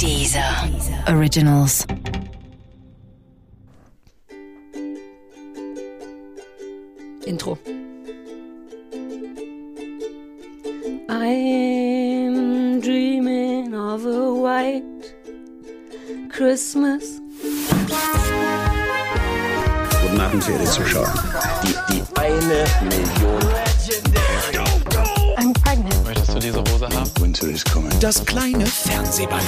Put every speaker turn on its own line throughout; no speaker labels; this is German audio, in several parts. Dieser Originals.
Intro. I'm dreaming of a white Christmas.
Guten Abend, verehrte Zuschauer. Die, die eine Million.
Möchtest du diese Hose haben?
Winter is coming.
Das kleine Fernsehballett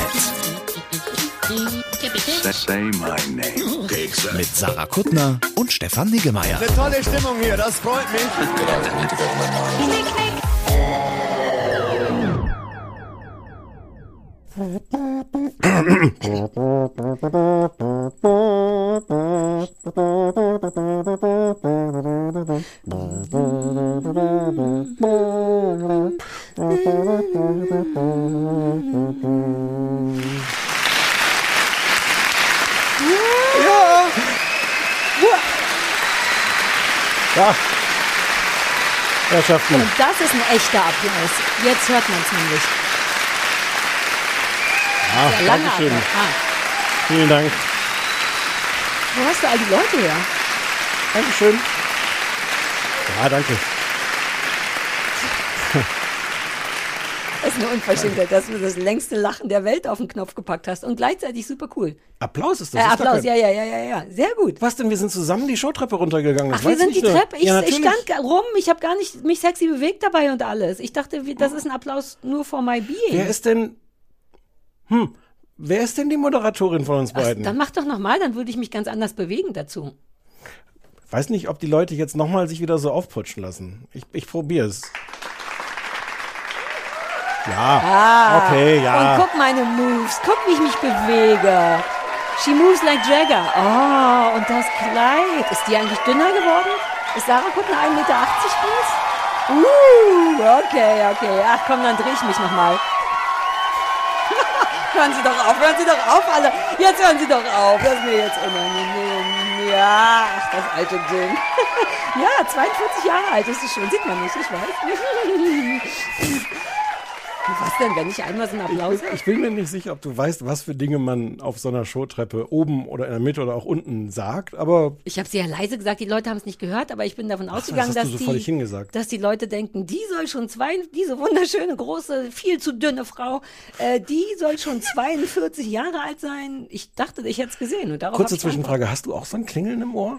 Say my name.
mit Sarah Kuttner und Stefan Niggemeier.
Tolle Stimmung hier, das freut mich.
Und das ist ein echter Applaus. Jetzt hört man es nämlich. Ah, Der lange Applaus. Ah,
Vielen Dank.
wo hast du all die Leute her?
Dankeschön. Ja, danke.
Das ist eine Unverschämtheit, dass du das längste Lachen der Welt auf den Knopf gepackt hast und gleichzeitig super cool.
Applaus ist
Äh,
das. ist gar
Applaus,
kein-
ja, ja, ja, ja, ja. Sehr gut.
Was denn? Wir sind zusammen die Showtreppe runtergegangen. Das
Ach, wir
weiß
sind
ich
die
nur.
Treppe. Ich,
ja,
ich
natürlich.
stand ga- rum, ich habe gar nicht mich sexy bewegt dabei und alles. Ich dachte, wir- das ist ein Applaus nur for my being.
Wer ist denn. Hm. Wer ist denn die Moderatorin von uns
Ach,
beiden?
dann mach doch nochmal, dann würde ich mich ganz anders bewegen dazu.
Weiß nicht, ob die Leute jetzt nochmal sich wieder so aufputschen lassen. Ich, ich probiere es. Ja. okay,
Ah, Und
ja.
guck meine Moves, guck, wie ich mich bewege. She moves like Jagger. Oh, und das Kleid. Ist die eigentlich dünner geworden? Ist Sarah Kuttner 1,80 Meter groß? Uh, okay, okay. Ach komm, dann drehe ich mich nochmal. hören Sie doch auf, hören Sie doch auf, alle. Jetzt hören Sie doch auf. Das ist mir jetzt unangenehm. Ja, ach, das alte Ding. ja, 42 Jahre alt ist es schon. Sieht man nicht, ich weiß. Was denn, wenn ich einmal so einen Applaus
Ich bin mir nicht sicher, ob du weißt, was für Dinge man auf so einer Showtreppe oben oder in der Mitte oder auch unten sagt, aber
Ich habe sie ja leise gesagt, die Leute haben es nicht gehört, aber ich bin davon
das
ausgegangen,
hast du
dass,
so völlig
die,
hingesagt.
dass die Leute denken, die soll schon zwei, diese wunderschöne, große, viel zu dünne Frau, äh, die soll schon 42 Jahre alt sein. Ich dachte, ich hätte es gesehen und darauf
Kurze
hab ich geantwortet.
Zwischenfrage, hast du auch so ein Klingeln im Ohr?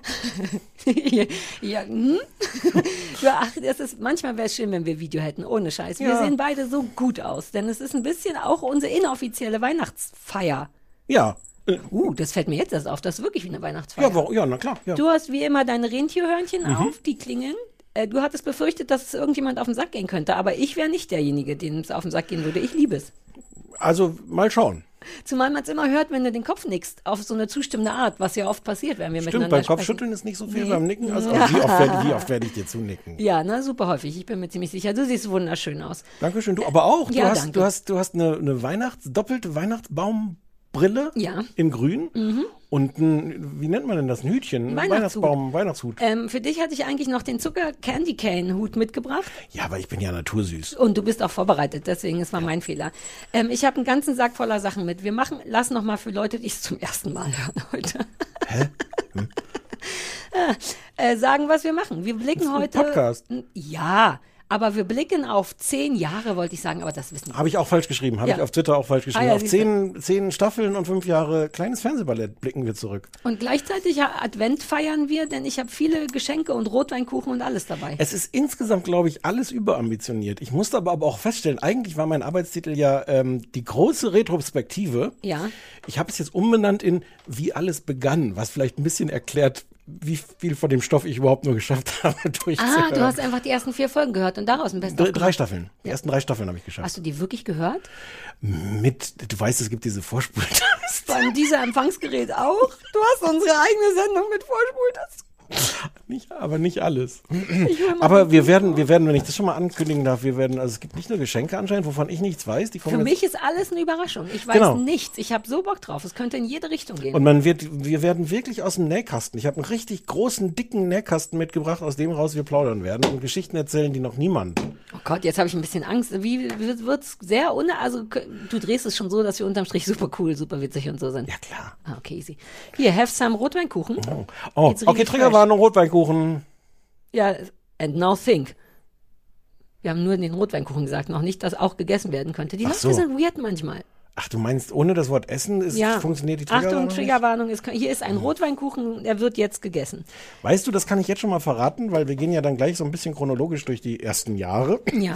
ja, hm? ja, ach, das ist, manchmal wäre es schön, wenn wir Video hätten, ohne Scheiß. Wir
Ja.
sehen beide so gut aus, denn es ist ein bisschen auch unsere inoffizielle Weihnachtsfeier.
Ja. Äh,
Uh, das fällt mir jetzt erst auf, das ist wirklich wie eine Weihnachtsfeier.
Ja, Mhm. wa- ja, na klar. Ja.
Du hast wie immer deine Rentierhörnchen auf, die klingeln. Äh, Du hattest befürchtet, dass es irgendjemand auf den Sack gehen könnte, aber ich wäre nicht derjenige, dem es auf den Sack gehen würde. Ich liebe es.
Also mal schauen.
Zumal man es immer hört, wenn du den Kopf nickst, auf so eine zustimmende Art, was ja oft passiert, wenn wir
Stimmt,
miteinander
beim
sprechen.
Kopfschütteln ist nicht so viel, beim Nicken. Also, aber wie, oft werde, wie oft werde ich dir zunicken?
Ja, na, super häufig. Ich bin mir ziemlich sicher. Du siehst wunderschön aus.
Dankeschön, du aber auch. Du
ja,
hast,
danke.
du hast, du hast eine, eine Weihnachts-, doppelte Weihnachtsbaumbrille
Ja. Mhm.
in Grün und ein, wie nennt man denn das? Ein Hütchen? Ein
Weihnachtshut.
Weihnachtsbaum, Weihnachtshut.
Ähm, für dich hatte ich eigentlich noch den Zucker-Candy-Cane-Hut mitgebracht.
Ja, aber ich bin ja natursüß.
Und du bist auch vorbereitet, deswegen, es war mein Fehler. Ähm, ich habe einen ganzen Sack voller Sachen mit. Wir machen, lass noch mal für Leute, die es zum ersten Mal hören heute.
Hm?
äh, sagen, was wir machen. Wir blicken
ein
heute.
Podcast.
Ja, aber wir blicken auf zehn Jahre, wollte ich sagen, aber das wissen wir.
Habe ich auch falsch geschrieben, habe
Ja. Ah
ich auf Twitter auch falsch geschrieben.
ja,
auf
siehst du.
zehn, zehn Staffeln und fünf Jahre kleines Fernsehballett blicken wir zurück.
Und gleichzeitig ja, Advent feiern wir, denn ich habe viele Geschenke und Rotweinkuchen und alles dabei.
Es ist insgesamt, glaube ich, alles überambitioniert. Ich musste aber, aber auch feststellen, eigentlich war mein Arbeitstitel ja ähm, die große Retrospektive.
Ja.
Ich habe es jetzt umbenannt in Wie alles begann, was vielleicht ein bisschen erklärt, wie viel von dem Stoff ich überhaupt nur geschafft habe
ah,
durchzuhören.
du hast einfach die ersten vier Folgen gehört und daraus ein Best-of.
Drei, drei Staffeln. Die ersten drei Staffeln habe ich geschafft.
Hast du die wirklich gehört?
Mit, du weißt, es gibt diese Vorspultaste.
Beim dieser Empfangsgerät auch? Du hast unsere eigene Sendung mit Vorspultasten.
Nicht, aber nicht alles.
Ich hol mal
Aber wir werden, wir werden, wenn ich das schon mal ankündigen darf, wir werden, also es gibt nicht nur Geschenke anscheinend, wovon ich nichts weiß, die kommen
Für
jetzt-
mich ist alles eine Überraschung. Ich weiß
Genau.
nichts. Ich habe so Bock drauf. Es könnte in jede Richtung gehen.
Und man wird, wir werden wirklich aus dem Nähkasten. Ich habe einen richtig großen, dicken Nähkasten mitgebracht, aus dem raus wir plaudern werden und Geschichten erzählen, die noch niemand.
oh Gott, jetzt habe ich ein bisschen Angst. Wie wird- wird's sehr ohne? Also k- du drehst es schon so, dass wir unterm Strich super cool, super witzig und so sind.
Ja klar.
Ah, okay, easy. Hier, have some Rotweinkuchen.
Oh,
Jetzt
okay,
riecht
Triggerwarnung, Rotweinkuchen.
Ja, and now think. Wir haben nur den Rotweinkuchen gesagt, noch nicht, dass auch gegessen werden könnte. Die Leute
so.
sind weird manchmal.
Ach, du meinst, ohne das Wort Essen ist,
Ja.
funktioniert die Triggerwarnung? Mhm.
Achtung, Triggerwarnung. Ist, hier ist ein Rotweinkuchen, er wird jetzt gegessen.
Nicht? Weißt du, das kann ich jetzt schon mal verraten, weil wir gehen ja dann gleich so ein bisschen chronologisch durch die ersten Jahre.
Ja.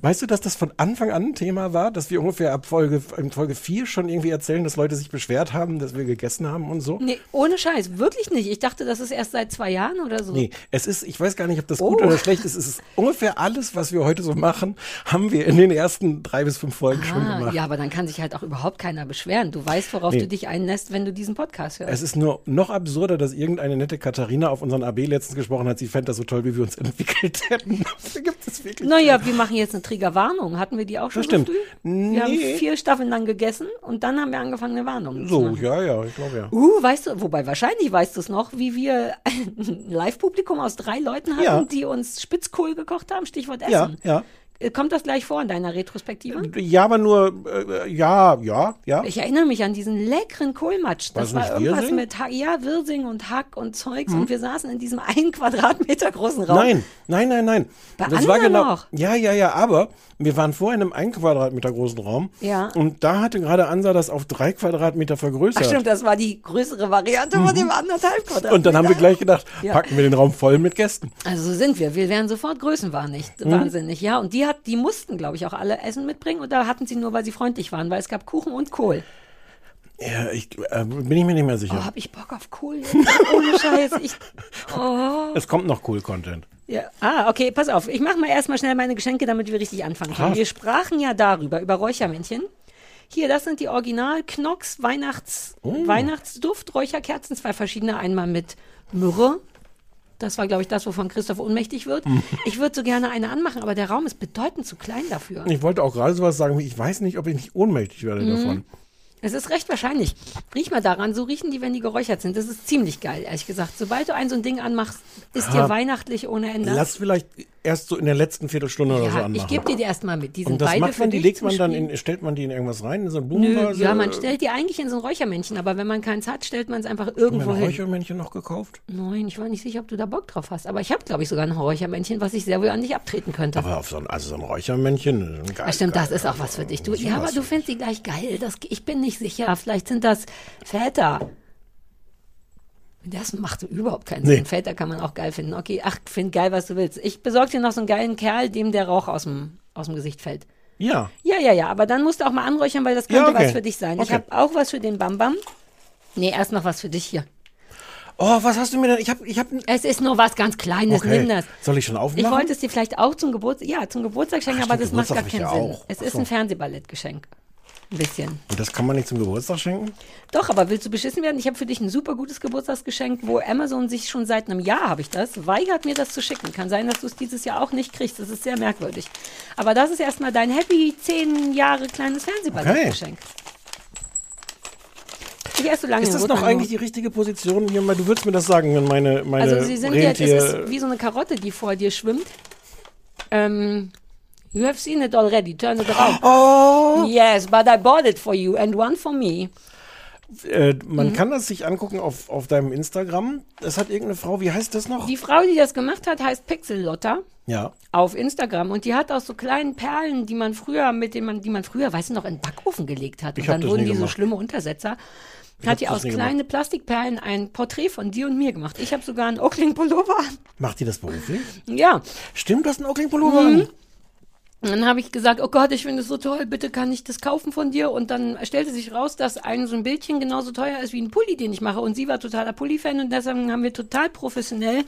Weißt du, dass das von Anfang an ein Thema war, dass wir ungefähr ab Folge, in Folge 4 schon irgendwie erzählen, dass Leute sich beschwert haben, dass wir gegessen haben und so?
Nee, ohne Scheiß, wirklich nicht. Ich dachte, das ist erst seit zwei Jahren oder so.
Nee, es ist, ich weiß gar nicht, ob das gut
Oh.
oder schlecht ist. Es ist ungefähr alles, was wir heute so machen, haben wir in den ersten drei bis fünf Folgen schon
Ah,
gemacht.
ja, aber dann kann sich halt auch überhaupt keiner beschweren. Du weißt, worauf du dich einlässt, wenn du diesen Podcast hörst.
Es ist nur noch absurder, dass irgendeine nette Katharina auf unseren AB letztens gesprochen hat. Sie fände das so toll, wie wir uns entwickelt hätten. da gibt es wirklich.
Naja, wir machen jetzt eine Triggerwarnung. Hatten wir die auch schon
Das stimmt.
so früh? Wir haben
Nee.
vier Staffeln lang gegessen und dann haben wir angefangen, eine Warnung zu
So,
machen.
ja, ja, ich glaube ja.
Uh, weißt du, wobei wahrscheinlich weißt du es noch, wie wir ein Live-Publikum aus drei Leuten hatten,
Ja.
die uns Spitzkohl gekocht haben, Stichwort
Ja,
Essen.
ja.
Äh, Kommt das gleich vor in deiner Retrospektive?
Ja, aber nur, äh, ja, ja, ja.
Ich erinnere mich an diesen leckeren Kohlmatsch. Das
War's
war
nicht
irgendwas
Wirsing? Hm?
mit Hack, ja, Wirsing und Hack und Zeugs und wir saßen in diesem einen Quadratmeter großen Raum.
Nein, nein, nein, nein.
Bei
das war
anderen
genau.
auch.
Ja, ja, ja, aber wir waren vor in einem 1 Quadratmeter großen Raum.
Ja.
Und da hatte gerade Ansa das auf drei Quadratmeter vergrößert.
Ach stimmt, das war die größere Variante von dem anderthalb Quadratmeter.
Mhm. Und dann haben wir gleich gedacht,
Ja.
packen wir den Raum voll mit Gästen.
Also so sind wir. Wir wären sofort größenwahnsinnig.
Mhm.
Wahnsinnig, ja. Und die hat, die mussten, glaube ich, auch alle Essen mitbringen oder hatten sie nur, weil sie freundlich waren, weil es gab Kuchen und Kohl.
Ja, ich, äh, bin ich mir nicht mehr
Oh,
sicher.
hab ich Bock auf Kohl jetzt? Ohne Scheiß. Ich, oh.
Es kommt noch cool Content.
ja. Ah, okay, pass auf. Ich mache mal erstmal schnell meine Geschenke, damit wir richtig anfangen können. Wir sprachen ja darüber, über Räuchermännchen. Hier, das sind die Original Knox Weihnachts
Oh.
Weihnachtsduft Räucherkerzen, zwei verschiedene, einmal mit Myrrhe. Das war, glaube ich, das, wovon Christoph ohnmächtig wird.
Mhm.
Ich würde so gerne eine anmachen, aber der Raum ist bedeutend zu klein dafür.
Ich wollte auch gerade sowas sagen, wie ich weiß nicht, ob ich nicht ohnmächtig
Mhm.
werde davon.
Es ist recht wahrscheinlich. Riech mal daran, so riechen die, wenn die geräuchert sind. Das ist ziemlich geil, ehrlich gesagt. Sobald du ein so ein Ding anmachst, ist dir
Ah.
weihnachtlich ohne Ende.
Lass vielleicht erst so in der letzten Viertelstunde oder so
ja,
anmachen.
ich gebe dir die erstmal mit. Die sind
Und das
beide
macht
für
man, die
dich
legt
zum
man dann
Spielen.
in, stellt man die in irgendwas rein, in so ein
Nö,
Blumenvase.
ja, man stellt die eigentlich in so ein Räuchermännchen, aber wenn man keins hat, stellt man es einfach irgendwo
ein
hin.
Räuchermännchen noch gekauft?
Nein, ich war nicht sicher, ob du da Bock drauf hast. Aber ich habe, glaube ich, sogar ein Räuchermännchen, was ich sehr wohl an dich abtreten könnte.
Aber auf so ein, also so ein Räuchermännchen, äh, geil.
Ah, Stimmt, das
geil.
ist auch was für dich. Du,
Das ist
ja, aber
was
du
für
findest die gleich geil. Das, ich bin nicht sicher. Vielleicht sind das Väter. Das macht überhaupt keinen
Nee.
Sinn. Väter kann man auch geil finden. Okay, ach, find geil, was du willst. Ich besorge dir noch so einen geilen Kerl, dem der Rauch aus dem, aus dem Gesicht fällt.
Ja.
Ja, ja, ja, aber dann musst du auch mal anräuchern, weil das
Ja,
könnte
okay.
was für dich sein. Ich
Okay.
habe auch was für den Bam Bam. Nee, erst noch was für dich hier.
Oh, was hast du mir denn? Ich hab, ich hab, ein-
Es ist nur was ganz Kleines, nimm das.
Soll ich schon
Ich
aufmachen?
wollte es dir vielleicht auch zum Geburtstag, ja, zum Geburtstag schenken,
Ach,
aber das
stimmt,
macht gar
Geburtstag
keinen
hab ich ja
Sinn.
auch.
Es
Ach
ist
so.
ein Fernsehballettgeschenk. Ein bisschen.
Und das kann man nicht zum Geburtstag schenken?
Doch, aber willst du beschissen werden? Ich habe für dich ein super gutes Geburtstagsgeschenk, wo Amazon sich schon seit einem Jahr, habe ich das, weigert mir das zu schicken. Kann sein, dass du es dieses Jahr auch nicht kriegst. Das ist sehr merkwürdig. Aber das ist erstmal dein happy 10 Jahre kleines Fernsehballettgeschenk. Ich esse so lange
Ist
den
das noch
Rotwein
eigentlich die richtige Position? Hier mal, du würdest mir das sagen, wenn meine, meine
Also sie sind jetzt,
Rentier...
es ist wie so eine Karotte, die vor dir schwimmt. Ähm, you have seen it already, turn it around. Oh. Yes, but I bought it for you and one for me.
äh,
Mhm.
man kann das sich angucken auf, auf deinem Instagram. Das hat irgendeine Frau, wie heißt das noch?
Die Frau, die das gemacht hat, heißt Pixellotta
ja.
auf Instagram und die hat auch so kleinen Perlen, die man früher mit denen man, die man früher, weißt du noch, in den Backofen gelegt hat und
hab
dann
das
wurden
nie
die so
gemacht.
schlimme Untersetzer.
hab
Hat die
das
aus
nie
kleinen Plastikperlen ein Porträt von dir und mir gemacht. Ich habe sogar einen Ockling-Pullover.
Macht die das beruflich?
Ja,
Stimmt, du hast einen Ockling-Pullover
Mhm.
an?
Und dann habe ich gesagt, oh Gott, ich finde es so toll, bitte kann ich das kaufen von dir? Und dann stellte sich raus, dass ein so ein Bildchen genauso teuer ist wie ein Pulli, den ich mache. Und sie war totaler Pulli-Fan und deswegen haben wir total professionell,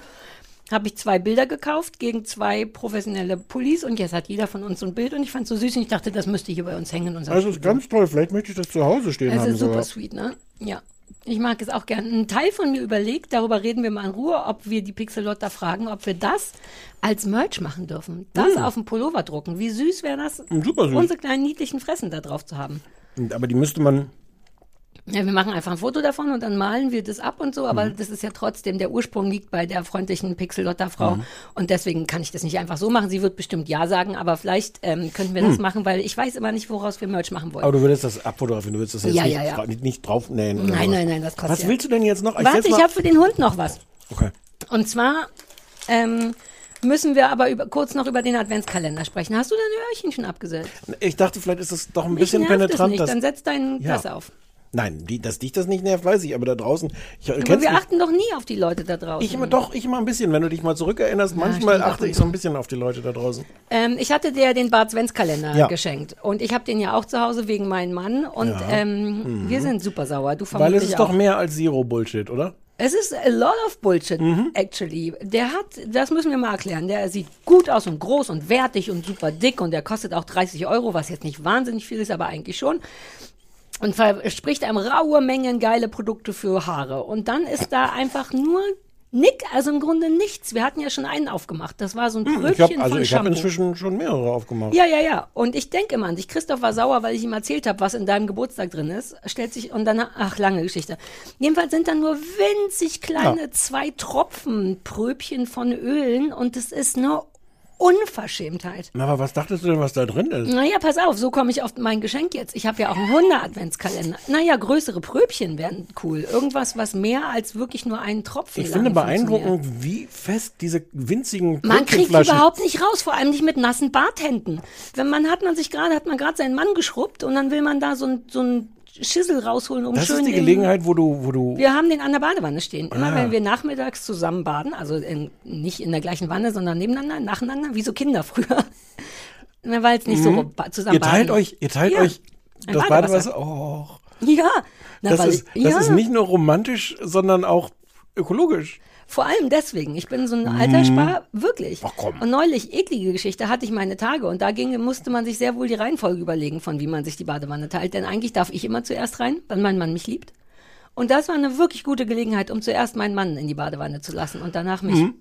habe ich zwei Bilder gekauft gegen zwei professionelle Pullis und jetzt hat jeder von uns so ein Bild und ich fand es so süß und ich dachte, das müsste hier bei uns hängen. in unserem
Das ist
Studio.
ganz toll. Vielleicht möchte ich das zu Hause stehen
Das
haben.
ist super
sogar.
sweet, ne? Ja. Ich mag es auch gern. Ein Teil von mir überlegt, darüber reden wir mal in Ruhe, ob wir die Pixelotta fragen, ob wir das als Merch machen dürfen. Das auf dem Pullover drucken. Wie süß wäre das,
Mm. Super süß.
unsere kleinen niedlichen Fressen da drauf zu haben.
Aber die müsste man.
Ja, wir machen einfach ein Foto davon und dann malen wir das ab und so, aber
Mm.
das ist ja trotzdem, der Ursprung liegt bei der freundlichen Pixelotta-Frau
Mm.
und deswegen kann ich das nicht einfach so machen. Sie wird bestimmt Ja sagen, aber vielleicht ähm, könnten wir das machen, weil ich weiß immer nicht, woraus wir Merch machen wollen.
Mm. Aber du würdest das abfotografieren, du würdest das jetzt
Ja,
nicht,
ja, ja.
dra- nicht, nicht draufnähen. oder
Nein,
was.
nein, nein, das kostet
Was
ja.
willst du denn jetzt noch? setz
Warte, ich
mal-
habe für den Hund noch was.
Okay.
Und zwar ähm, müssen wir aber über, kurz noch über den Adventskalender sprechen. Hast du dein Öhrchen schon abgesetzt?
Ich dachte, vielleicht ist das doch ein
Mich
bisschen
nervt es
penetrant.
nicht.
dass-
Dann setz deinen
Ja.
Klasse auf.
nein, die, dass dich das nicht nervt, weiß ich, aber da draußen. Ich,
Aber
kennst
wir
mich,
achten doch nie auf die Leute da draußen.
ich immer doch, ich immer ein bisschen. Wenn du dich mal zurückerinnerst, manchmal
stimmt auch
achte ich so ein bisschen auf die Leute da draußen.
Ähm, ich hatte dir den Bart Svenskalender
Ja.
geschenkt und ich habe den ja auch zu Hause wegen meinem Mann und ähm, wir sind super sauer. Du
Mhm. Weil es
vermutlich
ist
auch.
doch mehr als Zero-Bullshit, oder?
es ist a lot of bullshit
Mhm.
actually. Der hat, das müssen wir mal erklären. Der sieht gut aus und groß und wertig und super dick und der kostet auch 30 Euro, was jetzt nicht wahnsinnig viel ist, aber eigentlich schon. Und verspricht einem raue Mengen geile Produkte für Haare. Und dann ist da einfach nur Nick, also im Grunde nichts. Wir hatten ja schon einen aufgemacht. Das war so ein Brötchen
Ich habe also
von
ich
Shampoo.
habe inzwischen schon mehrere aufgemacht.
Ja, ja, ja. Und ich denke immer an dich. Christoph war sauer, weil ich ihm erzählt habe, was in deinem Geburtstag drin ist. Stellt sich und dann, ach, lange Geschichte. Jedenfalls sind da nur winzig kleine zwei Tropfen Pröbchen von Ölen und es ist eine Unverschämtheit.
Na, Aber was dachtest du denn, was da drin ist?
Naja, pass auf, so komme ich auf mein Geschenk jetzt. Ich habe ja auch einen Hunde-Adventskalender. Naja, größere Pröbchen wären cool. Irgendwas, was mehr als wirklich nur einen Tropfen
Ich
lange
finde
funktioniert.
beeindruckend, wie fest diese winzigen
Man kriegt die
Brötchenflaschen-
überhaupt nicht raus, vor allem nicht mit nassen Barthänden. Wenn man hat man sich gerade, hat man gerade seinen Mann geschrubbt und dann will man da so ein, so ein Schissel rausholen, um
Das
schön
ist die
den-
Gelegenheit, Ah. wo du, wo du.
wir haben den an der Badewanne stehen. Immer wenn wir nachmittags zusammen baden, also in, nicht in der gleichen Wanne, sondern nebeneinander, nacheinander, wie so Kinder früher. Na, Weil es nicht so ba- zusammen
Mhm. Ihr teilt
baden.
euch, ihr teilt
Ja.
euch
Ein
das
Badewasser.
Badewasser. Oh,
Ja, Na,
das
weil,
ist, das
ja.
ist nicht nur romantisch, sondern auch ökologisch.
Vor allem deswegen. Ich bin so ein alter Spar, wirklich.
Mhm. Ach, komm.
Und neulich, eklige Geschichte, hatte ich meine Tage und da ging, musste man sich sehr wohl die Reihenfolge überlegen, von wie man sich die Badewanne teilt. Denn eigentlich darf ich immer zuerst rein, wenn mein Mann mich liebt. Und das war eine wirklich gute Gelegenheit, um zuerst meinen Mann in die Badewanne zu lassen und danach mich.
Mhm.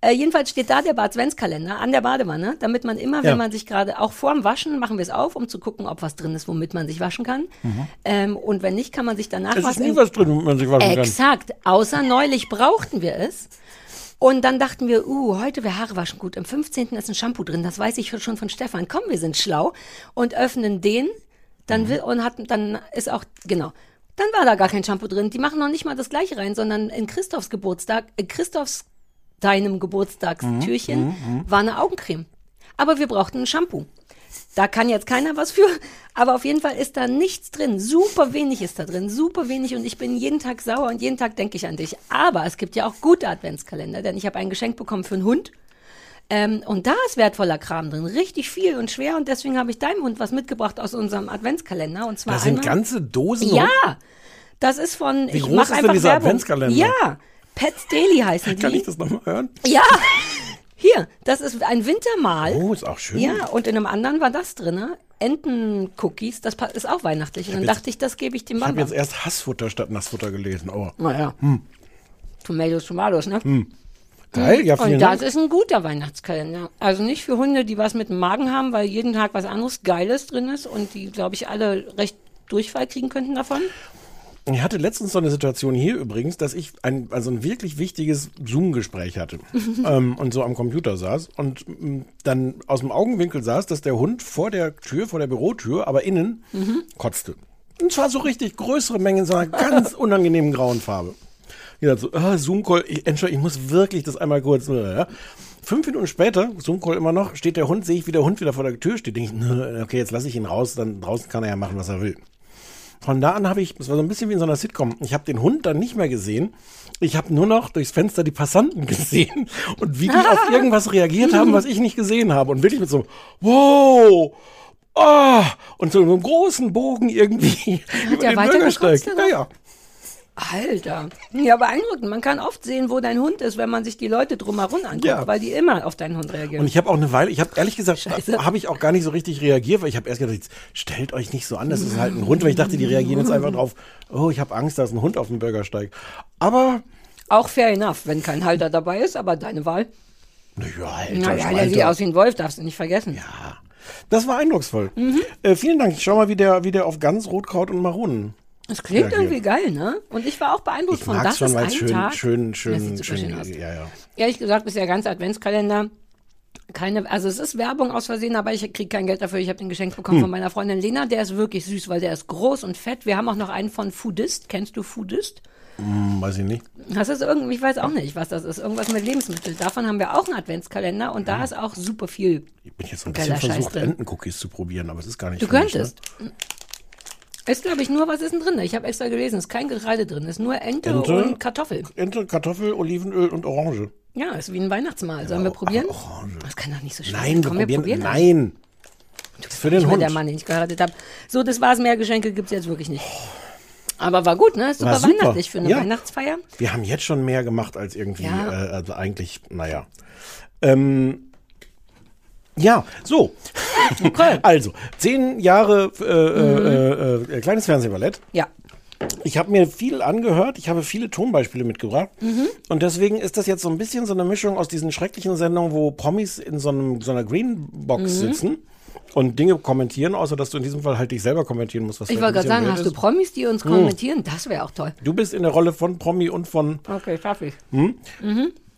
Äh, jedenfalls steht da der Bad-Svens-Kalender an der Badewanne, damit man immer,
Ja.
wenn man sich gerade, auch vorm Waschen, machen wir es auf, um zu gucken, ob was drin ist, womit man sich waschen kann.
Mhm.
Ähm, und wenn nicht, kann man sich danach
Es
was
ist nie
in-
was drin, womit man sich waschen kann.
Exakt. Außer neulich brauchten wir es. Und dann dachten wir, uh, heute wäre Haare waschen gut. Im 15. ist ein Shampoo drin. Das weiß ich schon von Stefan. Komm, wir sind schlau. Und öffnen den. Dann will, und hat, dann ist auch, genau. Dann war da gar kein Shampoo drin. Die machen noch nicht mal das gleiche rein, sondern in Christophs Geburtstag, in Christophs deinem Geburtstagstürchen war eine Augencreme. Aber wir brauchten ein Shampoo. Da kann jetzt keiner was für, aber auf jeden Fall ist da nichts drin. Super wenig ist da drin, super wenig und ich bin jeden Tag sauer und jeden Tag denke ich an dich. Aber es gibt ja auch gute Adventskalender, denn ich habe ein Geschenk bekommen für einen Hund. Ähm, und da ist wertvoller Kram drin, richtig viel und schwer und deswegen habe ich deinem Hund was mitgebracht aus unserem Adventskalender und zwar
Da sind
einmal-
ganze Dosen.
ja, das ist von.
Wie
ich
groß
mach
ist denn
einfach
dieser
Werbung.
Adventskalender?
Ja, Pets Daily heißen die.
Kann ich das nochmal hören?
Ja, hier, das ist ein Wintermahl.
Oh, ist auch schön.
Ja, und in einem anderen war das drin, ne? Entencookies, das pa- ist auch weihnachtlich. Und dann
jetzt-
dachte ich, das gebe ich dem
Ich habe
Bambam.
jetzt erst Hassfutter statt Nassfutter gelesen. Oh,
Naja. Tomatoes, Tomatoes, ne?
geil, Hm. ja, vielen
Und
Dank.
das ist ein guter Weihnachtskalender. Also nicht für Hunde, die was mit dem Magen haben, weil jeden Tag was anderes Geiles drin ist und die, glaube ich, alle recht Durchfall kriegen könnten davon.
Ich hatte letztens so eine Situation hier übrigens, dass ich ein, also ein wirklich wichtiges Zoom-Gespräch hatte ähm, und so am Computer saß und m, dann aus dem Augenwinkel saß, dass der Hund vor der Tür, vor der Bürotür, aber innen kotzte. Und zwar so richtig größere Mengen in so einer ganz unangenehmen grauen Farbe. Ich dachte so, ah, Zoom-Call, ich, Entschuldigung, ich muss wirklich das einmal kurz. äh, Ja. Fünf Minuten später, Zoom-Call immer noch, steht der Hund, sehe ich, wie der Hund wieder vor der Tür steht. Denke ich, nö, okay, jetzt lasse ich ihn raus, dann draußen kann er ja machen, was er will. Von da an habe ich, es war so ein bisschen wie in so einer Sitcom, ich habe den Hund dann nicht mehr gesehen. Ich habe nur noch durchs Fenster die Passanten gesehen und wie die auf irgendwas reagiert haben, was ich nicht gesehen habe. Und wirklich mit so, wow, ah, und so einem großen Bogen irgendwie über
der
den Bürgersteig.
weitergekotzt, oder?
Ja, ja.
Alter. Ja, beeindruckend. Man kann oft sehen, wo dein Hund ist, wenn man sich die Leute drumherum anguckt,
Ja.
weil die immer auf deinen Hund reagieren.
Und ich habe auch eine Weile, ich habe ehrlich gesagt,
Scheiße.
habe ich auch gar nicht so richtig reagiert, weil ich habe erst gedacht, jetzt stellt euch nicht so an, das ist halt ein Hund, weil ich dachte, die reagieren jetzt einfach drauf, oh, ich habe Angst, da ist ein Hund auf dem Bürgersteig. Aber,
Auch fair enough, wenn kein Halter dabei ist, aber deine Wahl.
naja, Alter,
Naja, der
Schwalter.
sieht aus wie ein Wolf, darfst du nicht vergessen.
Ja. Das war eindrucksvoll.
Mhm.
Äh, vielen Dank. Ich schau mal, wie der, wie der auf Gans, Rotkraut und Maronen.
Das klingt
Ja,
irgendwie geil, ne? Und ich war auch beeindruckt
Ich
von
mag's
das
schon,
ist
weil
ein
es schön,
Tag.
schön,
Das sieht
schön,
super
schön,
schön aus.
ja, ja.
Ehrlich gesagt ist der ganze Adventskalender keine, also es ist Werbung aus Versehen, aber ich kriege kein Geld dafür. Ich habe den geschenkt
Hm.
bekommen von meiner Freundin Lena. Der ist wirklich süß, weil der ist groß und fett. Wir haben auch noch einen von Foodist. Kennst du Foodist?
Hm, weiß ich nicht.
Das ist irgendwie, ich weiß auch nicht, was das ist. Irgendwas mit Lebensmitteln. Davon haben wir auch einen Adventskalender und da ist auch super viel.
Ich bin jetzt so ein
Geiler
bisschen
Scheiß
versucht,
drin.
Entencookies zu probieren, aber es ist gar nicht
Du
für mich, ne?
könntest. Ist, glaube ich, nur, was ist denn drin? Ich habe extra gelesen, ist kein Getreide drin, ist nur Ente,
Ente?
und Kartoffel.
Ne? Ente, Kartoffel, Olivenöl und Orange.
Ja, ist wie ein Weihnachtsmahl.
Oh,
Sollen wir probieren? Das kann doch nicht so schwer sein.
Nein, wir
Komm,
probieren,
das.
nein. Das ist für den
Ich bin der
Hund.
Mann, den ich geheiratet habe. So, das war's. Mehr Geschenke gibt's jetzt wirklich nicht. Aber war gut, ne? Ist Super,
War super.
weihnachtlich für eine
Ja.
Weihnachtsfeier.
Wir haben jetzt schon mehr gemacht als irgendwie,
Ja.
äh, also eigentlich, naja. Ähm, ja, so. Also, zehn Jahre äh,
Mhm.
äh, äh, äh, kleines Fernsehballett.
Ja.
Ich habe mir viel angehört, ich habe viele Tonbeispiele mitgebracht.
Mhm.
Und deswegen ist das jetzt so ein bisschen so eine Mischung aus diesen schrecklichen Sendungen, wo Promis in so, einem, so einer Greenbox
Mhm.
sitzen und Dinge kommentieren, außer dass du in diesem Fall halt dich selber kommentieren musst. Was
Ich
vielleicht ein
wollte gerade
bisschen
sagen,
blöd
hast du
ist. Hm.
Promis, die uns kommentieren? Das wäre auch toll.
Du bist in der Rolle von Promi und von
Okay, schaff ich.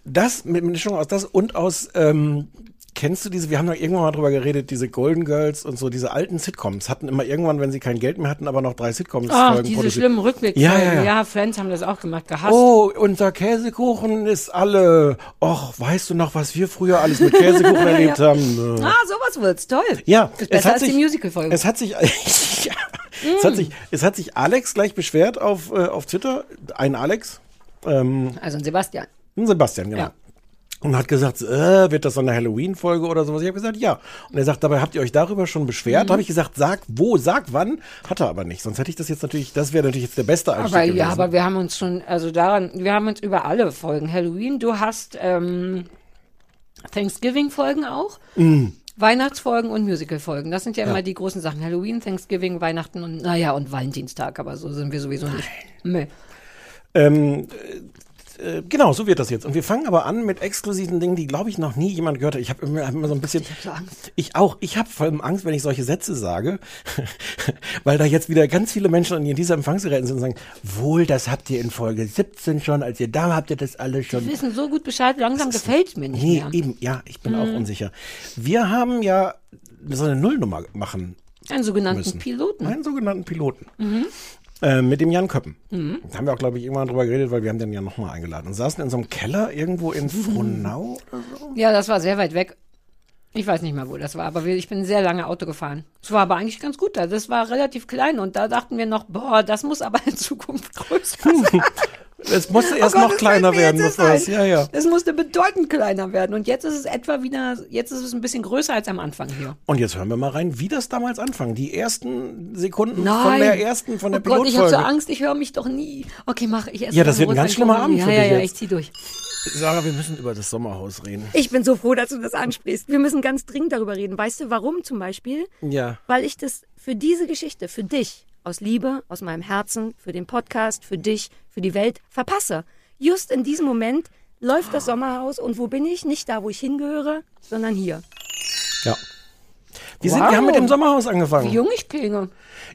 das, mit mit Mischung aus das und aus, ähm, kennst du diese, wir haben doch irgendwann mal drüber geredet, diese Golden Girls und so, diese alten Sitcoms hatten immer irgendwann, wenn sie kein Geld mehr hatten, aber noch drei Sitcoms.
Ach,
Folgen
Ah, diese
produziert.
schlimmen Rückblick.
Ja, ja, ja.
Friends haben das auch gemacht, gehasst.
Oh, unser Käsekuchen ist alle. Och, weißt du noch, was wir früher alles mit Käsekuchen erlebt haben? Nö.
Ah, sowas wird's, toll.
Ja,
Ist besser als die Musical-Folge. Mm.
Es hat sich, ja, es hat sich, es hat sich Alex gleich beschwert auf, äh, auf Twitter, ein Alex,
Also ein Sebastian.
ein Sebastian, genau.
Ja.
Und hat gesagt, äh, wird das so eine Halloween-Folge oder sowas? Ich habe gesagt, ja. Und er sagt, dabei habt ihr euch darüber schon beschwert?
Mhm.
Habe ich gesagt, sag wo, sag wann? Hat er aber nicht. Sonst hätte ich das jetzt natürlich, das wäre natürlich jetzt der beste Einstieg
Aber
gewesen.
ja, aber wir haben uns schon, also daran, wir haben uns über alle Folgen. Halloween, du hast ähm, Thanksgiving-Folgen auch, Weihnachtsfolgen und Musical-Folgen. Das sind ja, immer die großen Sachen. Halloween, Thanksgiving, Weihnachten und naja, und Valentinstag, aber so sind wir sowieso nicht. Nee.
Genau, so wird das jetzt. Und wir fangen aber an mit exklusiven Dingen, die, glaube ich, noch nie jemand gehört hat. Ich habe immer, hab immer so ein bisschen. Ich
hab so Angst.
Ich auch. Ich habe vor allem Angst, wenn ich solche Sätze sage, weil da jetzt wieder ganz viele Menschen in dieser Empfangsgeräten sind und sagen, wohl, das habt ihr in Folge 17 schon, als ihr da habt ihr das alle schon.
Wir wissen so gut Bescheid, langsam gefällt mir nicht
Nee,
mehr. Mhm.
eben, ja, ich bin auch unsicher. Wir haben ja so eine Nullnummer machen
Einen sogenannten
müssen.
Piloten.
Einen sogenannten Piloten.
Mhm.
Äh, mit dem Jan Köppen. Da haben wir auch, glaube ich, irgendwann drüber geredet, weil wir haben den ja nochmal eingeladen. Und saßen in so einem Keller irgendwo
Mhm.
in Frohnau oder so.
Ja, das war sehr weit weg. Ich weiß nicht mal, wo das war, aber wir- ich bin sehr lange Auto gefahren. Es war aber eigentlich ganz gut da. Das war relativ klein und da dachten wir noch, boah, das muss aber in Zukunft größer sein.
Es musste erst
Oh Gott,
Hm, noch
das
kleiner
fällt mir
werden,
jetzt
bevor
erst
es. Ja, ja.
ein. Es musste bedeutend kleiner werden und jetzt ist es etwa wieder, jetzt ist es ein bisschen größer als am Anfang hier.
Und jetzt hören wir mal rein, wie das damals anfang. Die ersten Sekunden
Nein.
von der ersten, von der
oh Gott, ich habe
Pilotfolge.
so Angst, ich höre mich doch nie. Okay, mach ich erst
Ja,
mal
das
so
wird ein
rot
ganz schlimmer
angefangen.
Abend für
Ja,
dich
ja, ja,
jetzt.
ich zieh durch.
Sarah, wir müssen über das Sommerhaus reden.
Ich bin so froh, dass du das ansprichst. Wir müssen ganz dringend darüber reden. Weißt du, warum zum Beispiel?
Ja.
Weil ich das für diese Geschichte, für dich, aus Liebe, aus meinem Herzen, für den Podcast, für dich, für die Welt verpasse. Just in diesem Moment läuft das Sommerhaus und wo bin ich? Nicht da, wo ich hingehöre, sondern hier.
Ja. Wir, sind, wir haben mit dem Sommerhaus angefangen.
Wie jung ich klinge.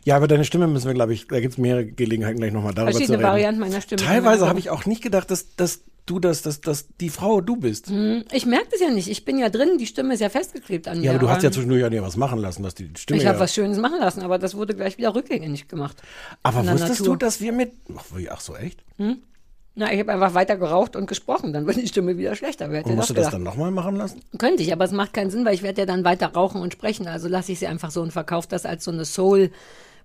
Ja, aber deine Stimme müssen wir, glaube ich, da gibt's mehrere Gelegenheiten gleich nochmal darüber zu
Verschiedene
reden.
Varianten meiner Stimme.
Teilweise habe ich auch nicht gedacht, dass, dass du das, dass, dass die Frau du bist.
Ich merke das ja nicht. Ich bin ja drin, die Stimme ist ja festgeklebt an mir.
Ja, aber du hast ja
ähm,
zwischendurch ja was machen lassen, dass die Stimme.
Ich habe
ja-
was Schönes machen lassen, aber das wurde gleich wieder rückgängig gemacht.
aber
in der
wusstest
Natur.
du, dass wir mit. Ach, wie- ach so, echt?
Na, ich habe einfach weiter geraucht und gesprochen, dann wird die Stimme wieder schlechter. Wer hätte
Und musst
das
du das
gedacht?
dann nochmal machen lassen?
Könnte ich, aber es macht keinen Sinn, weil ich werde ja dann weiter rauchen und sprechen. Also lasse ich sie einfach so und verkaufe das als so eine Soul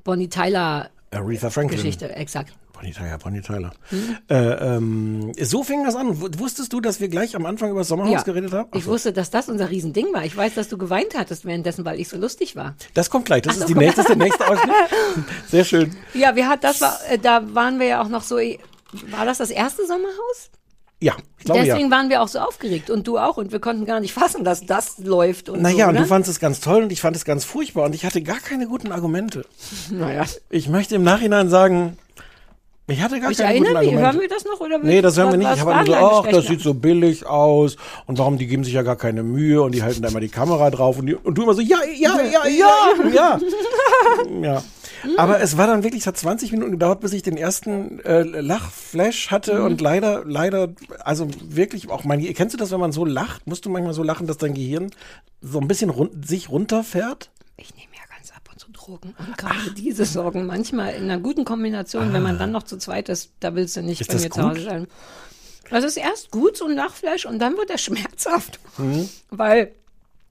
Bonnie Tyler
Aretha Franklin.
Geschichte. Mhm. Exakt.
Bonnie Tyler, Bonnie Tyler. Äh, ähm, so fing das an. W- Wusstest du, dass wir gleich am Anfang über das Sommerhaus
Ja.
geredet haben? Ach
Ich
so.
wusste, dass das unser Riesending war. Ich weiß, dass du geweint hattest währenddessen, weil ich so lustig war.
Das kommt gleich. Das ist die nächste, das ist der nächste Ausschnitt. Sehr schön.
Ja, wir hat das war, äh, da waren wir ja auch noch so, äh, War das das erste Sommerhaus?
Ja, ich glaube ja.
Deswegen waren wir auch so aufgeregt und du auch und wir konnten gar nicht fassen, dass das läuft und
Naja,
so.
und
ne?
du fandest es ganz toll und ich fand es ganz furchtbar und ich hatte gar keine guten Argumente.
naja.
Ich möchte im Nachhinein sagen, ich hatte gar
Ich
keine guten
erinnere mich,
Argumente.
hören wir das noch oder
Nee, das hören wir nicht.
was
Ich habe immer so,
waren deine
ach, das
Schwächen?"
sieht so billig aus. Und warum, die geben sich ja gar keine Mühe und die halten da immer die Kamera drauf. Und, die, und du immer so, ja, ja, ja, ja, ja. ja. Aber es war dann wirklich, es hat 20 Minuten gedauert, bis ich den ersten äh, Lachflash hatte. Und leider, leider, also wirklich auch mein, Ge- kennst du das, wenn man so lacht? Musst du manchmal so lachen, dass dein Gehirn so ein bisschen run sich runterfährt?
Ich nehme ja ganz ab und zu Drogen und gerade diese Sorgen manchmal in einer guten Kombination, wenn man dann noch zu zweit ist, da willst du nicht
Ah. Ist
bei
das
mir zu
gut?
Hause sein. Das ist erst gut, so ein Nachfleisch, und dann wird er schmerzhaft.
Mhm.
Weil,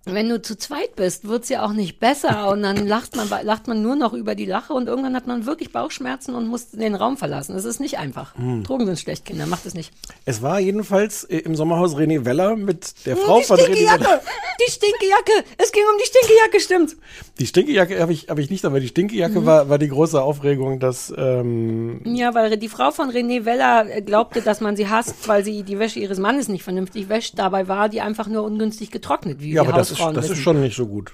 wenn du zu zweit bist, wird's ja auch nicht besser und dann lacht man, lacht man nur noch über die Lache und irgendwann hat man wirklich Bauchschmerzen und muss den Raum verlassen. Das ist nicht einfach.
Mhm.
Drogen sind schlecht, Kinder, macht es nicht.
Es war jedenfalls äh, im Sommerhaus René Weller mit der Frau von René Weller.
Stinkejacke! Die Stinkejacke! Es ging um die Stinkejacke, stimmt.
Die Stinkejacke habe ich, hab ich nicht, aber die
Mhm.
Stinkejacke war, war die große Aufregung, dass ähm,
Ja, weil die Frau von René Weller äh, glaubte, dass man sie hasst, weil sie die Wäsche ihres Mannes nicht vernünftig wäscht. Dabei war die einfach nur ungünstig getrocknet, wie
ja,
die
aber das ist,
Hausfrauen
das ist
wissen.
schon nicht so gut.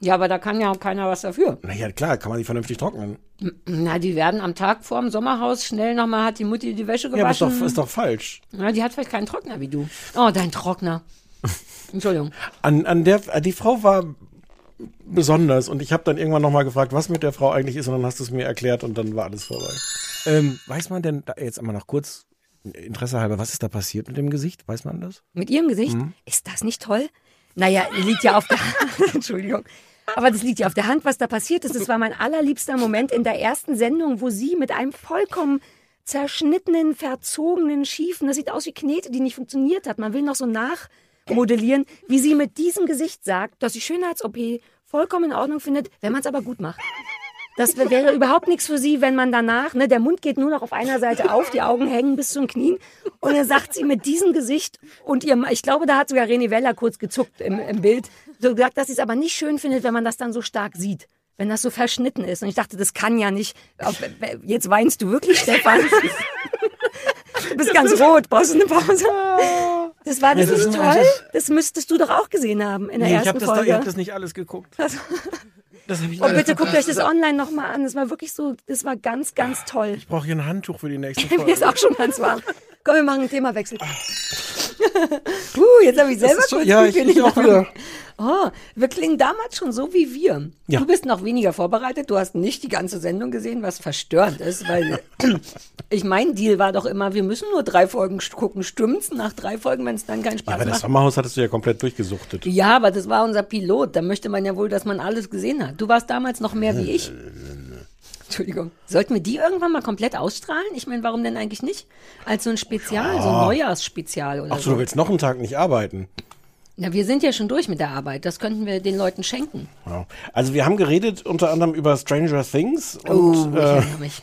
ja, aber da kann ja auch keiner was dafür.
Naja, klar, kann man die vernünftig trocknen.
Na, die werden am Tag vorm Sommerhaus schnell nochmal, hat die Mutti die Wäsche
Ja, aber ist
gewaschen.
doch, ist doch falsch.
Na, die hat vielleicht keinen Trockner wie du. Oh, dein Trockner. Entschuldigung.
An, an der äh, die Frau war besonders und ich habe dann irgendwann nochmal gefragt, was mit der Frau eigentlich ist, und dann hast du es mir erklärt und dann war alles vorbei.
Ähm, weiß man denn, da, jetzt einmal noch kurz, Interesse halber, was ist da passiert mit dem Gesicht? Weiß man das?
Mit ihrem Gesicht?
Mhm.
Ist das nicht toll? Naja, liegt ja auf der Hand. Entschuldigung. Aber das liegt ja auf der Hand, was da passiert ist. Das war mein allerliebster Moment in der ersten Sendung, wo sie mit einem vollkommen zerschnittenen, verzogenen, schiefen, das sieht aus wie Knete, die nicht funktioniert hat. Man will noch so nachmodellieren, wie sie mit diesem Gesicht sagt, dass sie Schönheits-OP vollkommen in Ordnung findet, wenn man es aber gut macht. Das wär- wäre überhaupt nichts für sie, wenn man danach, ne, der Mund geht nur noch auf einer Seite auf, die Augen hängen bis zum Knien. Und dann sagt sie mit diesem Gesicht und ihr, ich glaube, da hat sogar René Weller kurz gezuckt im, im Bild, so gesagt, dass sie es aber nicht schön findet, wenn man das dann so stark sieht. Wenn das so verschnitten ist. Und ich dachte, das kann ja nicht. Auf- Jetzt weinst du wirklich, Stefan. Du bist ganz rot, brauchst du eine Pause? Das war das nicht toll? Das müsstest du doch auch gesehen haben in der
ich
ersten
habe das, da-
Folge.
ich hab das nicht alles geguckt. Das
Oh,
hab ich
Und
nicht.
bitte guckt euch das online nochmal an. Das war wirklich so, das war ganz, ganz
Ah,
toll.
Ich brauche hier ein Handtuch für die nächste
Mir ist
Folge.
auch schon ganz warm. Komm, wir machen einen Themawechsel. Uh, jetzt habe ich selber
Ist schon-
kurz
ja, ich,
Pipi in
ich
den
auch
Augen.
wieder.
Oh, wir klingen damals schon so wie wir.
Ja.
Du bist noch weniger vorbereitet. Du hast nicht die ganze Sendung gesehen, was verstörend ist, weil ich mein Deal war doch immer, wir müssen nur drei Folgen st- gucken. Stimmt's? Nach drei Folgen, wenn es dann keinen Spaß
Aber das
macht.
Sommerhaus hattest du ja komplett durchgesuchtet.
Ja, aber das war unser Pilot. Da möchte man ja wohl, dass man alles gesehen hat. Du warst damals noch mehr wie ich. Entschuldigung. Sollten wir die irgendwann mal komplett ausstrahlen? Ich meine, warum denn eigentlich nicht? Als so ein Spezial, so ein Neujahrsspezial oder
Ach so, du
so.
willst noch einen Tag nicht arbeiten.
Na, wir sind ja schon durch mit der Arbeit. Das könnten wir den Leuten schenken.
Ja. Also wir haben geredet unter anderem über Stranger Things und
Oh, ich
äh,
erinnere mich.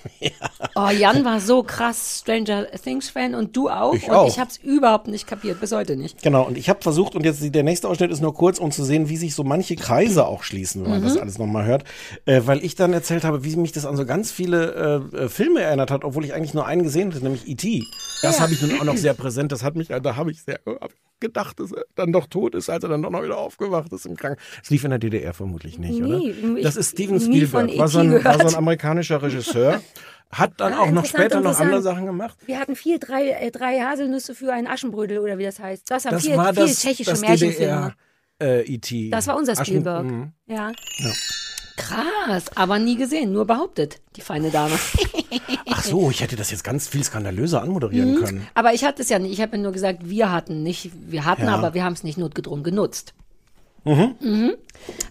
Oh, Jan war so krass Stranger Things Fan und du auch.
Ich
und
auch.
ich habe es überhaupt nicht kapiert, bis heute nicht.
Genau, und ich habe versucht, und jetzt der nächste Ausschnitt ist nur kurz, um zu sehen, wie sich so manche Kreise auch schließen, wenn man
Mhm.
das alles nochmal hört. Äh, weil ich dann erzählt habe, wie mich das an so ganz viele äh, äh, Filme erinnert hat, obwohl ich eigentlich nur einen gesehen hatte, nämlich E E.T. Das habe ich nun auch noch sehr präsent. Das hat mich, da habe ich sehr hab gedacht, dass er dann doch tot ist, als er dann doch noch wieder aufgewacht ist im Krankenhaus. Das lief in der DDR vermutlich nicht,
Nee,
oder?
ich-
Das ist Steven
nie von
Spielberg, war so,
E.T.
ein, war so ein
gehört.
amerikanischer Regisseur. Hat dann
Ah,
auch noch
interessant,
später noch
interessant.
andere Sachen gemacht.
Wir hatten viel drei, äh, drei Haselnüsse für einen Aschenbrödel oder wie das heißt. Das haben
Das
viel,
war
viel
das,
tschechische
das
Märchenfilme.
DDR. Äh, E.T.
Das war unser
Aschen-
Spielberg. Ja.
Krass, aber nie gesehen, nur behauptet, die feine Dame.
Ach so, ich hätte das jetzt ganz viel skandalöser anmoderieren
Mhm.
können.
aber ich hatte es ja nicht. Ich habe ja nur gesagt, wir hatten nicht, wir hatten, aber wir haben es nicht notgedrungen genutzt. Mhm.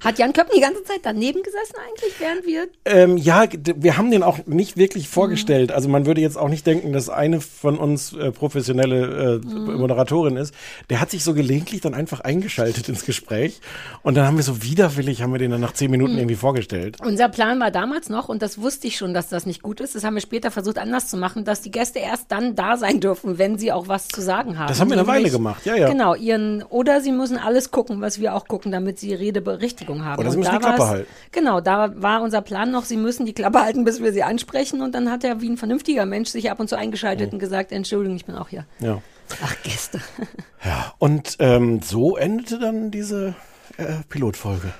Hat Jan Köppen die ganze Zeit daneben gesessen eigentlich, während wir
Ähm, ja, d- wir haben den auch nicht wirklich vorgestellt. Also man würde jetzt auch nicht denken, dass eine von uns äh, professionelle äh,
Mhm.
Moderatorin ist. Der hat sich so gelegentlich dann einfach eingeschaltet ins Gespräch. Und dann haben wir so widerwillig, haben wir den dann nach zehn
Mhm.
Minuten irgendwie vorgestellt.
Unser Plan war damals noch, und das wusste ich schon, dass das nicht gut ist, das haben wir später versucht anders zu machen, dass die Gäste erst dann da sein dürfen, wenn sie auch was zu sagen haben.
Das haben wir eine Weile
Nämlich-
gemacht, ja, ja.
Genau, ihren, oder sie müssen alles gucken, was wir auch gucken, damit sie Redeberichtigung haben.
Oder sie
Und
müssen
da
die Klappe
war's-
halten.
Genau, da war unser Plan noch, sie müssen die Klappe halten, bis wir sie ansprechen. Und dann hat er wie ein vernünftiger Mensch sich ab und zu eingeschaltet
Oh.
und gesagt, Entschuldigung, ich bin auch hier.
Ja.
Ach, Gäste.
Und ähm, so endete dann diese äh, Pilotfolge.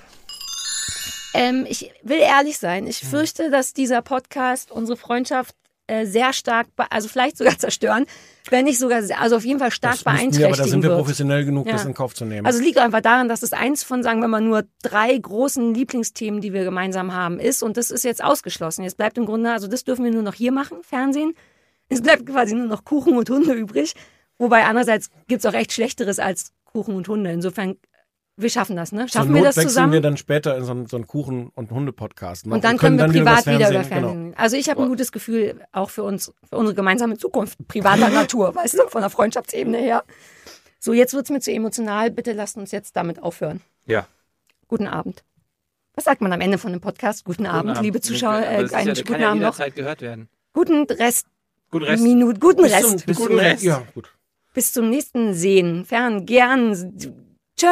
Ähm, ich will ehrlich sein. Ich fürchte, dass dieser Podcast unsere Freundschaft äh, sehr stark, be- also vielleicht sogar zerstören, wenn nicht sogar, sehr- also auf jeden Fall stark
müssten
beeinträchtigen
wir, aber da sind wir
wird.
professionell genug,
Ja.
das in Kauf zu nehmen.
Also es liegt einfach daran, dass es eins von, sagen wir mal, nur drei großen Lieblingsthemen, die wir gemeinsam haben, ist. Und das ist jetzt ausgeschlossen. Jetzt bleibt im Grunde, also das dürfen wir nur noch hier machen, Fernsehen. Es bleibt quasi nur noch Kuchen und Hunde übrig. Wobei andererseits gibt's auch echt Schlechteres als Kuchen und Hunde. Insofern, wir schaffen das, ne?
Zur
Schaffen wir
Not
das
wechseln
zusammen?
wir dann später in so einen, so einen Kuchen- und Hunde-Podcast. ne?
Und dann können, wir
übers
privat wieder über
genau.
Fernsehen. reden. Also ich habe ein gutes Gefühl auch für uns, für unsere gemeinsame Zukunft privater Natur, weißt du, von der Freundschaftsebene her. So, jetzt wird's mir zu emotional. Bitte lasst uns jetzt damit aufhören.
Ja.
Guten Abend. Was sagt man am Ende von einem Podcast? Guten, Abend, liebe Zuschauer.
Aber
Äh,
das ist
einen
ja, der
guten
kann ja
Abend noch.
jederzeit gehört werden.
Guten Rest.
Guten Rest.
Minute,
Genau.
guten
Bis
Rest.
zum, bis
Guten
zum
Rest.
Ja, gut.
Bis zum nächsten Sehen. Fern, gern. Tschö.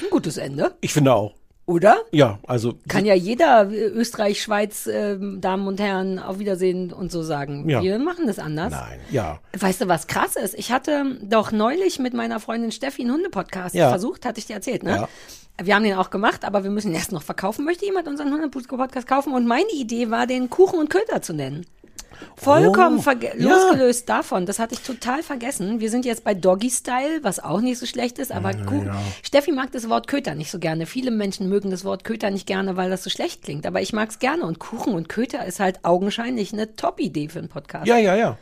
Ein gutes Ende,
Ich finde auch.
oder?
Ja, also
Kann ja jeder äh, Österreich, Schweiz, ähm, Damen und Herren, auf Wiedersehen und so sagen.
Ja.
Wir machen das anders.
nein, ja.
Weißt du, was krass ist? Ich hatte doch neulich mit meiner Freundin Steffi einen Hunde-Podcast
Ja.
versucht, hatte ich dir erzählt, ne?
Ja.
Wir haben den auch gemacht, aber wir müssen ihn erst noch verkaufen. Möchte jemand unseren Hunde-Podcast kaufen? Und meine Idee war, den Kuchen und Köter zu nennen. Vollkommen
Oh,
verge-
ja.
losgelöst davon. Das hatte ich total vergessen. Wir sind jetzt bei Doggy Style, was auch nicht so schlecht ist, aber Kuchen. Steffi mag das Wort Köter nicht so gerne. Viele Menschen mögen das Wort Köter nicht gerne, weil das so schlecht klingt. Aber ich mag es gerne. Und Kuchen und Köter ist halt augenscheinlich eine Top-Idee für einen Podcast.
Ja, ja, ja.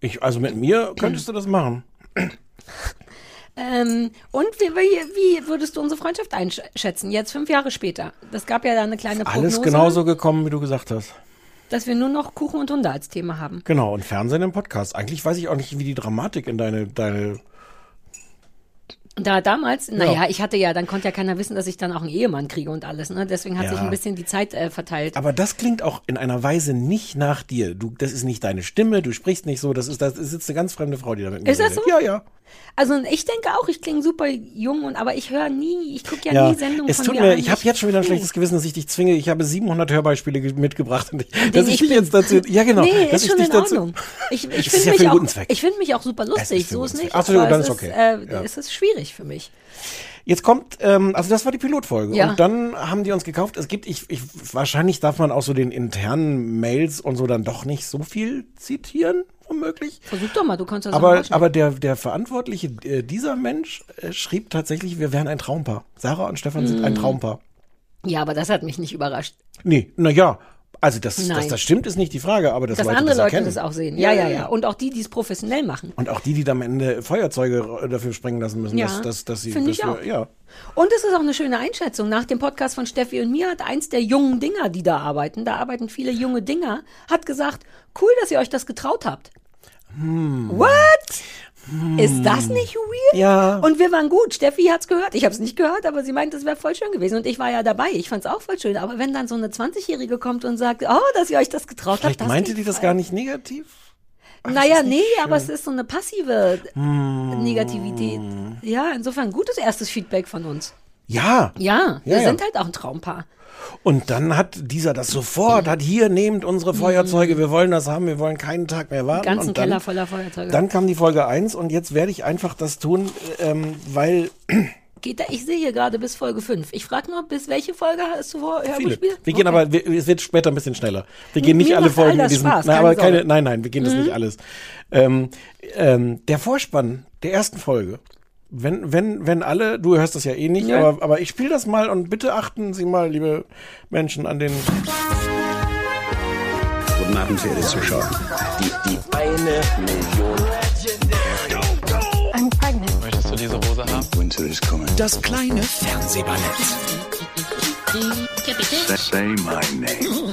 Ich, also mit mir könntest du das machen.
Ähm, und wie, wie wie würdest du unsere Freundschaft einschätzen, jetzt fünf Jahre später? Das gab ja da eine kleine Prognose,
Alles genauso gekommen, wie du gesagt hast.
dass wir nur noch Kuchen und Hunde als Thema haben.
Genau, und Fernsehen im Podcast. Eigentlich weiß ich auch nicht, wie die Dramatik in deine, deine
Da damals, naja, ich hatte ja, dann konnte ja keiner wissen, dass ich dann auch einen Ehemann kriege und alles. Ne? Deswegen hat
Ja.
sich ein bisschen die Zeit äh, verteilt.
Aber das klingt auch in einer Weise nicht nach dir. Du, das ist nicht deine Stimme, du sprichst nicht so, das ist, das ist jetzt eine ganz fremde Frau, die da mit mir
Ist das
redet.
so?
Ja, ja.
Also ich denke auch, ich klinge super jung und aber ich höre nie, ich gucke ja,
ja.
nie Sendungen
es
von
tut
mir.
mir,
an.
ich habe jetzt schon wieder ein schlechtes Gewissen, dass ich dich zwinge. Ich habe 700 Hörbeispiele ge- mitgebracht und ich, dass
ich
ich dich jetzt dazu, ja genau,
Nee, ist
dass ich
schon
dich
in
dazu,
Ordnung. Ich,
Es
ich
ist
finde
ja für
mich,
einen
auch-
guten Zweck.
ich find mich auch super
Es ist
lustig,
für
so
einen
ist
guten
nicht.
Zweck. Ach so,
aber
dann
es
ist okay.
Äh,
Ja.
Es ist schwierig für mich.
Jetzt kommt, ähm, also das war die Pilotfolge.
Ja.
Und dann haben die uns gekauft. Es gibt, ich, ich, wahrscheinlich darf man auch so den internen Mails und so dann doch nicht so viel zitieren, womöglich.
Versuch doch mal, du kannst das auch
Aber,
machen.
aber der, der Verantwortliche, äh, dieser Mensch, äh, schrieb tatsächlich, wir wären ein Traumpaar. Sarah und Stefan sind
Mm.
ein Traumpaar.
Ja, aber das hat mich nicht überrascht.
Nee, naja, also dass,
Nein.
dass das stimmt, ist nicht die Frage, aber das
Dass
Leute
andere
das
Leute
erkennen.
das auch sehen. Ja, ja, ja. Und auch die, die es professionell machen.
Und auch die, die da am Ende Feuerzeuge dafür sprengen lassen müssen,
Ja,
dass, dass, dass sie...
finde
dass
ich
wir,
auch.
Ja.
Und es ist auch eine schöne Einschätzung. Nach dem Podcast von Steffi und mir hat eins der jungen Dinger, die da arbeiten, da arbeiten viele junge Dinger, hat gesagt, cool, dass ihr euch das getraut habt.
Hm.
What? Ist das nicht weird?
Ja.
Und wir waren gut. Steffi hat's gehört. Ich habe es nicht gehört, aber sie meint, das wäre voll schön gewesen. Und ich war ja dabei. Ich fand's auch voll schön. Aber wenn dann so eine 20-Jährige kommt und sagt, oh, dass ihr euch das getraut habt,
Vielleicht
das
meinte
klingt
die das
voll-
gar nicht negativ?
Naja, nee, aber es ist so eine passive
Hm.
Negativität. Ja, insofern gutes erstes Feedback von uns.
Ja.
Ja, wir
Ja, ja.
sind halt auch ein Traumpaar.
Und dann hat dieser das sofort, hat hier, nehmt unsere Feuerzeuge, wir wollen das haben, wir wollen keinen Tag mehr warten.
Mhm. Ganzen
und dann,
Keller voller Feuerzeuge.
Dann kam die Folge 1 und jetzt werde ich einfach das tun, ähm, weil
Geht da, ich sehe hier gerade bis Folge 5. Ich frage nur, bis welche Folge hast du vor
Viele.
Hörspiel?
Wir gehen aber, wir, es wird später ein bisschen schneller. Wir gehen
Mir
nicht alle
macht all
Folgen
das
in diesem.
Spaß,
nein,
keine
aber keine,
Sorge. Mhm.
nein, nein, wir gehen das nicht alles. Ähm, ähm, der Vorspann der ersten Folge. Wenn, wenn, wenn alle, du hörst das ja eh nicht, aber, aber ich spiele das mal und bitte achten Sie mal, liebe Menschen, an den.
Guten Abend, verehrte Zuschauer. Die, die eine Million.
Möchtest du diese Hose haben?
Winter is coming.
Das kleine Fernsehballett
Say my name.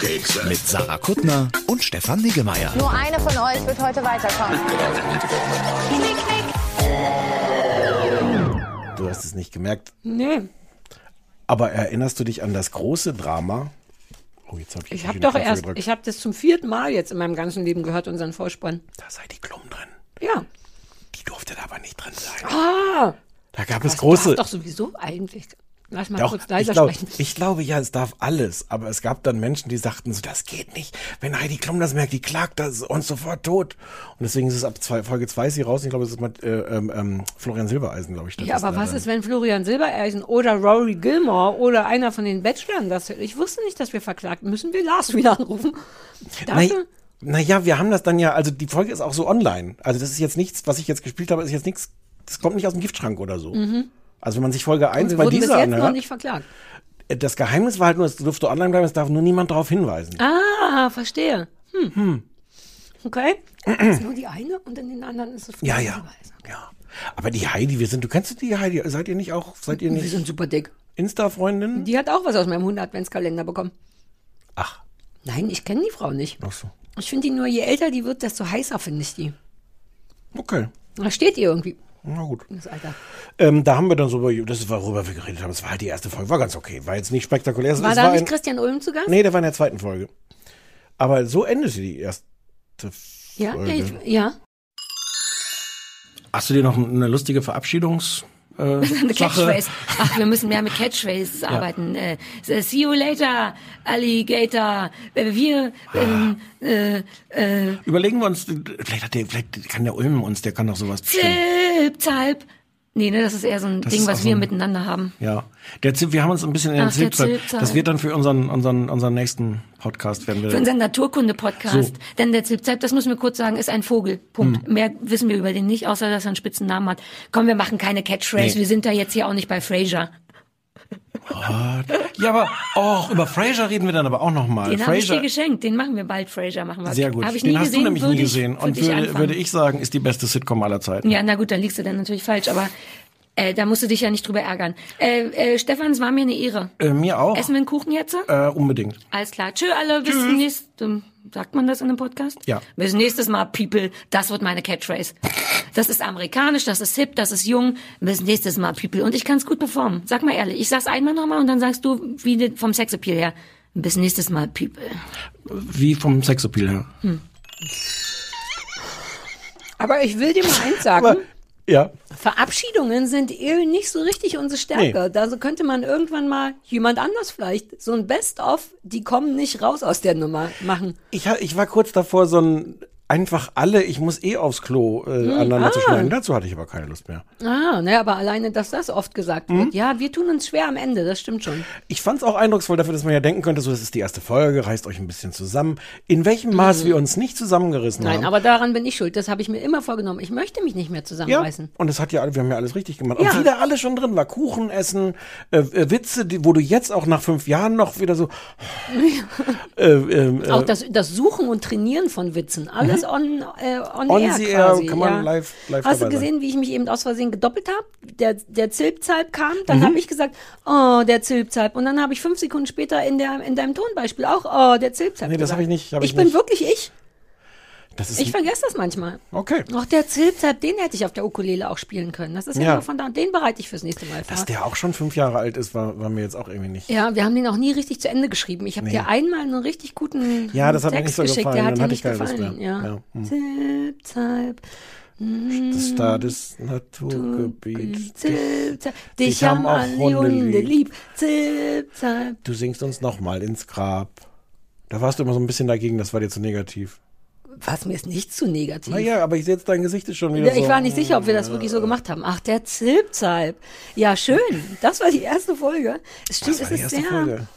mit Sarah Kuttner und Stefan Niggemeier.
Nur eine von euch wird heute weiterkommen.
Du hast es nicht gemerkt,
Nee,
aber erinnerst du dich an das große Drama? Oh, jetzt habe ich,
ich
hab
habe doch erst, ich habe das zum vierten Mal jetzt in meinem ganzen Leben gehört, unseren Vorspann.
Da sei die Klum drin.
Ja.
Die durfte da aber nicht drin sein.
Ah,
Da gab es große.
Darf doch sowieso eigentlich. Lass mal
Doch,
kurz leiser
ich, glaub,
sprechen.
ich glaube ja, es darf alles, aber es gab dann Menschen, die sagten so, das geht nicht. Wenn Heidi Klum das merkt, die klagt das und sofort tot. Und deswegen ist es ab zwei, Folge 2 ist sie raus. Ich glaube, es ist mit äh, ähm, ähm, Florian Silbereisen, glaube ich. das
Ja, aber
da
was
dann.
ist, wenn Florian Silbereisen oder Rory Gilmore oder einer von den Bachelorn das hört? Ich wusste nicht, dass wir verklagt müssen. Wir Lars wieder anrufen.
Na,
Dafür,
naja, wir haben das dann ja, also die Folge ist auch so online. Also das ist jetzt nichts, was ich jetzt gespielt habe, ist jetzt nichts, das kommt nicht aus dem Giftschrank oder so. Also wenn man sich Folge 1
Mhm. wir
bei
wurden bis
dieser
jetzt noch
anhört,
nicht verklagt.
das Geheimnis war halt nur, es dürfte online bleiben, es darf nur niemand darauf hinweisen.
Ah, verstehe. Hm. Okay. Das ist nur die eine und in den anderen ist es
Ja,
Florian
ja.
Silbereisen.
Ja. Aber die Heidi, wir sind, du kennst die Heidi, seid ihr nicht auch, seid ihr
Die
nicht
sind super dick.
Insta-Freundin?
Die hat auch was aus meinem 100-Adventskalender bekommen.
Ach,
Nein, ich kenne die Frau nicht.
ach so.
Ich finde die nur, je älter die wird, desto heißer finde ich die.
Okay.
Da steht ihr irgendwie.
Na gut.
Das Alter.
Ähm, da haben wir dann so, über- das ist, worüber wir geredet haben. Es war halt die erste Folge, war ganz okay. War jetzt nicht spektakulär. Es-
War
es
da nicht
ein-
Christian Ulm zu Gast?
Nee, der war in der zweiten Folge. Aber so endete die erste.
ja, ja,
Folge.
ich, ja.
Hast du dir noch eine lustige Verabschiedungs... Äh,
Eine
Sache?
Catchphrase. Ach, wir müssen mehr mit Catchphrases arbeiten. Äh, see you later, Alligator. Äh, Wir, ähm, äh, äh,
Überlegen wir uns, vielleicht, hat der, vielleicht kann der Ulm uns, der kann doch sowas bestimmen.
zip, zalp. Nee, ne, das ist eher so ein
Das
Ding,
ist
was
auch
wir
so ein-
miteinander haben.
Ja, der Zip, wir haben uns ein bisschen in
Ach,
den
der
Zip,
Zipzal.
Das wird dann für unseren, unseren, unseren nächsten Podcast werden wir.
Für unseren Naturkunde-Podcast.
So. Hm.
Denn der Zipzalp, das müssen wir kurz sagen, ist ein Vogel. Punkt. Mehr wissen wir über den nicht, außer dass er einen spitzen Namen hat. Komm, wir machen keine Catchphrase.
Nee.
Wir sind da jetzt hier auch nicht bei Fraser.
ja, aber auch über Fraser reden wir dann aber auch nochmal.
Den habe ich dir
Fraser,
geschenkt. Den machen wir bald. Fraser machen wir.
sehr gut.
Hab ich
den
nie
hast
gesehen,
du nämlich
würde
nie gesehen
Ich,
und
ich
würde,
anfangen.
würde ich sagen, ist die beste Sitcom aller Zeiten.
Ja, na gut, dann liegst du dann natürlich falsch, aber äh, da musst du dich ja nicht drüber ärgern. Äh, äh, Stefan, es war mir eine Ehre.
Äh, mir auch.
Essen wir einen Kuchen jetzt?
Äh, unbedingt.
Alles klar. Tschö, alle. Bis zum nächsten. Sagt man das in einem Podcast?
Ja.
Bis nächstes Mal, People. Das wird meine Catchphrase. Das ist amerikanisch, das ist hip, das ist jung. Bis nächstes Mal, People. Und ich kann es gut performen. Sag mal ehrlich. Ich sag's einmal nochmal und dann sagst du, wie de- vom Sexappeal her. Bis nächstes Mal, People.
Wie vom Sexappeal her.
Aber ich will dir mal eins sagen.
Ja.
Verabschiedungen sind eh nicht so richtig unsere Stärke.
Nee.
Da so könnte man irgendwann mal jemand anders vielleicht so ein Best-of, die kommen nicht raus aus der Nummer machen.
Ich, ha- ich war kurz davor, so ein einfach alle, ich muss eh aufs Klo äh,
Hm,
aneinander
ah.
zu schneiden. Dazu hatte ich aber keine Lust mehr.
Ah, ne, aber alleine, dass das oft gesagt
Mhm.
wird. Ja, wir tun uns schwer am Ende, das stimmt schon.
Ich fand es auch eindrucksvoll dafür, dass man ja denken könnte, so das ist die erste Folge, reißt euch ein bisschen zusammen. In welchem
Mhm.
Maß wir uns nicht zusammengerissen
Nein,
haben.
aber daran bin ich schuld. Das habe ich mir immer vorgenommen. Ich möchte mich nicht mehr
ja,
zusammenreißen.
und es hat ja, alle- wir haben ja alles richtig gemacht.
Ja.
Und wieder alles schon drin war. Kuchen essen, äh, äh, Witze, die, wo du jetzt auch nach fünf Jahren noch wieder so. äh, ähm, äh, Mhm.
Auch das, das Suchen und Trainieren von Witzen. Alles on, äh, on,
On
air
the air,
quasi.
kann man
ja.
live- live
Hast du
dabei sein.
gesehen, wie ich mich eben aus Versehen gedoppelt habe? Der, der Zilpzalp kam,
Mhm.
dann habe ich gesagt, oh, der Zilpzalp. Und dann habe ich fünf Sekunden später in, der, in deinem Tonbeispiel auch, oh, der Zilpzalp.
Nee, das
gesagt.
habe ich nicht, habe
ich
ich
bin
nicht. Mhm.
wirklich ich.
das ist
Ich vergesse das manchmal.
okay.
Auch der Zilpzalp, den hätte ich auf der Ukulele auch spielen können. Das ist ja,
Ja.
nur von da. Und den bereite ich fürs nächste Mal vor.
Dass der auch schon fünf Jahre alt ist, war, war mir jetzt auch irgendwie nicht.
Ja, wir haben den auch nie richtig zu Ende geschrieben. Ich habe dir einmal einen richtig guten
Ja, das hat mir
Text
nicht so
geschickt,
gefallen.
der hat
Dann
dir
hatte
nicht
ich keine Lust
gefallen.
mehr.
Ja.
Ja, hm.
Zip, zap, Mhm.
Das da des Naturgebiet.
zip, zap. Dich haben auch Hunde lieb. Zip, zap.
Du singst uns nochmal ins Grab. Da warst du immer so ein bisschen dagegen, das war dir zu negativ.
Was, mir ist nicht zu negativ.
Naja, aber ich sehe jetzt dein Gesicht ist schon wieder
Ja,
so.
ich war nicht sicher, ob wir das wirklich so gemacht haben. Ach, der Zilpzalp. Ja, schön. Das war die erste Folge. Es stimmt,
das
es
war die
ist
erste
sehr.
Folge.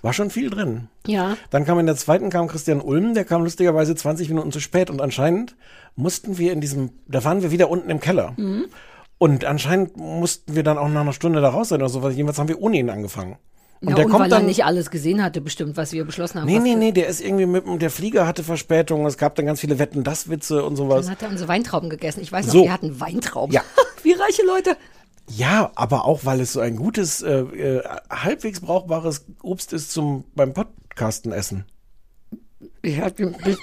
War schon viel drin.
Ja.
Dann kam in der zweiten kam Christian Ulm, der kam lustigerweise 20 Minuten zu spät und anscheinend mussten wir in diesem, da waren wir wieder unten im Keller.
Mhm.
Und anscheinend mussten wir dann auch nach einer Stunde da raus sein oder so, weil jedenfalls haben wir ohne ihn angefangen. Und
ja,
der
und
kommt
weil
dann
er nicht alles gesehen hatte, bestimmt, was wir beschlossen haben.
Nee,
was
nee,
wir-
nee, der ist irgendwie mit dem- der Flieger hatte Verspätung, es gab dann ganz viele Wetten, das Witze und sowas.
Dann hat er unsere Weintrauben gegessen. Ich weiß noch,
So.
wir hatten Weintrauben.
Ja.
Wie reiche Leute.
Ja, aber auch weil es so ein gutes, äh, äh, halbwegs brauchbares Obst ist zum beim Podcasten essen.
Ich hab den, bis-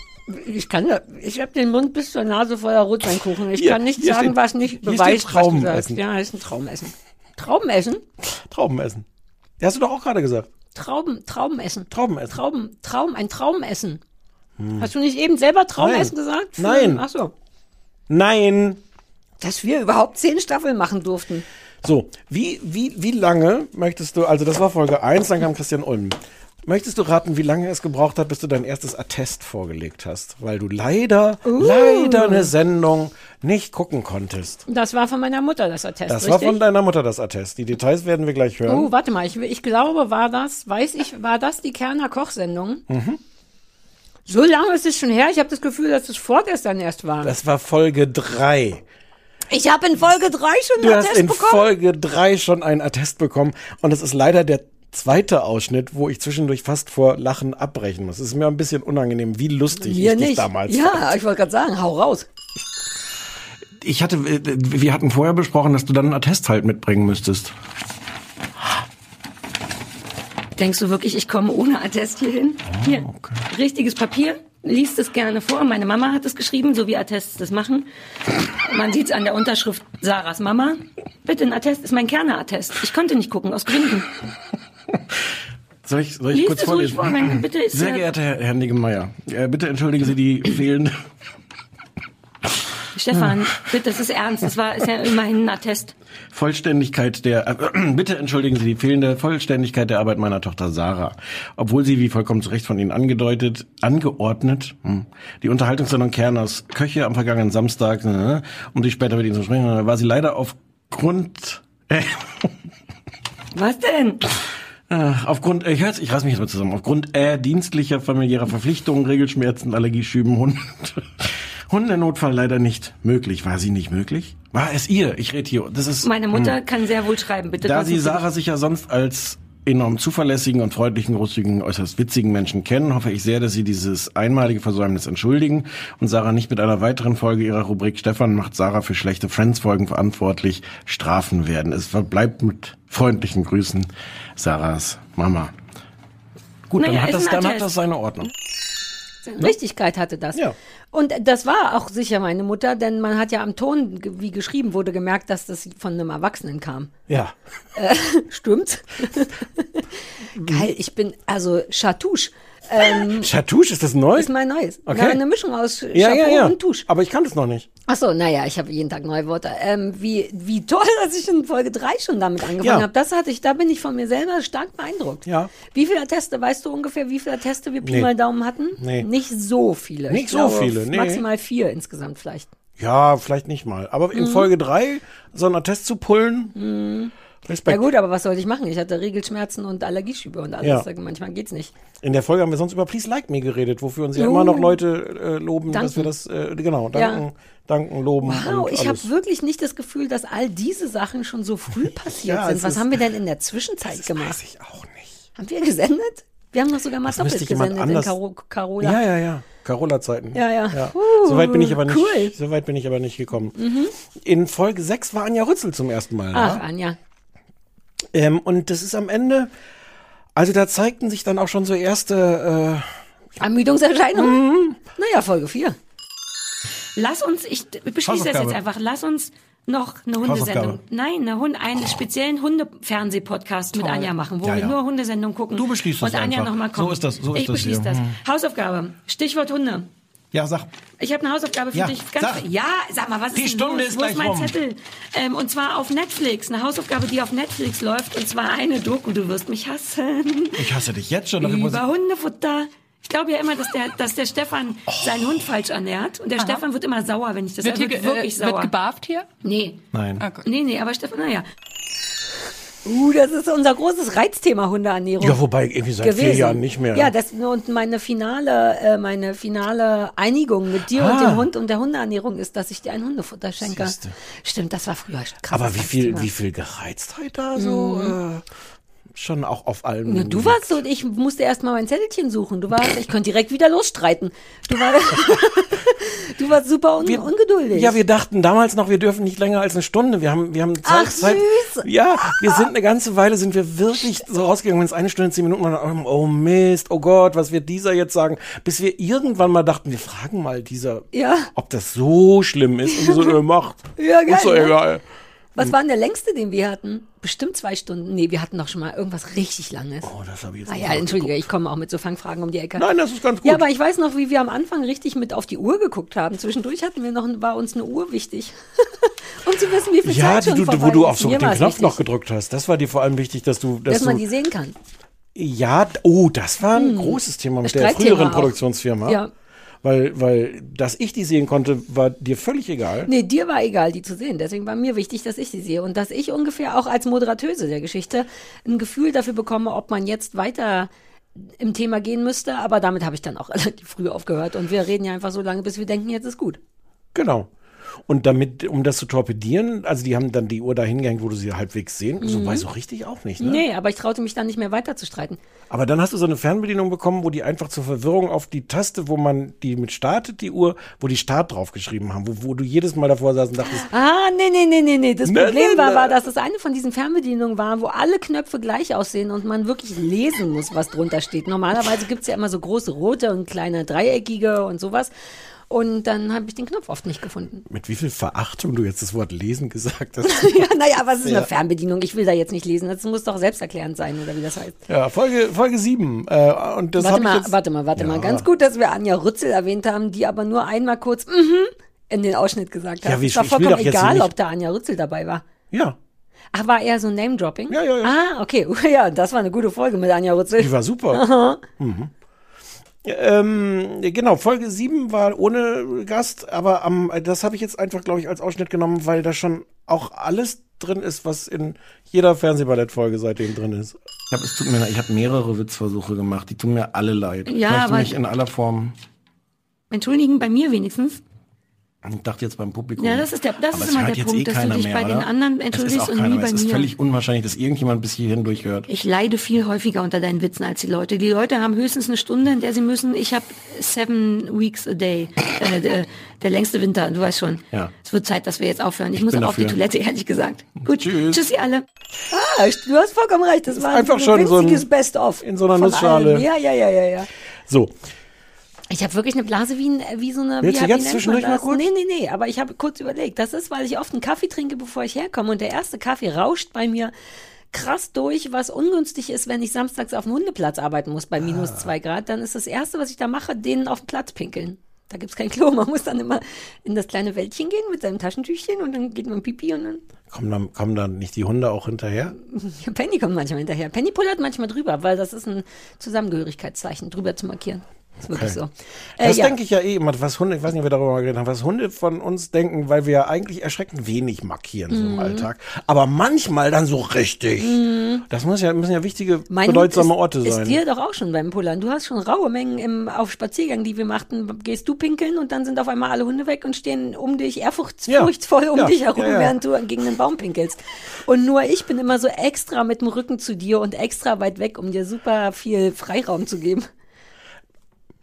ich kann, da- ich habe den Mund bis zur Nase voller Rotweinkuchen. Ich
Hier,
kann nicht
hier
sagen,
steht-
was nicht
hier steht
beweist. was du sagst.
Traubenessen.
Ja, ist ein Traumessen. Traumessen?
Trauben essen. Ja, Hast du doch auch gerade gesagt.
Trauben, Traumessen.
Trauben essen.
Trauben, Traum, ein Traumessen. Hast du nicht eben selber Traumessen
Hm. Nein.
gesagt?
Nein.
Ach so.
Nein.
dass wir überhaupt zehn Staffeln machen durften.
So, wie, wie, wie lange möchtest du, also das war Folge 1, dann kam Christian Ulm. Möchtest du raten, wie lange es gebraucht hat, bis du dein erstes Attest vorgelegt hast? Weil du leider, leider eine Sendung nicht gucken konntest.
Das war von meiner Mutter das Attest,
Das war
richtig?
von deiner Mutter das Attest. Die Details werden wir gleich hören.
Oh, warte mal, ich, ich glaube, war das, weiß ich, war das die Kerner Kochsendung?
Mhm.
So lange ist es schon her, ich habe das Gefühl, dass es vorgestern erst war.
Das war Folge 3.
ich habe in Folge 3 schon
Du hast in Folge 3 schon einen Attest bekommen. Und es ist leider der zweite Ausschnitt, wo ich zwischendurch fast vor Lachen abbrechen muss. Es ist mir ein bisschen unangenehm, wie lustig
Mir
ich dich
nicht.
damals
ja, ich wollte gerade sagen, hau raus.
Ich hatte, äh, wir hatten vorher besprochen, dass du dann einen Attest halt mitbringen müsstest.
Denkst du wirklich, ich komme ohne Attest hier hin?
Ah,
hier, richtiges Papier, liest es gerne vor. Meine Mama hat es geschrieben, so wie Attests das machen. Man sieht es an der Unterschrift Sarahs Mama. Bitte, ein Attest ist mein Kerner-Attest. Ich konnte nicht gucken, aus Gründen.
Soll ich, soll ich
Lies
kurz
es ruhig
vorlesen?
vor, mein- bitte, ist
Sehr
ja-
geehrter Herr, Herr Niggemeier, äh, bitte entschuldigen Sie die fehlende...
Stefan,
Ah.
bitte, das ist ernst. Das war, ist ja immerhin ein Attest.
Vollständigkeit der, äh, bitte entschuldigen Sie die fehlende Vollständigkeit der Arbeit meiner Tochter Sarah. Obwohl sie, wie vollkommen zu Recht von Ihnen angedeutet, angeordnet, hm, die Unterhaltungssendung Kerners Köche am vergangenen Samstag, äh, um sich später mit Ihnen zu sprechen, äh, war sie leider aufgrund, äh,
Was denn?
aufgrund, äh, ich, hör's, ich reiß mich jetzt mal zusammen, aufgrund äh, dienstlicher familiärer Verpflichtungen, Regelschmerzen, Allergieschüben, Hund, Hundenotfall leider nicht möglich. War sie nicht möglich? War es ihr? Ich rede hier, das ist...
Meine Mutter kann sehr wohl schreiben,
Hm.
bitte.
Da
lassen
Sie
Sie-
Sarah sich ja sonst als enorm zuverlässigen und freundlichen, großzügigen, äußerst witzigen Menschen kennen, hoffe ich sehr, dass Sie dieses einmalige Versäumnis entschuldigen und Sarah nicht mit einer weiteren Folge Ihrer Rubrik Stefan macht Sarah für schlechte Friends-Folgen verantwortlich strafen werden. Es verbleibt mit freundlichen Grüßen Sarahs Mama. Gut,
Naja,
dann, hat
ist
das,
ein
dann hat
Attest.
das seine Ordnung.
Richtigkeit hatte das.
Ja.
Und das war auch sicher meine Mutter, denn man hat ja am Ton, ge- wie geschrieben wurde, gemerkt, dass das von einem Erwachsenen kam.
Ja.
Stimmt. Geil, ich bin, also Chatouche ähm,
Chatouche ist das neu?
ist mein neues.
Okay.
Na, eine Mischung aus Chapeau
ja, ja, ja.
und Touche.
Aber ich kann das noch nicht.
Achso, naja, ich habe jeden Tag neue Worte. Ähm, wie, wie toll, dass ich in Folge 3 schon damit angefangen
Ja.
habe. Das hatte ich, da bin ich von mir selber stark beeindruckt.
Ja.
Wie viele Atteste, weißt du ungefähr, wie viele Atteste wir Pi
Nee.
mal Daumen hatten?
Nee.
Nicht so viele.
Nicht
Ich
so
glaube,
viele, nee.
Maximal vier insgesamt vielleicht.
Ja, vielleicht nicht mal. Aber
Mhm.
in Folge 3 so einen Attest zu pullen,
Ja
Respekt.
gut, aber was sollte ich machen? Ich hatte Regelschmerzen und Allergieschübe und alles.
Ja.
Manchmal geht's nicht.
In der Folge haben wir sonst über Please Like Me geredet, wofür uns ja immer noch Leute äh, loben, dass
Uh, Danken.
wir das, äh, genau, danken, danken, loben
Wow,
und
Genau, ich habe
alles.
wirklich nicht das Gefühl, dass all diese Sachen schon so früh passiert
Ja, es
sind. Was
ist-
haben wir denn in der Zwischenzeit gemacht?
Weiß ich auch nicht.
Haben wir gesendet? Wir haben doch sogar mal
Das
doppelt
müsste jemand
gesendet
anders-
in Caro Carola.
Ja, ja, ja. Carola-Zeiten.
Ja, ja.
so weit bin ich aber nicht,
cool. Mhm.
so weit bin ich aber nicht gekommen. In Folge 6 war Anja Rützel zum ersten Mal.
Ach,
Ja?
Anja.
Ähm, und das ist am Ende, also da zeigten sich dann auch schon so erste, äh,
Ermüdungserscheinung? Naja, Folge 4. Lass uns, ich beschließe das
Hausaufgabe.
jetzt einfach, lass uns noch eine
Hausaufgabe.
Hundesendung. Nein, eine Hund, einen speziellen Hundefernsehpodcast mit Anja machen, wo
Ja, ja.
wir nur Hundesendung gucken.
Du beschließt das
Und Anja
einfach.
nochmal kommt.
So ist das- so ist
ich
das
beschließe
hier. Mhm.
das. Hausaufgabe. Stichwort Hunde.
Ja, sag.
Ich habe eine Hausaufgabe für
Ja,
dich.
sag.
Ja, sag mal, was
Die
ist denn
Stunde
los?
ist
Wo
gleich
ist mein
rum.
Zettel? Ähm, und zwar auf Netflix. Eine Hausaufgabe, die auf Netflix läuft. Und zwar eine Doku. Du wirst mich hassen.
Ich hasse dich jetzt schon. dafür muss
Über Hundefutter. Ich glaube ja immer, dass der, dass der Stefan
Oh.
seinen Hund falsch ernährt. Und der Stefan wird immer sauer, wenn ich das
Wird,
er
hier,
wird
ge-
wirklich
äh,
sauer.
wird gebarft hier?
nee.
Nein.
Nee, nee, aber Stefan, naja. Uh, das ist unser großes Reizthema Hundeernährung.
ja, wobei irgendwie seit vier
gewesen.
Jahren nicht mehr.
Ja, das und meine finale, äh, meine finale Einigung mit dir
Ah.
und dem Hund und der Hundeernährung ist, dass ich dir ein Hundefutter schenke. Stimmt, das war früher krass.
Aber wie viel, wie viel Gereiztheit da so äh, schon auch auf allen.
Na, du warst so, und ich musste erst mal mein Zettelchen suchen. Du warst, ich konnte direkt wieder losstreiten. Du warst, du warst super un, ungeduldig.
Ja, wir dachten damals noch, wir dürfen nicht länger als eine Stunde. Wir haben, wir haben Zeit.
Ach,
Zeit.
süß.
Ja, wir sind eine ganze Weile, sind wir wirklich so rausgegangen, wenn es eine Stunde, zehn Minuten waren, oh Mist, oh Gott, was wird dieser jetzt sagen? Bis wir irgendwann mal dachten, wir fragen mal dieser,
Ja.
ob das so schlimm ist. Und die so, äh, macht.
Ja, geil,
Ist doch
ne?
egal. Hm.
Was war denn der längste, den wir hatten? Bestimmt zwei Stunden. Nee, wir hatten doch schon mal irgendwas richtig Langes.
Oh, das habe ich jetzt
Ah
nicht
ja, entschuldige, ich komme auch mit so Fangfragen um die Ecke.
Nein, das ist ganz gut.
Ja, aber ich weiß noch, wie wir am Anfang richtig mit auf die Uhr geguckt haben. Zwischendurch hatten wir noch, war uns eine Uhr wichtig. um zu wissen, wie viel
Ja,
Zeit
die,
schon
du,
vorbei
wo du
ist.
auf so
Mir
den
war's
Knopf
wichtig,
noch gedrückt hast. Das war dir vor allem wichtig, dass du, dass
Dass man
du,
die sehen kann.
ja, oh, das war ein großes Thema mit der
Streitthema
früheren
auch.
Produktionsfirma.
Ja.
Weil, weil, dass ich die sehen konnte, war dir völlig egal.
Nee, dir war egal, die zu sehen. Deswegen war mir wichtig, dass ich sie sehe und dass ich ungefähr auch als Moderatöse der Geschichte ein Gefühl dafür bekomme, ob man jetzt weiter im Thema gehen müsste. Aber damit habe ich dann auch relativ früh aufgehört und wir reden ja einfach so lange, bis wir denken, jetzt ist gut.
Genau. Und damit, um das zu torpedieren, also die haben dann die Uhr dahin gehängt, wo du sie halbwegs sehen. So weiß ich richtig auch nicht, ne?
Mhm. Nee, aber ich traute mich dann nicht mehr weiter zu streiten.
Aber dann hast du so eine Fernbedienung bekommen, wo die einfach zur Verwirrung auf die Taste, wo man die mit startet, die Uhr, wo die Start draufgeschrieben haben, wo, wo du jedes Mal davor saß und dachtest,
Ah, nee, nee, nee, nee, nee. Das
Nee,
Problem
nee,
war,
nee.
war, dass es eine von diesen Fernbedienungen war, wo alle Knöpfe gleich aussehen und man wirklich lesen muss, was drunter steht. Normalerweise gibt's ja immer so große rote und kleine dreieckige und sowas. Und dann habe ich den Knopf oft nicht gefunden.
mit wie viel Verachtung du jetzt das Wort lesen gesagt hast.
Ja, naja, aber es ist eine Fernbedienung. Ich will da jetzt nicht lesen. Das muss doch selbsterklärend sein, oder wie das heißt.
ja, Folge, Folge 7. Äh, und das
Warte
habe ich
mal,
jetzt.
warte mal, warte
Ja.
mal. Ganz gut, dass wir Anja Rützel erwähnt haben, die aber nur einmal kurz mhm in den Ausschnitt gesagt hat.
Ja, wie
es war
ich- ich will
vollkommen
doch jetzt
egal,
nicht-
ob da Anja Rützel dabei war.
Ja,
Ach, war eher so ein Name-Dropping?
Ja, ja, ja.
Ah, okay. Ja, das war eine gute Folge mit Anja Rützel.
die war super. Mhm. Ähm, genau, Folge 7 war ohne Gast, aber am, das habe ich jetzt einfach, glaube ich, als Ausschnitt genommen, weil da schon auch alles drin ist, was in jeder Fernsehballettfolge seitdem drin ist.
Ich habe es tut mir leid, ich habe mehrere Witzversuche gemacht, die tun mir alle leid.
Ja,
ich möchte
aber-
mich in aller Form
Entschuldigen, bei mir wenigstens.
ich dachte jetzt beim Publikum.
Ja, das ist der- das
aber
ist
es
immer
hört
der
jetzt
Punkt,
eh
dass du
keiner
dich
mehr,
bei den
oder? es
anderen
ist
entschuldigst
auch
und
keiner
nie
mehr.
bei
Es ist
mir.
völlig unwahrscheinlich, dass irgendjemand bis hierhin durchhört.
Ich leide viel häufiger unter deinen Witzen als die Leute. Die Leute haben höchstens eine Stunde, in der sie müssen. Ich habe seven weeks a day. Äh, der, der längste Winter, du weißt schon.
Ja.
Es wird Zeit, dass wir jetzt aufhören. Ich, muss
bin
aber auf die
dafür.
Toilette, ehrlich gesagt. Gut,
Tschüss.
Tschüss, ihr alle.
Ah, du hast vollkommen recht. Das war
einfach schon so ein-
winziges Best-of.
in so einer
von
Nussschale.
allem. Ja, ja, ja, ja, ja.
So,
Ich habe wirklich eine Blase wie, ein, wie so eine...
Willst
wie,
du jetzt
wie nennt man
zwischendurch mal
das?
kurz?
Nee, nee, nee. Aber ich habe kurz überlegt. Das ist, weil ich oft einen Kaffee trinke, bevor ich herkomme. Und der erste Kaffee rauscht bei mir krass durch, was ungünstig ist, wenn ich samstags auf dem Hundeplatz arbeiten muss bei
Ah.
minus zwei Grad. Dann ist das Erste, was ich da mache, denen auf den Platz pinkeln. Da gibt's kein Klo. Man muss dann immer in das kleine Wäldchen gehen mit seinem Taschentüchchen und dann geht man pipi und dann...
kommen dann, kommen dann nicht die Hunde auch hinterher?
Ja, Penny kommt manchmal hinterher. Penny pullert manchmal drüber, weil das ist ein Zusammengehörigkeitszeichen, drüber zu markieren. Ist wirklich
Okay.
so. Äh,
das
ja.
denke ich ja eh immer, was Hunde, ich weiß nicht, ob wir darüber mal geredet haben, was Hunde von uns denken, weil wir ja eigentlich erschreckend wenig markieren
Mhm.
so im Alltag. Aber manchmal dann so richtig. Das muss ja, müssen ja wichtige,
Mhm. mein Hund
bedeutsame
ist,
Orte sein.
Ist dir doch auch schon beim Pullern. Du hast schon raue Mengen im, auf Spaziergängen, die wir machten. Gehst du pinkeln und dann sind auf einmal alle Hunde weg und stehen um dich
Ja.
ehrfurchtsvoll um
Ja.
dich herum,
Ja, ja.
während du gegen den Baum pinkelst. Und nur ich bin immer so extra mit dem Rücken zu dir und extra weit weg, um dir super viel Freiraum zu geben.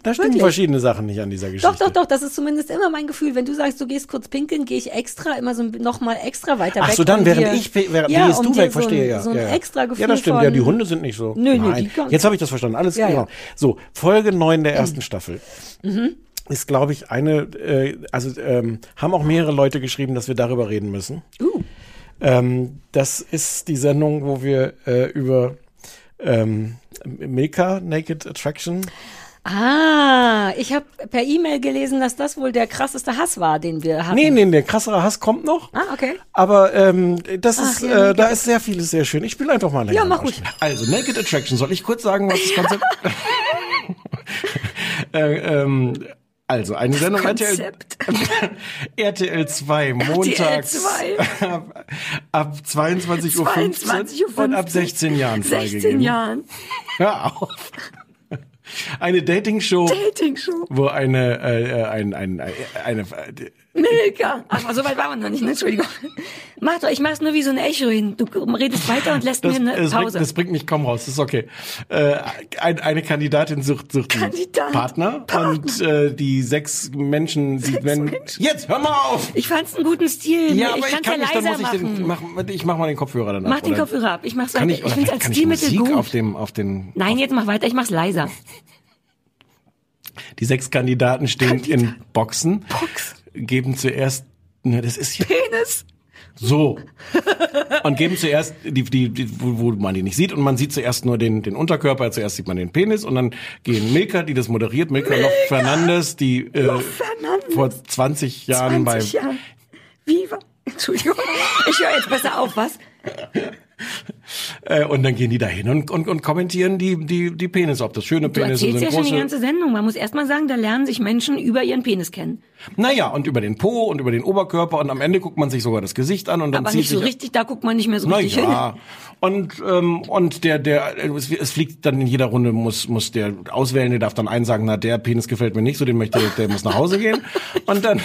da stimmen
wirklich?
verschiedene Sachen nicht an dieser Geschichte.
Doch, doch, doch, das ist zumindest immer mein Gefühl. Wenn du sagst, du gehst kurz pinkeln, gehe ich extra immer so nochmal extra weiter
Ach
weg.
so, dann,
um
während
dir-
ich, pe- während
ja,
gehst
um
du
dir
weg,
so ein-
verstehe, ja.
So ein
ja, ja.
extra Gefühl
Ja, das stimmt,
von,
ja, die Hunde sind nicht so.
Nö, nö,
Nein.
die gar-
Jetzt habe ich das verstanden, alles
Ja, Mhm.
genau.
ja.
So, Folge 9 der ersten Staffel.
Mhm.
Ist, glaube ich, eine, äh, also ähm, haben auch mehrere Leute geschrieben, dass wir darüber reden müssen.
Uh.
Ähm, das ist die Sendung, wo wir äh, über ähm, Milka Naked Attraction.
Ah, ich habe per E-Mail gelesen, dass das wohl der krasseste Hass war, den wir hatten.
Nee, nee, nee, krasserer Hass kommt noch.
Ah, okay.
Aber ähm, das ist,
ja, Milka.
äh, da ist sehr vieles sehr schön. Ich spiele einfach mal einen
Ja,
längeren
mach ruhig.
Ausschnitt.
Also, Naked Attraction, soll ich kurz sagen, was das Konzept. äh, ähm, also, eine Sendung
Konzept.
RTL, RTL 2, montags. ab, ab 22.15 Uhr
22.15 Uhr
und ab 16 Jahren
16
freigegeben.
Jahren.
Hör auf. Eine Dating-Show,
Dating-Show.
wo eine, äh, äh, ein, ein, ein, eine, äh,
Milka. Ach, so weit war man noch nicht, ne? Entschuldigung. Mach doch, ich mach's nur wie so ein Echo hin. Du redest weiter und lässt
das,
mir eine
das, bringt,
Pause.
das bringt mich kaum raus, das ist okay. Äh, ein, eine Kandidatin sucht, sucht einen
Kandidat.
Partner, und äh, die sechs Menschen, die, wenn,
Menschen.
jetzt hör mal auf!
ich fand's einen guten Stil.
Ja,
ich
aber ich
kann's
kann
ja
nicht, dann
leiser
muss ich
machen.
den, mach, ich mach mal den Kopfhörer danach.
Mach den
oder-
Kopfhörer ab. Ich mach's
Kann
weiter.
ich,
Ich
oder
find's
vielleicht
als
kann ich
Stilmittel
Musik
gut.
auf dem, auf den,
Nein, jetzt mach weiter, ich mach's leiser.
Die sechs Kandidaten stehen in Boxen,
Box.
geben zuerst, ne, das ist ja
Penis.
so, und geben zuerst, die, die, die, wo wo man die nicht sieht, und man sieht zuerst nur den, den Unterkörper, zuerst sieht man den Penis, und dann gehen Milka, die das moderiert, Milka, Loch Fernandes, die äh,
Fernandes.
vor 20 Jahren
20
bei
Jahre. Viva. Entschuldigung, ich höre jetzt besser auf, was?
Äh, und dann gehen die da hin und, und, und kommentieren die, die, die Penis, ob das schöne
Du
Penis
erzählst ja schon die
große-
ganze Sendung. Man muss erst mal sagen, da lernen sich Menschen über ihren Penis kennen.
Naja, und über den Po und über den Oberkörper und am Ende guckt man sich sogar das Gesicht an und dann
Aber
zieht
nicht so
sich
richtig, da guckt man nicht mehr so
Na
richtig hin.
ja. Und, ähm, und der, der, es, es fliegt dann in jeder Runde, muss, muss der Auswählende darf dann einen sagen, na, der Penis gefällt mir nicht, so den möchte, der muss nach Hause gehen. Und dann,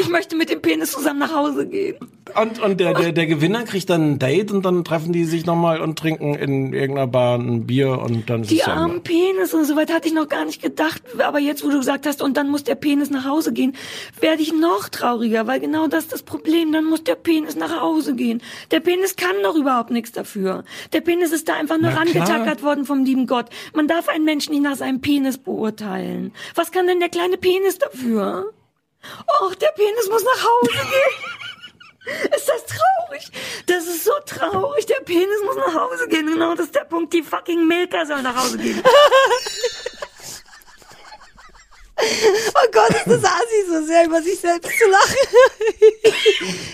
Ich möchte mit dem Penis zusammen nach Hause gehen.
und, und der, der, der Gewinner kriegt dann ein Date und dann treffen die sich nochmal und trinken in irgendeiner Bar ein Bier und dann ist
Die
es zu Ende.
armen Penis und so weit hatte ich noch gar nicht gedacht. Aber jetzt, wo du gesagt hast, und dann muss der Penis nach Hause gehen, werde ich noch trauriger, weil genau das ist das Problem. Dann muss der Penis nach Hause gehen. Der Penis kann doch überhaupt nichts dafür. Der Penis ist da einfach nur
Na klar.
rangetackert worden vom lieben Gott. Man darf einen Menschen nicht nach seinem Penis beurteilen. Was kann denn der kleine Penis dafür? Och, der Penis muss nach Hause gehen. Ist das traurig? Das ist so traurig. Der Penis muss nach Hause gehen. Genau, das ist der Punkt. Die fucking Milka soll nach Hause gehen.
Oh Gott, ist das Asi so sehr über sich selbst zu lachen.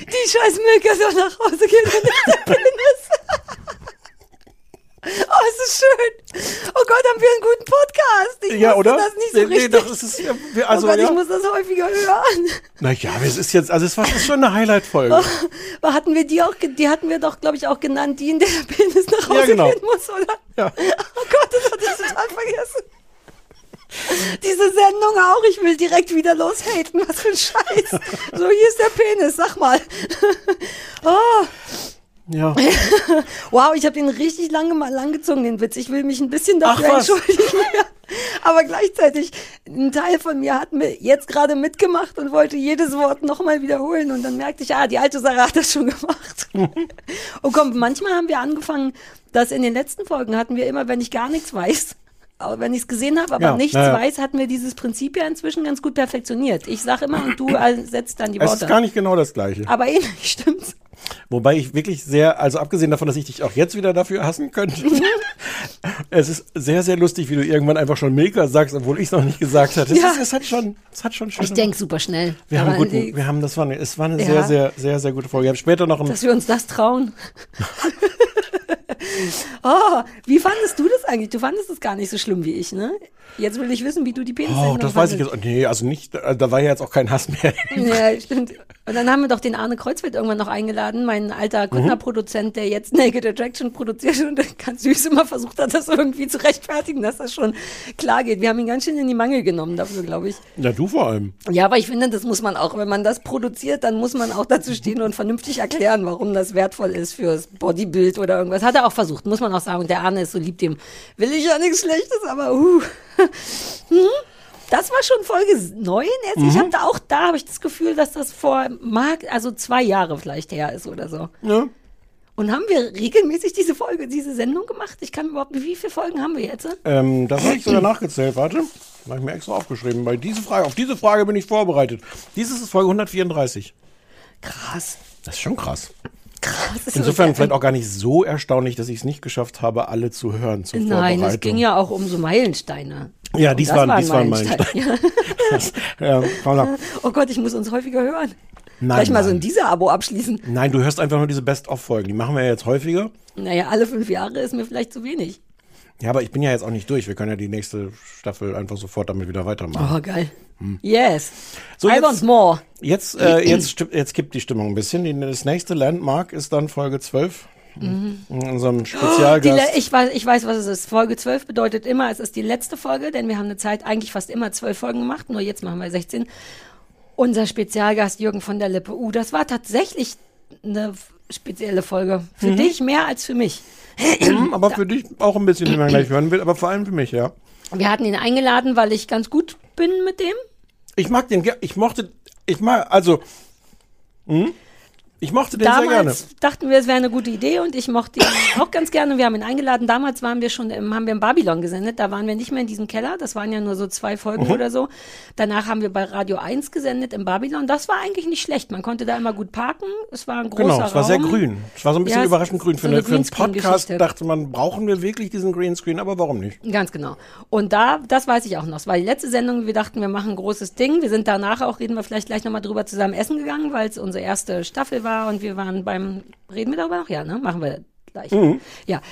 Die scheiß Milka soll nach Hause gehen und nicht der Penis. Oh, ist das schön. Oh Gott, haben wir einen guten Podcast. Ich
Ja,
wusste
oder?
das nicht so richtig.
doch, es ist, ja, wir- also,
oh Gott,
ja.
ich muss das häufiger hören.
Naja, es ist jetzt, also es war es ist schon eine Highlight-Folge.
Aber hatten wir die auch, ge- die hatten wir doch, glaube ich, auch genannt, die, in der der Penis nach Hause
genau.
gehen muss, oder?
Ja.
Oh Gott, das hatte ich total vergessen. Diese Sendung auch, ich will direkt wieder loshaten, was für ein Scheiß. So, hier ist der Penis, sag mal. Oh,
Ja.
wow, ich habe den richtig lange mal langgezogen, den Witz. Ich will mich ein bisschen dafür
Ach was.
entschuldigen. Ja. Aber gleichzeitig, ein Teil von mir hat mir jetzt gerade mitgemacht und wollte jedes Wort nochmal wiederholen. Und dann merkte ich, ah, die alte Sarah hat das schon gemacht. und komm, manchmal haben wir angefangen, dass in den letzten Folgen hatten wir immer, wenn ich gar nichts weiß. Aber wenn ich es gesehen habe, aber
Ja,
nichts
na ja.
weiß, hatten wir dieses Prinzip ja inzwischen ganz gut perfektioniert. Ich sage immer und du äh, setzt dann die
Es ist
Worte.
gar nicht genau das Gleiche.
aber ähnlich stimmt's.
Wobei ich wirklich sehr, also abgesehen davon, dass ich dich auch jetzt wieder dafür hassen könnte, es ist sehr, sehr lustig, wie du irgendwann einfach schon Milka sagst, obwohl ich es noch nicht gesagt hatte. Es,
Ja.
ist, es hat schon, es hat schon schön.
Ich denk super schnell.
wir haben, einen
Daran
guten,
liegt's.
wir haben, das war eine, es war eine
Ja.
sehr, sehr, sehr, sehr gute Folge. Wir haben später noch ein,
dass wir uns das trauen.
Oh, wie fandest du das eigentlich? Du fandest es gar nicht so schlimm wie ich, ne? Jetzt will ich wissen, wie du die Penis
oh, das weiß ich jetzt, nee, also nicht, äh, da war ja jetzt auch kein Hass mehr.
Ja, stimmt. Und dann haben wir doch den Arne Kreuzfeld irgendwann noch eingeladen, mein
Mhm.
alter Kuttner-Produzent, der jetzt Naked Attraction produziert und der ganz süß immer versucht hat, das irgendwie zu rechtfertigen, dass das schon klar geht. Wir haben ihn ganz schön in die Mangel genommen dafür, glaube ich.
Na, du vor allem.
Ja, aber ich finde, das muss man auch, wenn man das produziert, dann muss man auch dazu stehen und vernünftig erklären, warum das wertvoll ist fürs Bodybuild oder irgendwas. Hat er auch versucht, muss man auch sagen. Und der Arne ist so lieb, dem will ich ja nichts Schlechtes, aber uh. Hm? Das war schon Folge 9 jetzt.
Mhm.
Ich habe da auch da habe ich das Gefühl, dass das vor mag also zwei Jahre vielleicht her ist oder so.
Ja.
Und haben wir regelmäßig diese Folge, diese Sendung gemacht? Ich kann überhaupt nicht, wie viele Folgen haben wir jetzt?
Ähm, das habe ich sogar nachgezählt, warte. Habe ich mir extra aufgeschrieben, weil diese Frage, auf diese Frage bin ich vorbereitet. Dieses ist Folge 134.
Krass.
Das ist schon krass.
Krass. Das ist
Insofern
wirklich-
vielleicht auch gar nicht so erstaunlich, dass ich es nicht geschafft habe, alle zu hören zur
Nein, es
Vorbereitung.
ging ja auch um so Meilensteine.
Ja,
Und
dies
das
waren,
war ein
dies waren meine.
Meilenstein.
ja, komm, sag.
Oh Gott, ich muss uns häufiger hören.
Nein,
Gleich mal so
Mann.
ein dieser Abo abschließen.
Nein, du hörst einfach nur diese Best-of-Folgen. Die machen wir ja jetzt häufiger.
Naja, alle fünf Jahre ist mir vielleicht zu wenig.
Ja, aber ich bin ja jetzt auch nicht durch. Wir können ja die nächste Staffel einfach sofort damit wieder weitermachen.
Oh, geil. Yes.
So,
I
jetzt-
want more.
Jetzt, äh, jetzt, stimmt- jetzt kippt die Stimmung ein bisschen. Die- Das nächste Landmark ist dann Folge 12. In unserem
Mhm. Die
Spezialgast.
le- ich, weiß, ich weiß, was es ist. Folge 12 bedeutet immer, es ist die letzte Folge, denn wir haben eine Zeit eigentlich fast immer zwölf Folgen gemacht, nur jetzt machen wir 16. Unser Spezialgast Jürgen von der Lippe. Uh, das war tatsächlich eine spezielle Folge. Für
Mhm.
dich mehr als für mich.
Hm, aber für dich auch ein bisschen, wenn man gleich hören will. Aber vor allem für mich, ja.
Wir hatten ihn eingeladen, weil ich ganz gut bin mit dem.
Ich mag den, ger- ich mochte, ich mag, also, Ich mochte den sehr gerne.
Damals dachten wir, es wäre eine gute Idee und ich mochte ihn auch ganz gerne. Wir haben ihn eingeladen. Damals waren wir schon, im, haben wir in Babylon gesendet. Da waren wir nicht mehr in diesem Keller. Das waren ja nur so zwei Folgen
Mhm.
oder so. Danach haben wir bei Radio 1 gesendet in Babylon. Das war eigentlich nicht schlecht. Man konnte da immer gut parken. Es war ein großer
Genau, es war
Raum.
sehr grün. Es war so ein bisschen
Ja, es-
überraschend grün. Für,
so eine
eine, für einen
Greenscreen-Geschichte.
Podcast dachte man, brauchen wir wirklich diesen Greenscreen, aber warum nicht?
Ganz genau. Und da, das weiß ich auch noch. Es war die letzte Sendung, wir dachten, wir machen ein großes Ding. Wir sind danach auch, reden wir vielleicht gleich nochmal drüber, zusammen essen gegangen, weil es unsere erste Staffel war und wir waren beim, reden wir darüber noch? Ja, ne? Machen wir gleich.
Mhm.
Ja.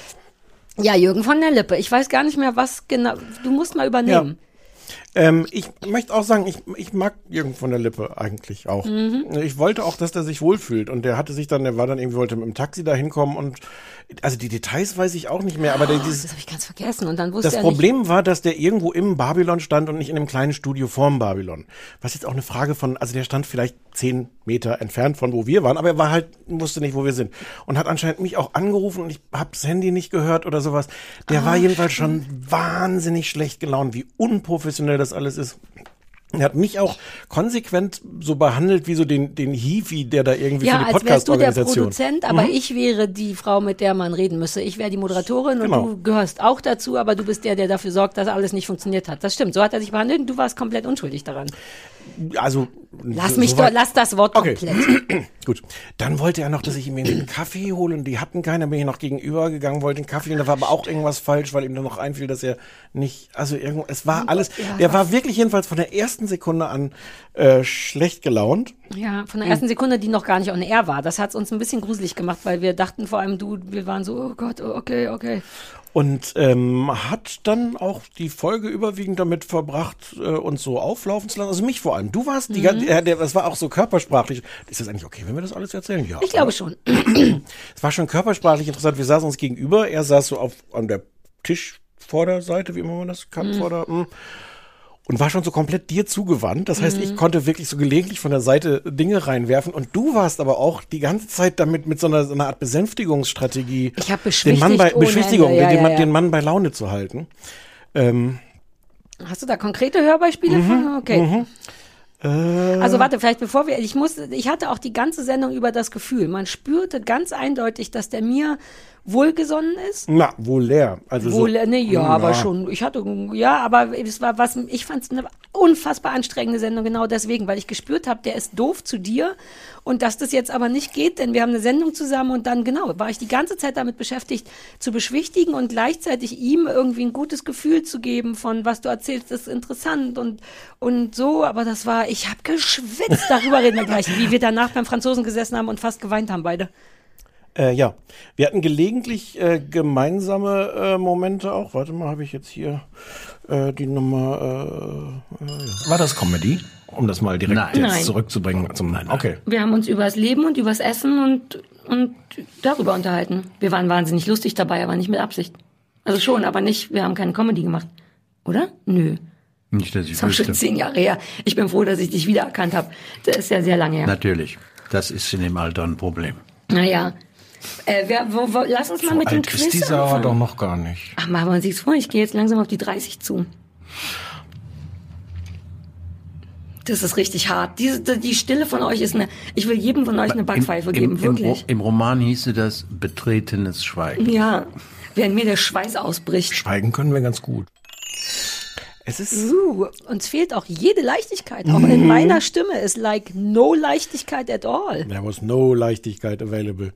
Ja, Jürgen von der Lippe. Ich weiß gar nicht mehr, was genau, du musst mal übernehmen.
Ähm, ich möchte auch sagen, ich, ich mag Jürgen von der Lippe eigentlich auch.
Mhm.
Ich wollte auch, dass der sich wohlfühlt. Und der hatte sich dann, der war dann irgendwie, wollte mit dem Taxi da hinkommen und also die Details weiß ich auch nicht mehr, aber der,
Das
dieses,
habe ich ganz vergessen. Und dann wusste
das
er
Problem war, dass der irgendwo im Babylon stand und nicht in einem kleinen Studio vorm Babylon. Was jetzt auch eine Frage von, also der stand vielleicht zehn Meter entfernt von wo wir waren, aber er war halt, wusste nicht, wo wir sind. Und hat anscheinend mich auch angerufen und ich habe das Handy nicht gehört oder sowas. Der war jedenfalls schon wahnsinnig schlecht gelaunt, wie unprofessionell das alles ist. Er hat mich auch konsequent so behandelt wie so den, den Hifi, der da
nicht,
irgendwie
ja,
für die
als wärst du der
Podcast-Organisation.
Produzent, aber
Mhm.
ich wäre die Frau, mit der man reden müsste. Ich wäre die Moderatorin
Genau.
und du gehörst auch dazu, aber du bist der, der dafür sorgt, dass alles nicht funktioniert hat. Das stimmt. So hat er sich behandelt und du warst komplett unschuldig daran.
Also
Lass
so-
mich
soweit-
doch, lass das Wort
Okay.
komplett.
Gut. Dann wollte er noch, dass ich ihm einen Kaffee hole und die hatten keinen. Dann bin ich noch gegenüber gegangen, wollte einen Kaffee und da war aber auch irgendwas falsch, weil ihm dann noch einfiel, dass er nicht, also irgendwo, es war alles, der war wirklich jedenfalls von der ersten Sekunde an äh, schlecht gelaunt.
Ja, von der ersten Sekunde, die noch gar nicht on air war. Das hat es uns ein bisschen gruselig gemacht, weil wir dachten vor allem du, wir waren so, oh Gott, oh, okay, okay.
Und ähm, hat dann auch die Folge überwiegend damit verbracht, äh, uns so auflaufen zu lassen. Also mich vor allem. Du warst
Mhm.
die ganze, äh, der, das war auch so körpersprachlich. Ist das eigentlich okay, wenn wir das alles erzählen? Ja.
Ich glaube schon.
Es war schon körpersprachlich interessant. Wir saßen uns gegenüber. Er saß so auf, an der Tischvorderseite, wie immer man das
Mhm.
kann, vorder. mm. Und war schon so komplett dir zugewandt. Das heißt,
Mhm.
ich konnte wirklich so gelegentlich von der Seite Dinge reinwerfen. Und du warst aber auch die ganze Zeit damit mit so einer, so einer Art Besänftigungsstrategie.
Ich hab
den Mann bei
beschwichtigt ohne
Beschwichtigung,
Ende. Ja,
den,
ja,
Mann-
ja.
den Mann bei Laune zu halten.
Hast du da konkrete Hörbeispiele
Mhm,
von? Okay.
Äh.
Also warte, vielleicht bevor wir, ich muss, ich hatte auch die ganze Sendung über das Gefühl, man spürte ganz eindeutig, dass der mir wohlgesonnen ist.
Na, wohl leer. Also
Wohl,
so,
ne, ja, aber schon, ich hatte, ja, aber es war was, ich fand es eine unfassbar anstrengende Sendung, genau deswegen, weil ich gespürt habe, der ist doof zu dir und dass das jetzt aber nicht geht, denn wir haben eine Sendung zusammen und dann, genau, war ich die ganze Zeit damit beschäftigt, zu beschwichtigen und gleichzeitig ihm irgendwie ein gutes Gefühl zu geben von, was du erzählst, ist interessant und, und so, aber das war, ich habe geschwitzt, darüber reden wir gleich, wie wir danach beim Franzosen gesessen haben und fast geweint haben beide.
Äh, ja, wir hatten gelegentlich äh, gemeinsame äh, Momente auch. Warte mal, habe ich jetzt hier äh, die Nummer. Äh,
War das Comedy? Um das mal direkt
Nein.
jetzt
Nein.
zurückzubringen zum Nein. Okay.
Wir haben uns über das Leben und über das Essen und, und darüber unterhalten. Wir waren wahnsinnig lustig dabei, aber nicht mit Absicht. Also schon, aber nicht, wir haben keine Comedy gemacht. Oder? Nö.
Nicht, dass ich
Das ist auch schon
wüsste.
zehn Jahre her. Ich bin froh, dass ich dich wiedererkannt habe. Das ist ja sehr lange her.
Natürlich. Das ist in dem Alter ein Problem.
Naja. Äh, wer, wo, wo, lass uns mal mit dem
Alt ist
Quiz
dieser aber
anfangen.
doch noch gar nicht.
Ach, machen wir uns nichts vor. Ich gehe jetzt langsam auf die 30 zu. Das ist richtig hart. Diese, die Stille von euch ist eine... Ich will jedem von euch eine Backpfeife
Im,
geben,
im, im,
wirklich.
Ro- Im Roman hieße das betretenes Schweigen.
Ja, während mir der Schweiß ausbricht.
Schweigen können wir ganz gut.
es ist.
Uh, uns fehlt auch jede Leichtigkeit. Auch in meiner Stimme ist like no Leichtigkeit at all.
There was no Leichtigkeit available.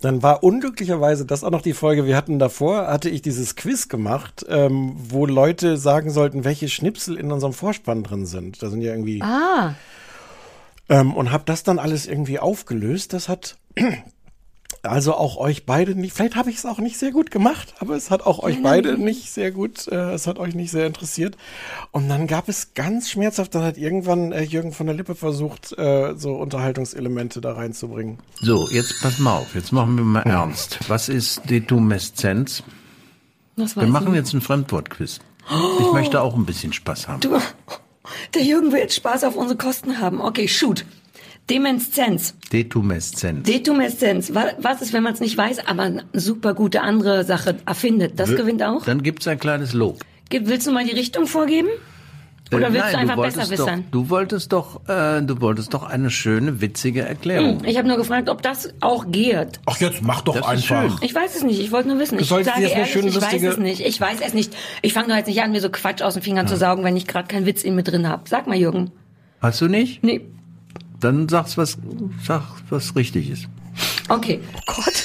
Dann war unglücklicherweise das auch noch die Folge, wir hatten davor, hatte ich dieses Quiz gemacht, ähm, wo Leute sagen sollten, welche Schnipsel in unserem Vorspann drin sind. Da sind ja irgendwie. Ah. Ähm, und habe das dann alles irgendwie aufgelöst. Das hat also auch euch beide nicht, vielleicht habe ich es auch nicht sehr gut gemacht, aber es hat auch euch beide nicht sehr gut, äh, es hat euch nicht sehr interessiert. Und dann gab es ganz schmerzhaft, dann hat irgendwann äh, Jürgen von der Lippe versucht, äh, so Unterhaltungselemente da reinzubringen.
So, jetzt pass mal auf. Jetzt machen wir mal ernst. Was ist Detumeszenz?
Das
Wir machen jetzt ein Fremdwortquiz. Ich möchte auch ein bisschen Spaß haben.
Du, der Jürgen will jetzt Spaß auf unsere Kosten haben. Okay, shoot. Demenzenz,
Detumeszenz.
Detumeszenz. Wa- Was ist, wenn man es nicht weiß, aber eine super gute andere Sache erfindet? Das gewinnt auch.
Dann gibt's ein kleines Lob. Äh,
Ge- Willst du mal die Richtung vorgeben? Oder willst du einfach
wolltest doch,
Besserwissern?
Du wolltest doch, äh, du wolltest doch eine schöne, witzige Erklärung.
Ich habe nur gefragt, ob das auch geht.
Ach, jetzt mach doch
Das ist
einfach.
Ich weiß es nicht, ich wollte nur wissen. Ich
sollst
sage
jetzt eine
ehrlich,
schöne,
ich weiß
lustige-
es nicht. Ich weiß es nicht. Ich fange doch jetzt nicht an, mir so Quatsch aus den Fingern zu saugen, wenn ich gerade keinen Witz in mir drin habe. Sag mal, Jürgen.
Hast du nicht?
Nee.
Dann sag's was, sag was richtig ist.
Okay. Oh Gott.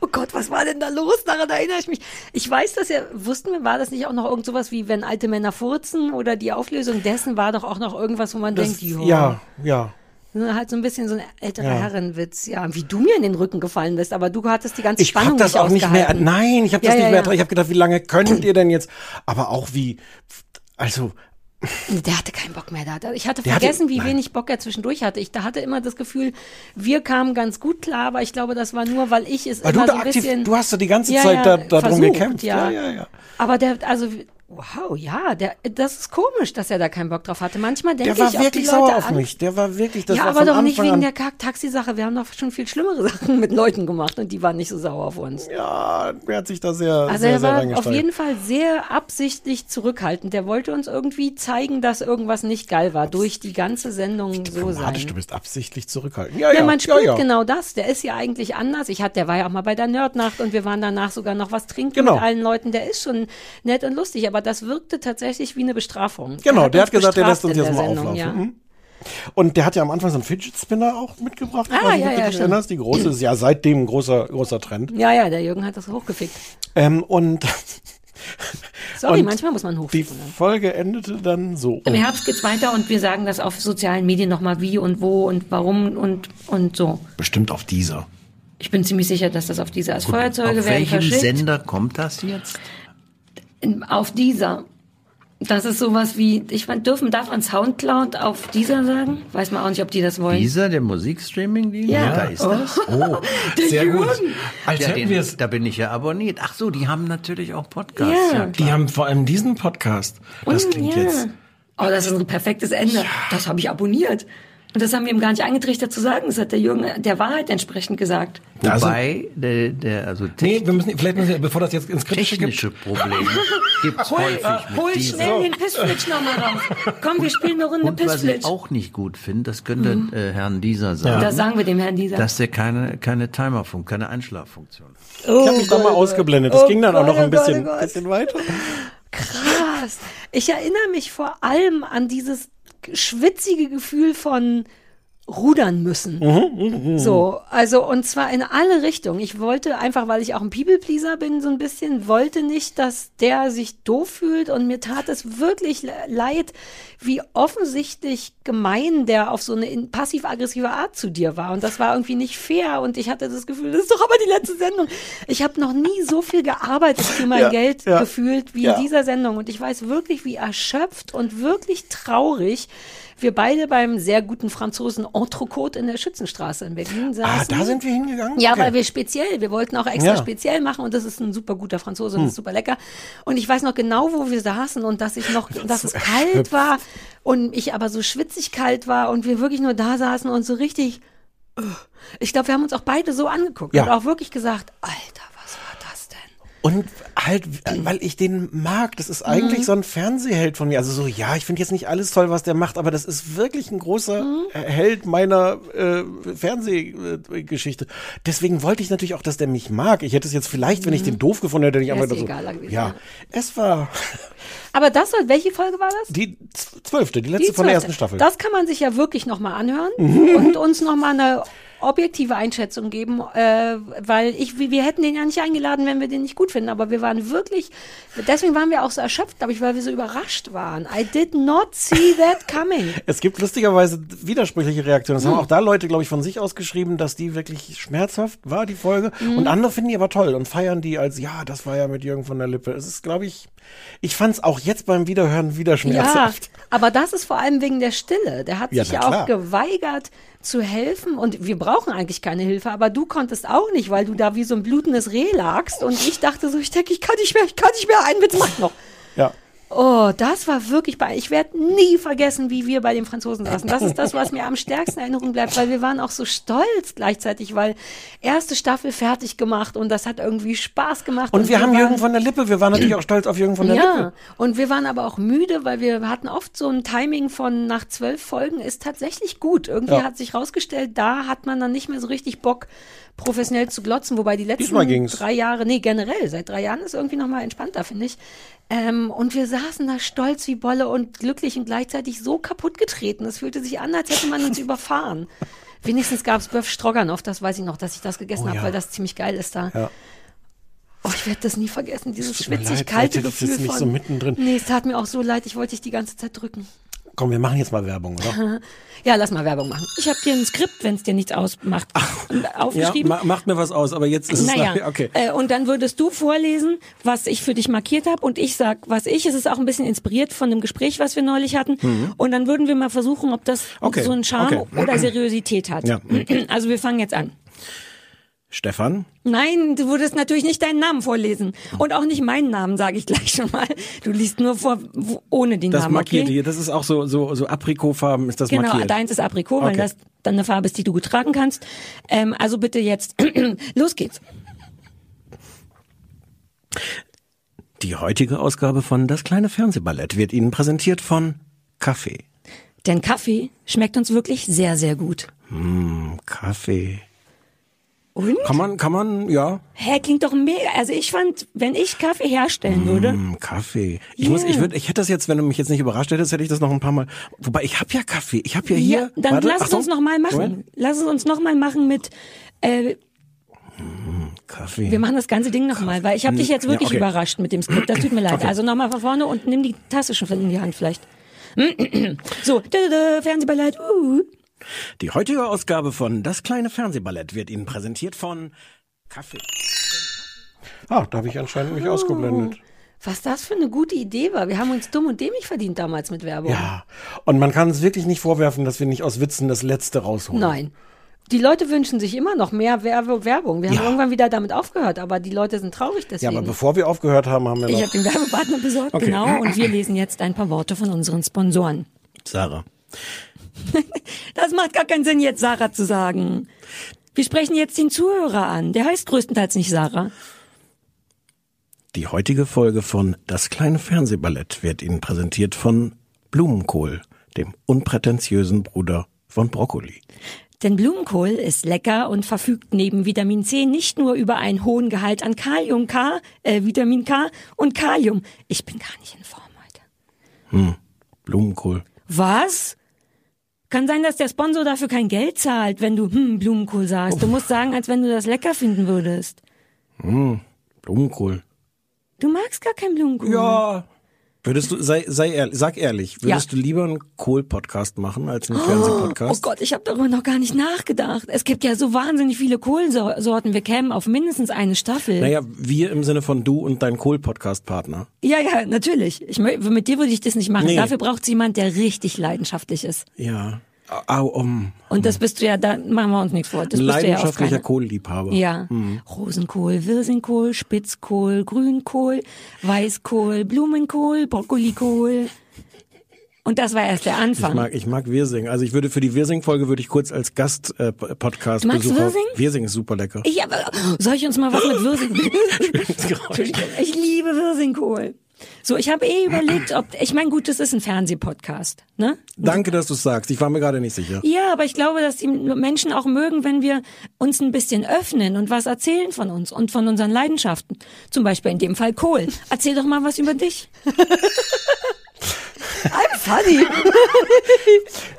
Oh Gott, was war denn da los? Daran erinnere ich mich. Ich weiß, dass er, wussten wir, war das nicht auch noch irgend sowas wie, wenn alte Männer furzen oder die Auflösung dessen war doch auch noch irgendwas, wo man denkt, jo.
Ja, ja.
Ne, Halt so ein bisschen so ein älterer
Ja.
Herrenwitz, ja. Wie du mir in den Rücken gefallen bist, aber du hattest die ganze
Ich
Spannung
hab das
nicht
auch nicht mehr.
ausgehalten.
Nein, ich habe das
Ja,
nicht
ja,
mehr.
ja.
Ich habe gedacht, wie lange könnt ihr denn jetzt? Aber auch wie. Also,
Der hatte keinen Bock mehr da. Ich hatte
hatte-
vergessen, wie
Nein.
wenig Bock er zwischendurch hatte. Ich da hatte immer das Gefühl, wir kamen ganz gut klar, aber ich glaube, das war nur, weil ich es
weil
immer
du da
so ein
aktiv,
bisschen.
du hast ja die ganze
Ja,
Zeit
ja,
da darum
versucht,
gekämpft.
ja.
ja, ja.
Aber der, also, wow, ja, der, das ist komisch, dass er da keinen Bock drauf hatte. Manchmal denke
Der
ich,
war
auf
wirklich
die Leute
sauer auf
an.
mich. Der war wirklich. Das
ja,
war
aber
von
doch nicht
Anfang
wegen
an-
der Kack-Taxi-Sache. Wir haben doch schon viel schlimmere Sachen mit Leuten gemacht und die waren nicht so sauer auf uns.
Ja, der hat sich da sehr,
Also
sehr,
er
sehr
war auf
reingesteigert.
jeden Fall sehr absichtlich zurückhaltend. Der wollte uns irgendwie zeigen, dass irgendwas nicht geil war. Durch die ganze Sendung so
Diplomatisch,
sein.
du bist absichtlich zurückhaltend. Ja, ja,
Ja, man
ja,
spürt
ja.
genau das. Der ist ja eigentlich anders. Ich hatte, der war ja auch mal bei der Nerdnacht und wir waren danach sogar noch was trinken
Genau.
mit allen Leuten. Der ist schon nett und lustig, aber das wirkte tatsächlich wie eine Bestrafung.
Genau, der hat
uns
gesagt, der
bestraft
lässt uns
in
jetzt
der
mal
Sendung,
auflaufen.
ja.
Mhm. Und der hat ja am Anfang so einen Fidget Spinner auch mitgebracht. Ich
Ah,
weiß nicht,
ja, ja,
ob du dich
stimmt.
erinnerst. Die große ist ja seitdem ein großer, großer Trend.
Ja, ja, der Jürgen hat das hochgefickt.
Ähm, und
Sorry,
Und
manchmal muss man
die
hochficken.
Folge endete dann so.
Im Herbst geht's weiter und wir sagen das auf sozialen Medien nochmal, wie und wo und warum und, und so.
Bestimmt auf dieser.
Ich bin ziemlich sicher, dass das auf dieser ist. Feuerzeuge
Auf
werden
welchem
verschickt.
Sender kommt das jetzt?
In- auf dieser. Das ist sowas wie, ich meine, dürfen, darf man Soundcloud auf dieser sagen? Weiß man auch nicht, ob die das wollen.
Dieser, der Musikstreaming-Dienst?
Ja.
Da ist das.
Oh, sehr gut. Als
Ja,
hätten wir es.
den, da bin ich ja abonniert. Ach so, die haben natürlich auch Podcasts.
Ja.
Ja.
Die haben vor allem diesen Podcast. Das klingt
Mm, ja.
jetzt.
Oh, das ist ein perfektes Ende. Das habe ich abonniert. Und das haben wir ihm gar nicht angetrichtert zu sagen. Das hat der Jürgen der Wahrheit entsprechend gesagt.
Da sind-
Wobei, der, der, also
also- Nee, wir müssen, vielleicht müssen wir, bevor das jetzt ins Kritische äh, geht.
technische Probleme gibt es häufig mit
Hol
diesen.
schnell den Pissflitsch nochmal raus. Komm, wir spielen eine Runde
Und was ich
Pissflitsch.
auch nicht gut finde, das könnte äh, Herrn Dieser sagen,
Mhm. Das sagen wir dem Herrn Dieser.
dass der keine, keine Timerfunktion, keine Einschlaffunktion hat.
Oh
ich habe mich da mal ausgeblendet. Das ging dann auch noch ein bisschen, bisschen weiter.
Krass. Ich erinnere mich vor allem an dieses schwitzige Gefühl von rudern müssen.
Mhm,
So, also und zwar in alle Richtungen. Ich wollte einfach, weil ich auch ein People Pleaser bin, so ein bisschen, wollte nicht, dass der sich doof fühlt und mir tat es wirklich le- leid, wie offensichtlich gemein der auf so eine in- passiv-aggressive Art zu dir war und das war irgendwie nicht fair und ich hatte das Gefühl, das ist doch aber die letzte Sendung. Ich habe noch nie so viel gearbeitet für mein
Ja,
Geld
ja.
gefühlt wie
Ja.
in dieser Sendung und ich weiß wirklich, wie erschöpft und wirklich traurig wir beide beim sehr guten Franzosen Entrecote in der Schützenstraße in Berlin saßen.
Ah, da sind wir hingegangen?
Ja,
Okay.
weil wir speziell, wir wollten auch extra
Ja. Hm.
speziell machen und das ist ein super guter Franzose und das ist super lecker. Und ich weiß noch genau, wo wir saßen und dass ich noch, dass es kalt war und ich aber so schwitzig kalt war und wir wirklich nur da saßen und so richtig, äh. ich glaube, wir haben uns auch beide so angeguckt
Ja.
und auch wirklich gesagt, Alter, was war das denn?
Und halt, äh, weil ich den mag. Das ist eigentlich
Mhm.
so ein Fernsehheld von mir. Also so, ja, ich finde jetzt nicht alles toll, was der macht, aber das ist wirklich ein großer
Mhm.
äh, Held meiner äh, Fernsehgeschichte. Deswegen wollte ich natürlich auch, dass der mich mag. Ich hätte es jetzt vielleicht, wenn
Mhm.
ich den doof gefunden hätte, hätte ich
Wär's
einfach
dir
nur so.
egaler gewesen,
Ja,
ja.
es war
Aber das, soll- welche Folge war das?
die z- zwölfte, die letzte von
zweite.
der ersten Staffel. Mhm.
Das kann man sich ja wirklich nochmal anhören und uns nochmal eine objektive Einschätzung geben, äh, weil ich, wir wir hätten den ja nicht eingeladen, wenn wir den nicht gut finden, aber wir waren wirklich, deswegen waren wir auch so erschöpft, glaube ich, weil wir so überrascht waren. I did not see that coming.
Es gibt lustigerweise widersprüchliche Reaktionen. Das haben
Hm.
auch da Leute, glaube ich, von sich aus geschrieben, dass die wirklich schmerzhaft war, die Folge.
Hm.
Und andere finden die aber toll und feiern die als, ja, das war ja mit Jürgen von der Lippe. Es ist, glaube ich, ich fand es auch jetzt beim Wiederhören wieder
Ja,
schmerzhaft.
aber das ist vor allem wegen der Stille. Der hat
Ja,
sich
na
ja auch
klar.
geweigert zu helfen und wir brauchen eigentlich keine Hilfe, aber du konntest auch nicht, weil du da wie so ein blutendes Reh lagst und ich dachte so, ich denke, ich kann nicht mehr, ich kann nicht mehr, einen Witz mach noch.
Ja.
Oh, das war wirklich bei. Ich werde nie vergessen, wie wir bei den Franzosen saßen. Das ist das, was mir am stärksten in Erinnerung bleibt, weil wir waren auch so stolz gleichzeitig, weil erste Staffel fertig gemacht und das hat irgendwie Spaß gemacht.
Und wir haben
waren-
Jürgen von der Lippe. Wir waren natürlich auch stolz auf Jürgen von der
ja,
Lippe.
und wir waren aber auch müde, weil wir hatten oft so ein Timing von nach zwölf Folgen ist tatsächlich gut. Irgendwie
Ja.
hat sich rausgestellt, da hat man dann nicht mehr so richtig Bock, professionell zu glotzen. Wobei die letzten
Diesmal ging's.
drei Jahre, nee, generell, seit drei Jahren ist irgendwie nochmal entspannter, finde ich. Ähm, und wir saßen da stolz wie Bolle und glücklich und gleichzeitig so kaputt getreten. Es fühlte sich an, als hätte man uns überfahren. Wenigstens gab es Böff Stroganoff, das weiß ich noch, dass ich das
Oh
gegessen habe, weil das ziemlich geil ist da. Oh, ich werde das nie vergessen, dieses
tut mir leid,
schwitzig
Leute,
kalte
das ist
Gefühl
nicht
von.
so mittendrin.
Nee, es tat mir auch so leid, ich wollte dich die ganze Zeit drücken.
Komm, wir machen jetzt mal Werbung, oder?
Ja, lass mal Werbung machen. Ich habe dir ein Skript, wenn es dir nichts ausmacht,
äh,
aufgeschrieben.
ma- macht mir was aus, aber jetzt ist
Naja,
okay.
äh, und dann würdest du vorlesen, was ich für dich markiert habe und ich sag, was ich. Es ist auch ein bisschen inspiriert von dem Gespräch, was wir neulich hatten. Und dann würden wir mal versuchen, ob das
Okay,
so einen Charme
okay.
oder Seriosität hat.
Ja.
Also wir fangen jetzt an.
Stefan?
Nein, du würdest natürlich nicht deinen Namen vorlesen. Und auch nicht meinen Namen, sage ich gleich schon mal. Du liest nur vor, wo- ohne den
Das
Namen.
markiert
okay?
hier. Das ist auch so, so, so Aprikotfarben ist das
Genau,
markiert.
deins ist Aprikot, weil
Okay.
das dann eine Farbe ist, die du gut tragen kannst. Ähm, also bitte jetzt, los geht's.
Die heutige Ausgabe von Das kleine Fernsehballett wird Ihnen präsentiert von Kaffee.
Denn Kaffee schmeckt uns wirklich sehr, sehr gut.
Kaffee.
Und?
Kann man, kann man, ja.
Hä, klingt doch mega. Also ich fand, wenn ich Kaffee herstellen würde,
Hm, Kaffee. Ich muss, ich würde, ich hätte das jetzt, wenn du mich jetzt nicht überrascht hättest, hätte ich das noch ein paar Mal. Wobei ich habe ja Kaffee. Ich habe ja hier.
ja, dann
Warte,
lass es
Achtung.
uns nochmal machen.
Moment.
Lass es uns nochmal machen mit, äh,
Kaffee.
wir machen das ganze Ding nochmal, weil ich habe dich jetzt
Hm. Ja,
wirklich
okay.
überrascht mit dem Skript. Das tut mir leid. Also nochmal von vorne und nimm die Tasse schon in die Hand vielleicht. so, tada, Fernsehballett. Uh.
Die heutige Ausgabe von Das kleine Fernsehballett wird Ihnen präsentiert von Kaffee.
Ah, da habe ich anscheinend mich ausgeblendet.
Was das für eine gute Idee war. Wir haben uns dumm und dämlich verdient damals mit Werbung.
Ja. Und man kann es wirklich nicht vorwerfen, dass wir nicht aus Witzen das Letzte rausholen.
Nein. Die Leute wünschen sich immer noch mehr Werbe Werbung. Wir haben irgendwann wieder damit aufgehört, aber die Leute sind traurig
Ja,
deswegen.
aber bevor wir aufgehört haben, haben wir
Ich
noch.
habe den Werbepartner besorgt, genau. Und wir lesen jetzt ein paar Worte von unseren Sponsoren.
Sarah.
Das macht gar keinen Sinn, jetzt Sarah zu sagen. Wir sprechen jetzt den Zuhörer an. Der heißt größtenteils nicht Sarah.
Die heutige Folge von Das kleine Fernsehballett wird Ihnen präsentiert von Blumenkohl, dem unprätentiösen Bruder von Brokkoli.
Denn Blumenkohl ist lecker und verfügt neben Vitamin C nicht nur über einen hohen Gehalt an Kalium K, äh, Vitamin K und Kalium. Ich bin gar nicht in Form heute.
Blumenkohl.
Was? Kann sein, dass der Sponsor dafür kein Geld zahlt, wenn du hm, Blumenkohl sagst. Du musst sagen, als wenn du das lecker finden würdest.
Blumenkohl.
Du magst gar kein Blumenkohl.
Ja. Würdest du, sei, sei ehrlich, sag ehrlich, würdest du lieber einen Kohl-Podcast machen als einen
Oh
Fernsehpodcast?
Gott, ich habe darüber noch gar nicht nachgedacht. Es gibt ja so wahnsinnig viele Kohlsorten. Wir kämen auf mindestens eine Staffel.
Naja, wir im Sinne von du und dein Kohl-Podcast-Partner.
Ja, ja, natürlich. Ich, mö- mit dir würde ich das nicht machen.
Nee.
Dafür braucht jemand, der richtig leidenschaftlich ist.
Ja. Au, um.
Und das bist du ja, da machen wir uns nichts vor. Das bist du ja auf
Leidenschaftlicher Mhm.
keinen.
Kohl-Liebhaber.
Ja, Rosenkohl, Wirsingkohl, Spitzkohl, Grünkohl, Weißkohl, Blumenkohl, Brokkolikohl. Und das war erst der Anfang.
Ich mag, ich mag Wirsing. Also ich würde für die Wirsing-Folge würde ich kurz als Gast-Podcast
Du magst
Besucher.
Wirsing?
Wirsing ist super lecker.
Ich aber, soll ich uns mal was mit Wirsing? Entschuldigung, ich liebe Wirsingkohl. So, ich habe eh überlegt, ob ich meine, gut, das ist ein Fernsehpodcast, ne?
Danke, dass du es sagst. Ich war mir gerade nicht sicher.
Ja, aber ich glaube, dass die Menschen auch mögen, wenn wir uns ein bisschen öffnen und was erzählen von uns und von unseren Leidenschaften. Zum Beispiel in dem Fall Kohl. Erzähl doch mal was über dich.
I'm funny.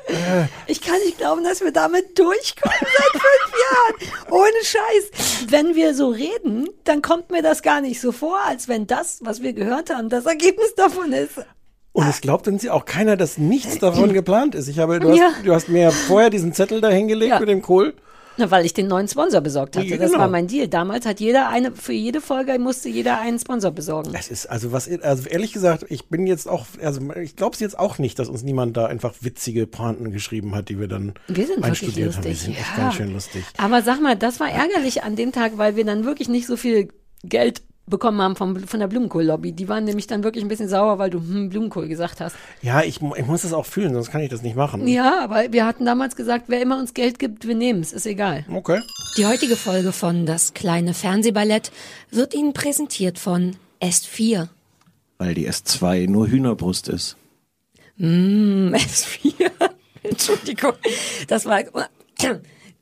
Äh.
ich kann nicht glauben, dass wir damit durchkommen seit fünf Jahren. Ohne Scheiß. Wenn wir so reden, dann kommt mir das gar nicht so vor, als wenn das, was wir gehört haben, das Ergebnis davon ist.
Und es glaubt uns ja auch keiner, dass nichts davon geplant ist. Ich habe, du hast,
Ja.
du hast mir ja vorher diesen Zettel da hingelegt
Ja.
mit dem Kohl.
Na, weil ich den neuen Sponsor besorgt hatte.
Ja,
Das
genau.
war mein Deal. Damals hat jeder eine, für jede Folge musste jeder einen Sponsor besorgen.
Das ist also was, also ehrlich gesagt, ich bin jetzt auch, also ich glaube es jetzt auch nicht, dass uns niemand da einfach witzige Pointen geschrieben hat, die wir dann
Wir sind wirklich
einstudiert
lustig.
haben. Wir sind echt
ja.
ganz schön lustig.
Aber sag mal, das war ärgerlich an dem Tag, weil wir dann wirklich nicht so viel Geld
bekommen haben vom, von der Blumenkohl-Lobby. Die waren nämlich dann wirklich ein bisschen sauer, weil du hm, Blumenkohl gesagt hast.
Ja, ich, mu- ich muss das auch fühlen, sonst kann ich das nicht machen.
Ja, aber wir hatten damals gesagt, wer immer uns Geld gibt, wir nehmen es, ist egal.
Okay.
Die heutige Folge von Das kleine Fernsehballett wird Ihnen präsentiert von S4.
Weil die S2 nur Hühnerbrust ist.
Mm, S4. Entschuldigung. Das war.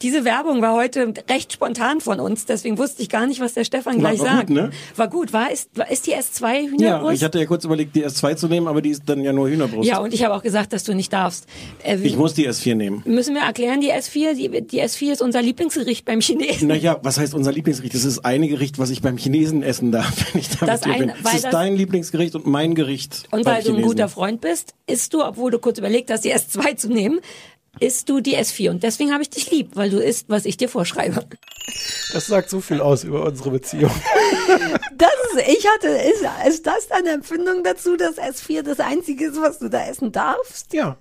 Diese Werbung war heute recht spontan von uns, deswegen wusste ich gar nicht, was der Stefan
War-
gleich
war gut,
sagt.
ne?
War gut, war ist, war, ist die S2
Ja,
Hühnerbrust?
ich hatte ja kurz überlegt, die S2 zu nehmen, aber die ist dann ja nur Hühnerbrust.
Ja, und ich habe auch gesagt, dass du nicht darfst. Äh,
ich muss die S4 nehmen.
müssen wir erklären, die S4, die, die S4 ist unser Lieblingsgericht beim Chinesen.
Naja, was heißt unser Lieblingsgericht? Das ist eine Gericht, was ich beim Chinesen essen darf, wenn ich da
Das
mit dir
eine-
bin.
weil
Das ist
das-
dein Lieblingsgericht und mein Gericht.
Und
beim
weil du ein
Chinesen.
guter Freund bist, isst du, obwohl du kurz überlegt hast, die S2 zu nehmen, isst du die S4. Und deswegen habe ich dich lieb, weil du isst, was ich dir vorschreibe.
Das sagt so viel aus über unsere Beziehung.
Das ist, ich hatte, ist, ist das deine Empfindung dazu, dass S4 das einzige ist, was du da essen darfst?
Ja.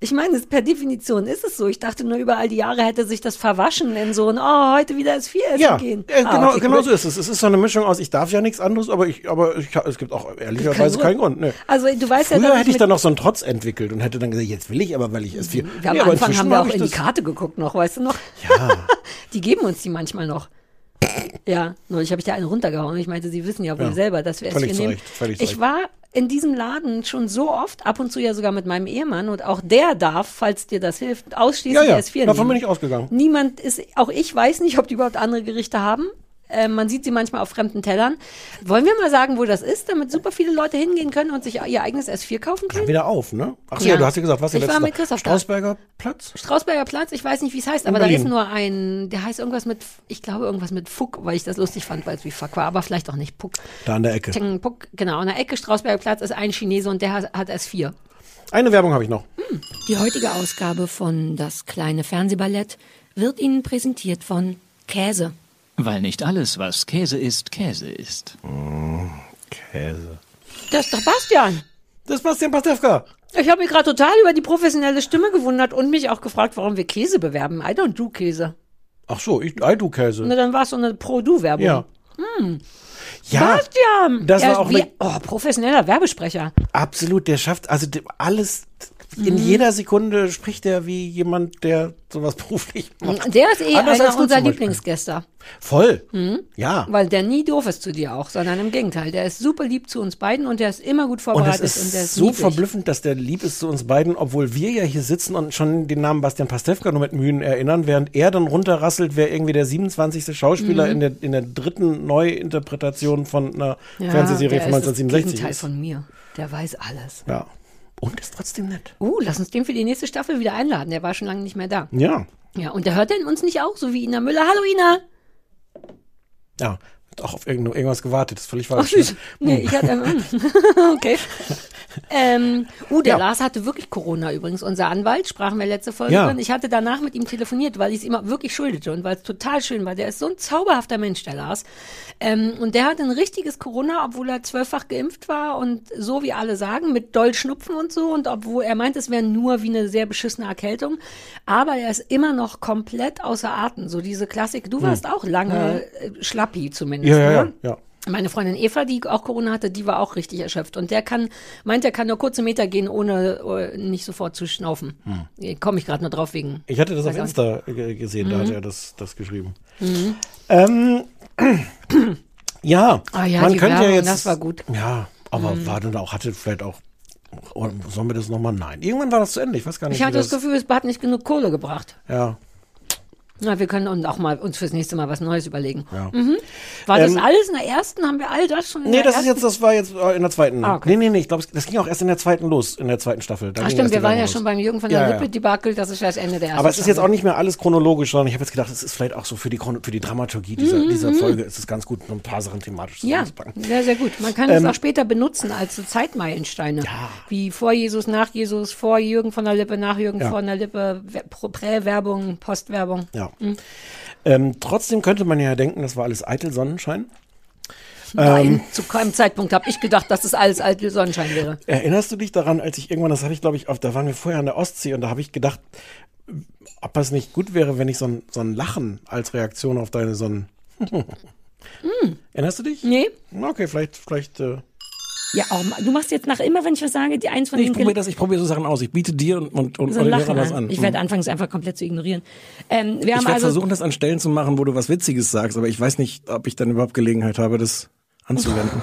Ich meine, es- per Definition ist es so. Ich dachte nur, über all die Jahre hätte sich das verwaschen in so ein, oh, heute wieder S4 essen
Ja, äh,
gehen.
genau,
Ah, okay,
genau
gut.
so ist es. Es ist so eine Mischung aus, ich darf ja nichts anderes, aber, ich, aber ich, es gibt auch ehrlicherweise
Kein
keinen Grund. Nee.
Also, du weißt ja,
Früher
dass
hätte ich
mit-
dann noch so einen Trotz entwickelt und hätte dann gesagt, jetzt will ich aber, weil ich es viel.
Mhm. wir am
aber
Anfang
inzwischen
haben wir
mag
auch
ich
in die
das-
Karte geguckt noch, weißt du noch?
Ja.
Die geben uns die manchmal noch. Ja, neulich habe ich da einen runtergehauen. Ich meinte, sie wissen ja wohl
Ja.
selber, dass wir
Völlig
es
zu
hier nehmen.
Recht, völlig zu
ich
Recht.
war in diesem Laden schon so oft, ab und zu ja sogar mit meinem Ehemann und auch der darf, falls dir das hilft, ausschließlich
Ja, ja,
S4
davon bin
nehmen.
ich ausgegangen.
Niemand ist, auch ich weiß nicht, ob die überhaupt andere Gerichte haben. Äh, man sieht sie manchmal auf fremden Tellern. Wollen wir mal sagen, wo das ist, damit super viele Leute hingehen können und sich ihr eigenes S4 kaufen können?
Dann wieder auf, ne? Ach so,
Ja.
ja. du hast ja gesagt, was
Ich war
letztes
mit
Mal-
Christoph da.
Strausberger Platz?
Strausberger Platz, ich weiß nicht, wie es heißt, aber da
Berlin.
ist nur ein, der heißt irgendwas mit, ich glaube irgendwas mit Fuck, weil ich das lustig fand, weil es wie Fuck war, aber vielleicht auch nicht Puck.
Da an der Ecke.
Teng, Puck, genau, an der Ecke Strausberger Platz ist ein Chinese und der hat, hat S4.
Eine Werbung habe ich noch.
Die heutige Ausgabe von Das kleine Fernsehballett wird Ihnen präsentiert von Käse.
Weil nicht alles, was Käse ist, Käse ist.
Käse.
Das ist doch Bastian.
Das ist Bastian Pastewka.
Ich habe mich gerade total über die professionelle Stimme gewundert und mich auch gefragt, warum wir Käse bewerben. I don't do Käse.
Ach so, ich, I do Käse.
Na, dann war es so eine Pro-Du-Werbung.
Ja.
hm.
Ja,
Bastian!
das
Er
war
ist
auch
wie,
eine-
oh, professioneller Werbesprecher.
absolut. Der schafft also de- alles.
Mhm.
In jeder Sekunde spricht er wie jemand, der sowas beruflich macht.
Der ist eh
Anders als
einer
du
unserer
zum Beispiel.
Lieblingsgäste.
Voll. Ja.
Mhm. Weil der nie doof ist zu dir auch, sondern im Gegenteil. Der ist super lieb zu uns beiden und der ist immer gut
Und
vorbereitet
es
und,
ist,
der ist
so
niedlich.
verblüffend, dass der lieb ist zu uns beiden, obwohl wir ja hier sitzen und schon den Namen Bastian Pastewka nur mit Mühen erinnern, während er dann runterrasselt, wer irgendwie der 27.
Mhm.
Schauspieler in, der, in der dritten Neuinterpretation von einer
Ja,
Fernsehserie von
der ist Das
1967
Gegenteil
ist.
von mir. Der weiß alles.
Ja. Und ist trotzdem nett.
Uh, lass uns den für die nächste Staffel wieder einladen. Der war schon lange nicht mehr da.
Ja.
Ja, und der hört denn uns nicht auch, so wie Ina Müller. Hallo Ina!
Ja. Hat Auch auf irgend- irgendwas gewartet, ist völlig
Ach
falsch. ne.
süß. Nee,
Hm.
ich hatte. okay. Ähm, uh, der Lars hatte wirklich Corona übrigens. Unser Anwalt, sprachen wir letzte Folge
Ja.
drin. Ich hatte danach mit ihm telefoniert, weil ich es ihm auch wirklich schuldete und weil es total schön war. Der ist so ein zauberhafter Mensch, der Lars. Ähm, und der hatte ein richtiges Corona, obwohl er zwölffach geimpft war und so wie alle sagen, mit doll Schnupfen und so. Und obwohl er meint, es wäre nur wie eine sehr beschissene Erkältung. Aber er ist immer noch komplett außer Atem. So diese Klassik. Du warst auch lange äh, schlappi zumindest.
Hm. Ja, ja, ja.
ne?
ja.
Meine Freundin Eva, die auch Corona hatte, die war auch richtig erschöpft. Und der kann, meint, er kann nur kurze Meter gehen, ohne äh, nicht sofort zu schnaufen. Komme ich gerade nur drauf wegen.
Hm. Ich hatte das auf Insta ge- gesehen, da hat
Mhm.
er das, das geschrieben. Ähm, ja,
Ah ja,
man
die
könnte
Werbung,
ja jetzt.
das war gut. Mhm.
Ja, aber war dann auch, hatte vielleicht auch. Oder sollen wir das nochmal? Nein. Irgendwann war das zu Ende. Ich weiß gar nicht,
Ich hatte
wie
das Gefühl, es hat nicht genug Kohle gebracht.
Ja,
Na, wir können uns auch mal uns fürs nächste Mal was Neues überlegen. Mhm.
ja.
War
Ähm,
das alles in der ersten? Haben wir all das schon? In
Nee,
der
das ist
ersten?
jetzt, das war jetzt äh, in der zweiten.
Ah, okay.
Nee, nee, nee, ich glaube, das ging auch erst in der zweiten los, in der zweiten Staffel. Da
Ach,
ging
stimmt,
erst
wir
die
waren
Werbung
ja
los.
schon beim Jürgen von
Ja,
der
ja,
Lippe Debakel. Das ist ja das Ende der ersten.
Aber es ist jetzt auch
Staffel.
nicht mehr alles chronologisch, sondern ich habe jetzt gedacht, es ist vielleicht auch so für die, Chrono- für die Dramaturgie dieser, dieser Folge ist es ganz gut, noch ein paar Sachen thematisch
Mhm, Ja,
zusammenzupacken.
sehr, sehr gut. Man kann es
Ähm,
auch später benutzen als so Zeitmeilensteine. Wie vor Jesus, nach Jesus, vor Jürgen von der Lippe, nach Jürgen
Ja.
von der Lippe, We- Pro- Prä-Werbung, Postwerbung.
Ja. Ähm, trotzdem könnte man ja denken, das war alles eitel Sonnenschein.
Nein, zu keinem Zeitpunkt habe ich gedacht, dass es alles alte Sonnenschein wäre.
Erinnerst du dich daran, als ich irgendwann, das habe ich glaube ich, auf, da waren wir vorher an der Ostsee und da habe ich gedacht, ob es nicht gut wäre, wenn ich so ein, so ein Lachen als Reaktion auf deine Sonnen.
Mm.
Erinnerst du dich?
Nee.
Okay, vielleicht, vielleicht. Äh,
Ja, auch mal. Du machst jetzt nach immer, wenn ich was sage, die eins von
ich
denen
probiere das, ich probiere so Sachen aus. Ich biete dir und, und, und
so ein
Oliver
Lachen
was
an.
an.
Ich werde
Mhm.
anfangs einfach komplett zu ignorieren. Ähm, wir
Ich
haben
werde
also
versuchen, das an Stellen zu machen, wo du was Witziges sagst, aber ich weiß nicht, ob ich dann überhaupt Gelegenheit habe, das anzuwenden.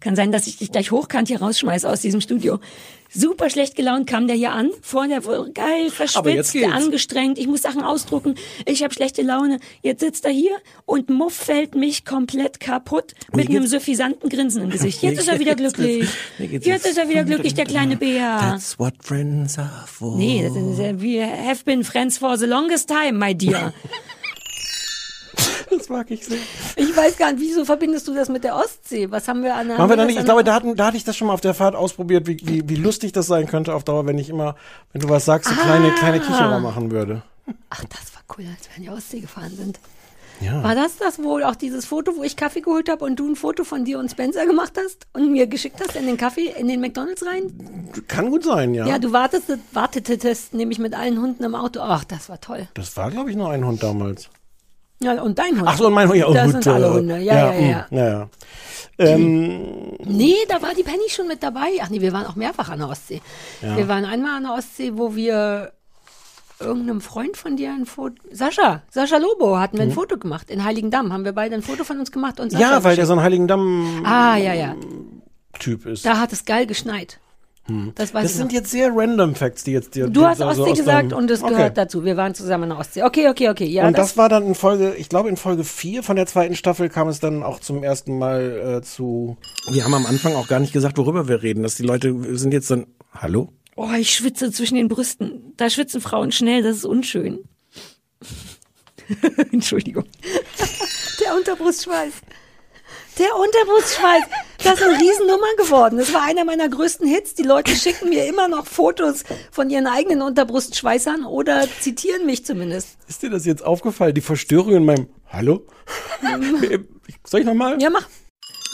Kann sein, dass ich dich gleich hochkant hier rausschmeiße aus diesem Studio. Super schlecht gelaunt kam der hier an. Vorne geil,
Aber jetzt
verschwitzt,
geht's.
angestrengt. Ich muss Sachen ausdrucken. Ich habe schlechte Laune. Jetzt sitzt er hier und Muff fällt mich komplett kaputt mit
geht's-
einem suffisanten Grinsen im Gesicht.
Mir
Jetzt ist er wieder
geht's-
glücklich.
mir geht's
Jetzt ist er wieder glücklich, der kleine
Ah.
Bär.
That's what friends are for.
Nee, das ist, äh, we have been friends for the longest time, my dear.
das mag ich sehr.
Ich weiß gar nicht, wieso verbindest du das mit der Ostsee? Was haben wir an der
Haben wir da nicht, ich glaube, da, hatten, da hatte ich das schon mal auf der Fahrt ausprobiert, wie, wie, wie lustig das sein könnte auf Dauer, wenn ich immer, wenn du was sagst, so
Ah.
kleine, kleine Kicherer machen würde.
Ach, das war cool, als wir in die Ostsee gefahren sind.
Ja.
War das das wohl auch dieses Foto, wo ich Kaffee geholt habe und du ein Foto von dir und Spencer gemacht hast und mir geschickt hast in den Kaffee, in den McDonalds rein?
Kann gut sein, ja.
Ja, du wartest, wartetest nämlich mit allen Hunden im Auto. Ach, das war toll.
das war, glaube ich, nur ein Hund damals.
Ja, und dein Hund.
Ach so, und mein Hund, ja, oh,
Das
gut,
sind alle
äh,
Hunde. Ja, ja, ja.
mm, ja, ja. Ähm,
Nee, da war die Penny schon mit dabei. Ach nee, wir waren auch mehrfach an der Ostsee. Wir waren einmal an der Ostsee, wo wir irgendeinem Freund von dir ein Foto. Sascha, Sascha Lobo hatten wir ein Foto gemacht. In Heiligendamm haben wir beide ein Foto von uns gemacht und Sascha.
Hm. ja, weil der
geschickt.
so ein Heiligendamm-Typ
Ah, ja, ja.
ist.
Da hat es geil geschneit. Das weiß
Hm. Das
ich
sind
noch.
jetzt sehr random Facts, die jetzt dir
Du hast
also
Ostsee
aus
gesagt
deinem-
und es
Okay.
gehört dazu. Wir waren zusammen an der Ostsee. Okay, okay, okay. Ja,
und das, war dann in Folge, ich glaube in Folge 4 von der zweiten Staffel kam es dann auch zum ersten Mal äh, zu. Wir haben am Anfang auch gar nicht gesagt, worüber wir reden, dass die Leute sind jetzt dann. Hallo?
Oh, ich schwitze zwischen den Brüsten. Da schwitzen Frauen schnell, das ist unschön. Entschuldigung.
der Unterbrustschweiß. Der Unterbrustschweiß. Das ist eine Riesennummer geworden. Das war einer meiner größten Hits. Die Leute schicken mir immer noch Fotos von ihren eigenen Unterbrustschweißern oder zitieren mich zumindest.
Ist dir das jetzt aufgefallen, die Verstörung in meinem Hallo? Äh, Soll ich nochmal?
Ja, mach.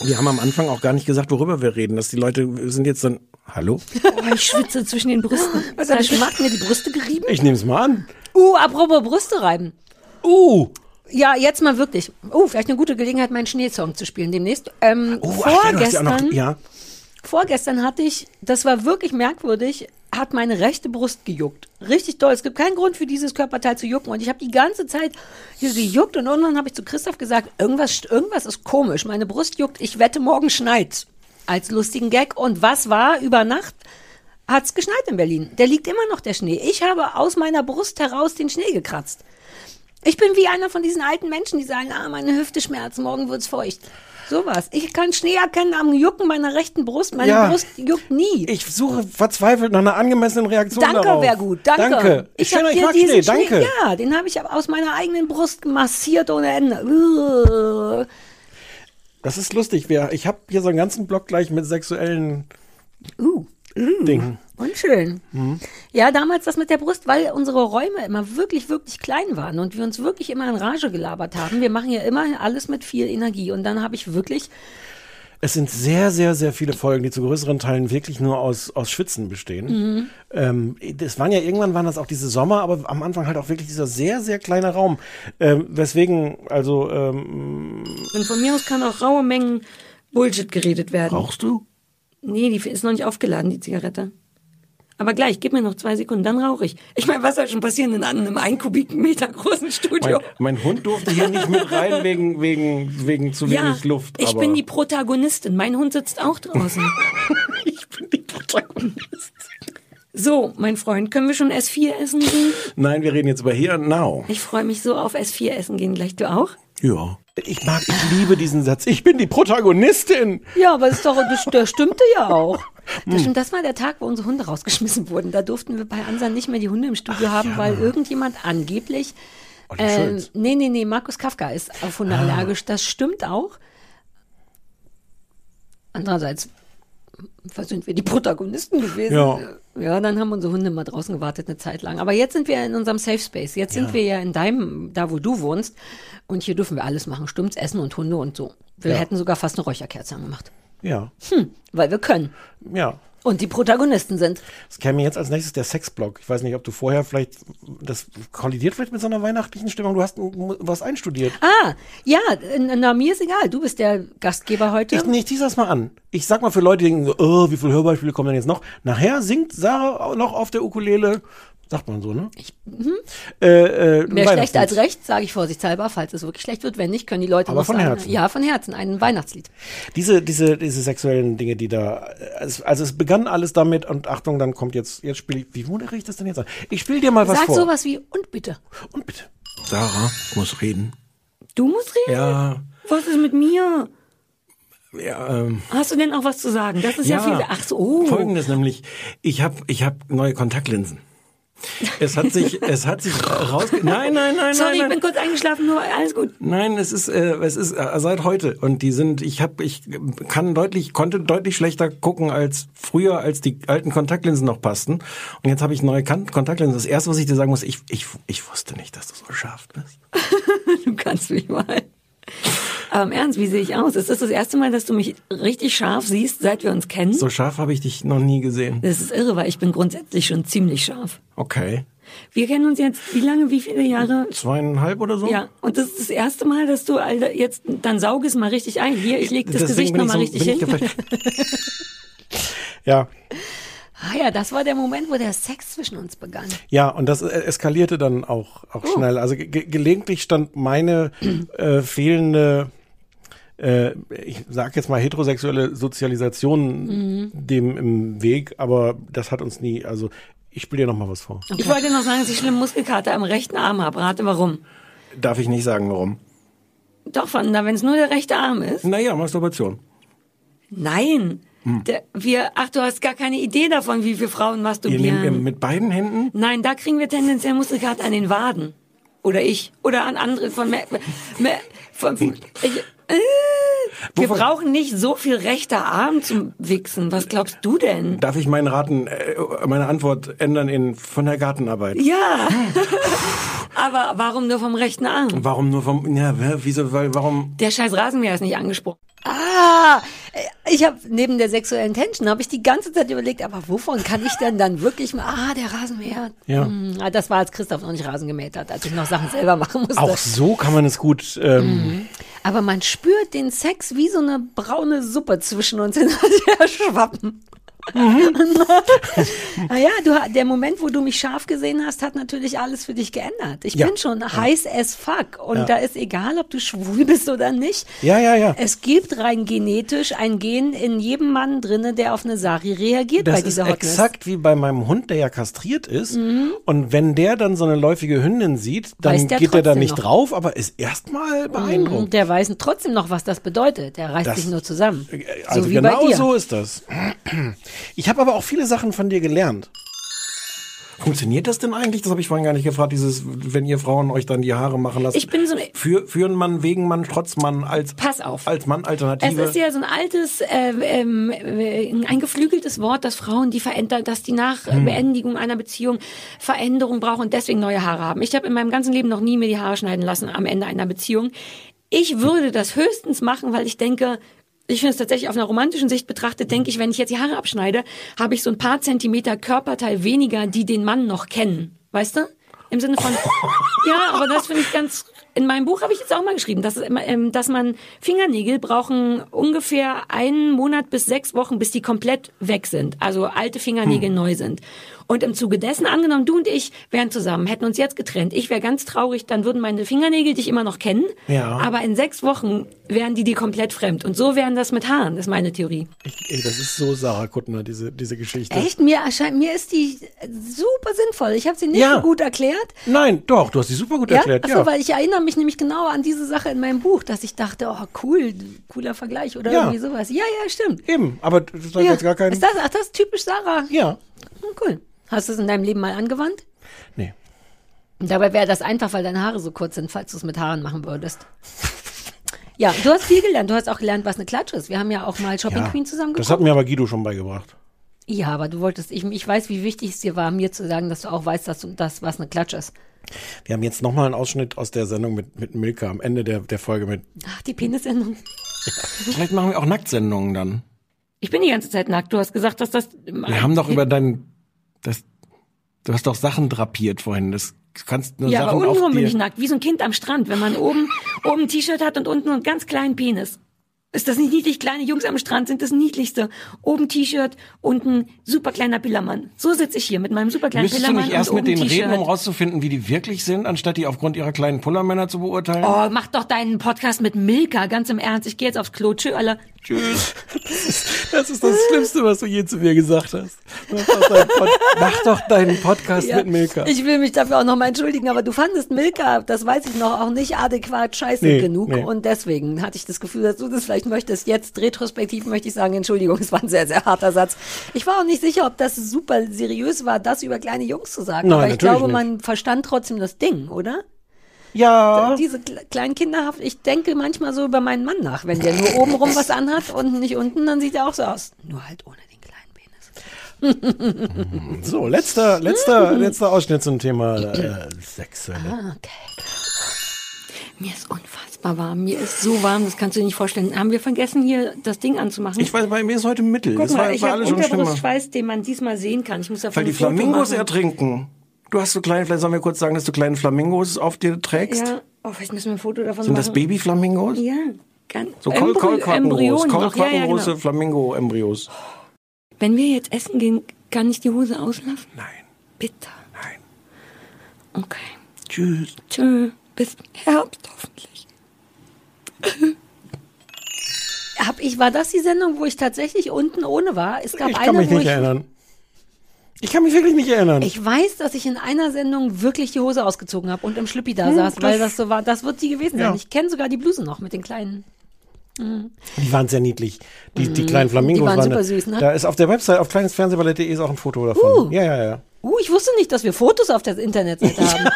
Wir haben am Anfang auch gar nicht gesagt, worüber wir reden, dass die Leute sind jetzt dann. Hallo?
Oh, ich schwitze zwischen den Brüsten.
Was hab ich gemacht? Mir die Brüste gerieben?
Also Ich nehme es mal an.
Uh, apropos Brüste reiben.
Uh!
Ja, jetzt mal wirklich. Uh, vielleicht eine gute Gelegenheit, meinen Schneesong zu spielen demnächst. Ähm,
Oh, ach, ja, du hast ja
vorgestern,
auch noch, ja.
vorgestern hatte ich, das war wirklich merkwürdig, hat meine rechte Brust gejuckt. Richtig doll. Es gibt keinen Grund für dieses Körperteil zu jucken. Und ich habe die ganze Zeit hier gejuckt und irgendwann habe ich zu Christoph gesagt, irgendwas, st- irgendwas ist komisch. Meine Brust juckt. Ich wette, morgen schneit. Als lustigen Gag. Und was war über Nacht? Hat's geschneit in Berlin. Der liegt immer noch der Schnee. Ich habe aus meiner Brust heraus den Schnee gekratzt. Ich bin wie einer von diesen alten Menschen, die sagen, ah, meine Hüfte schmerzt, morgen wird's feucht. Sowas. Ich kann Schnee erkennen am Jucken meiner rechten Brust. Meine
Ja.
Brust juckt nie.
Ich suche verzweifelt nach einer angemessenen Reaktion
danke
darauf.
wäre gut. Danke.
Danke.
Ich,
Schön,
hab
ich
dir
mag
diesen
Schnee. Danke.
Ja, den habe ich ab- aus meiner eigenen Brust massiert ohne Ende. Uh. Uah.
Das ist lustig. Wir, ich habe hier so einen ganzen Block gleich mit sexuellen
Uh.
Dingen.
Unschön.
Mhm.
Ja, damals das mit der Brust, weil unsere Räume immer wirklich, wirklich klein waren und wir uns wirklich immer in Rage gelabert haben. Wir machen ja immer alles mit viel Energie. Und dann habe ich wirklich
Es sind sehr, sehr, sehr viele Folgen, die zu größeren Teilen wirklich nur aus, aus Schwitzen bestehen. Ähm, das waren ja irgendwann waren das auch diese Sommer, aber am Anfang halt auch wirklich dieser sehr, sehr kleine Raum. Ähm, weswegen, also ähm,
Und von mir aus kann auch raue Mengen Bullshit geredet werden.
Brauchst du?
Nee, die ist noch nicht aufgeladen, die Zigarette. Aber gleich, gib mir noch zwei Sekunden, dann rauche ich. Ich meine, was soll schon passieren in einem ein Kubikmeter großen
Mein,
Studio?
mein Hund durfte hier nicht mit rein wegen, wegen, wegen zu
ja,
wenig Luft.
ich
aber
bin die Protagonistin. Mein Hund sitzt auch draußen.
ich bin die Protagonistin.
so, mein Freund, können wir schon S4 essen gehen?
Nein, wir reden jetzt über Here and Now.
Ich freue mich so auf S4 essen gehen. Gleich du auch?
Ja.
ich mag, ich liebe diesen Satz. Ich bin die Protagonistin.
Ja, aber das ist doch, das, das stimmte ja auch.
Hm.
Das, stimmt, das war der Tag, wo unsere Hunde rausgeschmissen wurden. Da durften wir bei Ansan nicht mehr die Hunde im Studio haben, weil irgendjemand angeblich.
Olli
Ähm,
Oh, Schulz. Ah.
nee, nee, nee, Markus Kafka ist auf Hunde allergisch. Das stimmt auch. Andererseits, was sind wir die Protagonisten gewesen?
Ja.
ja, dann haben unsere Hunde mal draußen gewartet eine Zeit lang. Aber jetzt sind wir in unserem Safe Space. Jetzt sind wir ja in deinem, da wo du wohnst. Und hier dürfen wir alles machen. Stimmt's, Essen und Hunde und so. Hm, Wir hätten sogar fast eine Räucherkerze angemacht.
Ja,
Weil wir können.
ja.
Und die Protagonisten sind.
Es käme jetzt als nächstes der Sexblock. Ich weiß nicht, ob du vorher vielleicht, das kollidiert vielleicht mit so einer weihnachtlichen Stimmung. Du hast ein- was einstudiert.
Ah, ja, na, na, mir ist egal. Du bist der Gastgeber heute.
Ich, nee, ich tease das mal an. Ich sag mal für Leute, die denken, so, oh, wie viele Hörbeispiele kommen denn jetzt noch? Nachher singt Sarah auch noch auf der Ukulele, sagt man so, ne? äh, äh,
mhm. Mehr schlecht als
Weihnachtslied.
recht, sage ich vorsichtshalber, falls es wirklich schlecht wird. Wenn nicht, können die Leute
Aber
noch
von
sagen,
Herzen.
Ja, von Herzen. Ein Weihnachtslied.
Diese, diese, diese sexuellen Dinge, die da. Also, also es begann alles damit und Achtung, dann kommt jetzt, jetzt spiele ich. Wie moderiere ich das denn jetzt an? Ich spiele dir mal was
Sag
vor.
sowas wie, und bitte.
Sarah muss reden.
Du musst reden?
Ja,
Was ist mit mir?
ja ähm,
Hast du denn auch was zu sagen? Das ist ja,
Ja.
viel. Ach so, oh.
folgendes nämlich. Ich habe ich hab neue Kontaktlinsen. Es hat sich, es hat sich rausge... Nein, nein, nein,
Sorry, ich
nein,
bin
nein.
kurz eingeschlafen, nur alles gut.
Nein, es ist, äh, es ist äh, seit heute und die sind, ich habe, ich kann deutlich, konnte deutlich schlechter gucken als früher, als die alten Kontaktlinsen noch passten. Und jetzt habe ich neue Kan Kontaktlinsen. Das erste, was ich dir sagen muss, ich, ich, ich wusste nicht, dass du so scharf bist.
Du kannst mich mal. Aber im Ernst, wie sehe ich aus? Ist das das erste Mal, dass du mich richtig scharf siehst, seit wir uns kennen?
So scharf habe ich dich noch nie gesehen.
Das ist irre, weil ich bin grundsätzlich schon ziemlich scharf.
Okay.
Wir kennen uns jetzt wie lange, wie viele Jahre?
Zweieinhalb oder so?
Ja, und das ist das erste Mal, dass du Alter, jetzt, dann saug es mal richtig ein. Hier, ich leg das Gesicht
bin ich
nochmal mal
so-
richtig
bin ich
hin.
geflasht.
Ja,
Ah ja, das war der Moment, wo der Sex zwischen uns begann.
ja, und das äh, eskalierte dann auch, auch
Oh.
schnell. Also ge ge- gelegentlich stand meine äh, fehlende, äh, ich sag jetzt mal heterosexuelle Sozialisation
Mhm.
dem im Weg, aber das hat uns nie, also ich spiele dir noch mal was vor.
Ich wollte noch sagen, dass ich schlimm Muskelkater am rechten Arm habe. Rate warum.
Darf ich nicht sagen, warum.
Doch, von da, wenn es nur der rechte Arm ist.
Naja, Masturbation.
Nein. Der, wir, ach, du hast gar keine Idee davon, wie wir Frauen
Hm. Ihr nehmt ihr
masturbieren.
mit beiden Händen?
Nein, da kriegen wir tendenziell Muskelkater an den Waden. Oder ich. Oder an andere von mehr, mehr von, ich, äh, wir
Wovon-
brauchen nicht so viel rechter Arm zum Wichsen. Was glaubst du denn?
Darf ich meinen Raten, äh, meine Antwort ändern in von der Gartenarbeit?
Ja. Aber warum nur vom rechten Arm?
Warum nur vom, ja, hä, wieso, weil, warum?
Der scheiß Rasenmäher ist nicht angesprochen.
Ah, ich habe neben der sexuellen Tension habe ich die ganze Zeit überlegt, aber wovon kann ich denn dann wirklich mal? Ah, der Rasenmäher.
Ja.
Hm, ah, das war, als Christoph noch nicht Rasen gemäht hat, als ich noch Sachen selber machen musste.
Auch so kann man es gut.
Mhm,
Ähm,
Aber man spürt den Sex wie so eine braune Suppe zwischen uns hinterher schwappen.
Mhm.
naja, du, ha- der Moment, wo du mich scharf gesehen hast, hat natürlich alles für dich geändert. Ich
Ja.
bin schon heiß as fuck und
Ja.
da ist egal, ob du schwul bist oder nicht.
Ja, ja, ja.
Es gibt rein genetisch ein Gen in jedem Mann drinne, der auf eine Sari reagiert bei
Das ist
dieser Hotness. Mhm.
exakt wie bei meinem Hund, der ja kastriert ist. Und wenn der dann so eine läufige Hündin sieht,
Weiß
dann
der
geht er da
trotzdem
nicht
noch.
drauf, aber ist erstmal
Und
beeindruckt.
der weiß trotzdem noch, was das bedeutet. Der reißt
Das-
sich nur zusammen.
Also
so wie
genau
bei dir.
so ist das. Ich habe aber auch viele Sachen von dir gelernt.
Funktioniert das denn eigentlich? Das habe ich vorhin gar nicht gefragt, dieses, wenn ihr Frauen euch dann die Haare machen lassen.
Ich bin so eine-
Für, für einen Mann, wegen Mann, trotz Mann, als.
Pass auf.
Als Mann,
Es
Alternative.
ist ja so ein altes, äh, ähm, äh, ein geflügeltes Wort, dass Frauen, die verändern, dass die nach äh, Beendigung einer Beziehung Veränderung brauchen und deswegen neue Haare haben. Ich habe in meinem ganzen Leben noch nie mir die Haare schneiden lassen am Ende einer Beziehung. Ich würde das höchstens machen, weil ich denke, ich finde es tatsächlich auf einer romantischen Sicht betrachtet, denke ich, wenn ich jetzt die Haare abschneide, habe ich so ein paar Zentimeter Körperteil weniger, die den Mann noch kennen. Weißt du? Im Sinne von, ja, aber das finde ich ganz, in meinem Buch habe ich jetzt auch mal geschrieben, dass, es immer, ähm, dass man Fingernägel brauchen ungefähr einen Monat bis sechs Wochen, bis die komplett weg sind. Also alte Fingernägel neu sind. Und im Zuge dessen, angenommen, du und ich wären zusammen, hätten uns jetzt getrennt, ich wäre ganz traurig, dann würden meine Fingernägel dich immer noch kennen.
Ja.
Aber in sechs Wochen wären die dir komplett fremd. Und so wären das mit Haaren, ist meine Theorie.
Ich, ey, das ist so Sarah Kuttner, diese, diese Geschichte.
Echt? Mir erscheint, mir ist die super sinnvoll. Ich habe sie nicht
Ja.
so gut erklärt.
Nein, doch, du hast sie super gut erklärt.
ja? Achso,
Ja.
weil ich erinnere mich nämlich genau an diese Sache in meinem Buch, dass ich dachte, oh cool, cooler Vergleich oder
Ja.
irgendwie sowas. Ja, ja, stimmt.
Eben, aber das hat
Ja.
jetzt gar keinen.
Ist das, ach, das ist typisch Sarah.
ja.
Hm, Cool. Hast du es in deinem Leben mal angewandt?
Nee.
Und dabei wäre das einfach, weil deine Haare so kurz sind, falls du es mit Haaren machen würdest. Ja, du hast viel gelernt. Du hast auch gelernt, was eine Klatsche ist. Wir haben ja auch mal Shopping
ja.
Queen zusammen
Das hat mir aber Guido schon beigebracht.
Ja, aber du wolltest, ich, ich weiß, wie wichtig es dir war, mir zu sagen, dass du auch weißt, dass du das, was eine Klatsche ist.
Wir haben jetzt nochmal einen Ausschnitt aus der Sendung mit, mit Milka am Ende der, der Folge mit.
Ach, die Penisendung.
Vielleicht machen wir auch Nacktsendungen dann.
Ich bin die ganze Zeit nackt. Du hast gesagt, dass das.
Wir haben doch über dein, das, du hast doch Sachen drapiert vorhin. Das du kannst nur
ja,
Sachen
aber
auf
untenrum
dir.
bin ich nackt, wie so ein Kind am Strand, wenn man oben, oben ein T-Shirt hat und unten einen ganz kleinen Penis. Ist das nicht niedlich? Kleine Jungs am Strand sind das niedlichste. Oben T-Shirt, unten super kleiner Pillermann. So sitze ich hier mit meinem super kleinen
Müsstest du
Pillermann
nicht erst
und oben
mit denen
T-Shirt.
reden, um rauszufinden, wie die wirklich sind, anstatt die aufgrund ihrer kleinen Pullermänner zu beurteilen?
Oh, mach doch deinen Podcast mit Milka, ganz im Ernst. Ich gehe jetzt aufs Klo. Tschö, alle.
Tschüss. Das ist das Schlimmste, was du je zu mir gesagt hast. Mach doch deinen, Pod Mach doch deinen Podcast
Ja.
mit Milka.
Ich will mich dafür auch nochmal entschuldigen, aber du fandest Milka, das weiß ich noch, auch nicht adäquat scheiße
Nee,
genug.
nee.
Und deswegen hatte ich das Gefühl, dass du das vielleicht möchtest. Jetzt retrospektiv möchte ich sagen, Entschuldigung, es war ein sehr, sehr harter Satz. Ich war auch nicht sicher, ob das super seriös war, das über kleine Jungs zu sagen.
Nein,
aber ich
natürlich
glaube,
nicht.
man verstand trotzdem das Ding, oder?
ja.
Diese kle- kleinen Kinderhaft, ich denke manchmal so über meinen Mann nach. Wenn der nur obenrum was anhat und nicht unten, dann sieht er auch so aus. Nur halt ohne den kleinen Penis.
So, letzter, letzter,
Mhm.
letzter Ausschnitt zum Thema äh, sexuelle.
Mir ist unfassbar warm. Mir ist so warm, das kannst du dir nicht vorstellen. Haben wir vergessen, hier das Ding anzumachen?
Ich weiß, bei mir ist heute Mittel.
Guck
das
mal,
war,
ich
war
habe
alles schon schlimmer.
Unterbrustschweiß, den man diesmal sehen kann. Ich muss davon
Weil die
ein Foto
Flamingos
machen.
ertrinken. Du hast so kleine, vielleicht sollen wir kurz sagen, dass du kleine Flamingos auf dir trägst?
Ja, oh, vielleicht müssen wir ein Foto davon
Sind
machen.
das Babyflamingos?
Ja, ganz
So Kol-
Embry-
Kolquattenros,
Embryonen noch. Ja, ja,
Kolquattenrose
genau.
Flamingo-Embryos.
Wenn wir jetzt essen gehen, kann ich die Hose auslassen?
Nein,
Bitte.
nein.
Okay.
Tschüss.
Tschö. Bis Herbst hoffentlich.
Hab ich, war das die Sendung, wo ich tatsächlich unten ohne war? Es gab
Ich
eine,
kann mich
wo
nicht
ich
erinnern. Ich kann mich wirklich nicht erinnern.
Ich weiß, dass ich in einer Sendung wirklich die Hose ausgezogen habe und im Schlüppi da saß, weil das so war. Das wird die gewesen sein.
Hm, Ja.
Ich kenne sogar die Bluse noch mit den kleinen.
Die waren sehr niedlich. Die, die kleinen Flamingos
Die waren super
da-
süß, ne?
Da ist auf der Website, auf kleinesfernsehballett.de ist auch ein Foto davon. Ja, ja, ja.
Uh, ich wusste nicht, dass wir Fotos auf der Internetseite haben.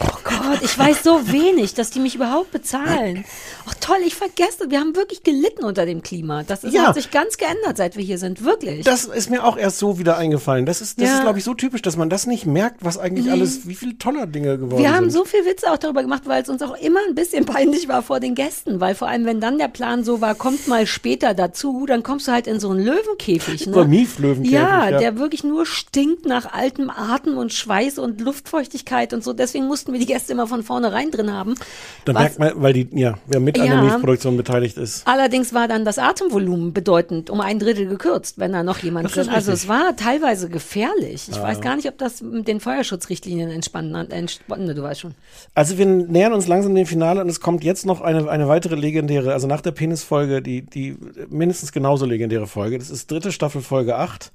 Oh Gott, ich weiß so wenig, dass die mich überhaupt bezahlen. Ach toll, ich vergesse, wir haben wirklich gelitten unter dem Klima. Das ist,
Ja.
hat sich ganz geändert, seit wir hier sind. Wirklich.
Das ist mir auch erst so wieder eingefallen. Das ist, das
Ja.
ist glaube ich, so typisch, dass man das nicht merkt, was eigentlich alles, wie viele toller Dinge geworden
Wir haben
sind.
so viel Witze auch darüber gemacht, weil es uns auch immer ein bisschen peinlich war vor den Gästen, weil vor allem, wenn dann der Plan so war, kommt mal später dazu, dann kommst du halt in so einen Löwenkäfig. Ne?
So ein Mieflöwenkäfig,
Ja,
ja.
der wirklich nur stinkt nach altem Atem und Schweiß und Luftfeuchtigkeit und so. Deswegen mussten wir die Gäste immer von vornherein drin haben.
da
Was-
merkt man, weil die, ja, wer mit an der
Ja.
Milchproduktion beteiligt ist.
Allerdings war dann das Atemvolumen bedeutend um ein Drittel gekürzt, wenn da noch jemand
Das
drin.
ist
Also es
richtig.
war teilweise gefährlich. Ich weiß gar nicht, ob das mit den Feuerschutzrichtlinien entspannen hat. Entspannen, du weißt schon.
Also wir nähern uns langsam dem Finale und es kommt jetzt noch eine, eine weitere legendäre, also nach der Penis-Folge, die, die mindestens genauso legendäre Folge. Das ist dritte Staffel Folge 8.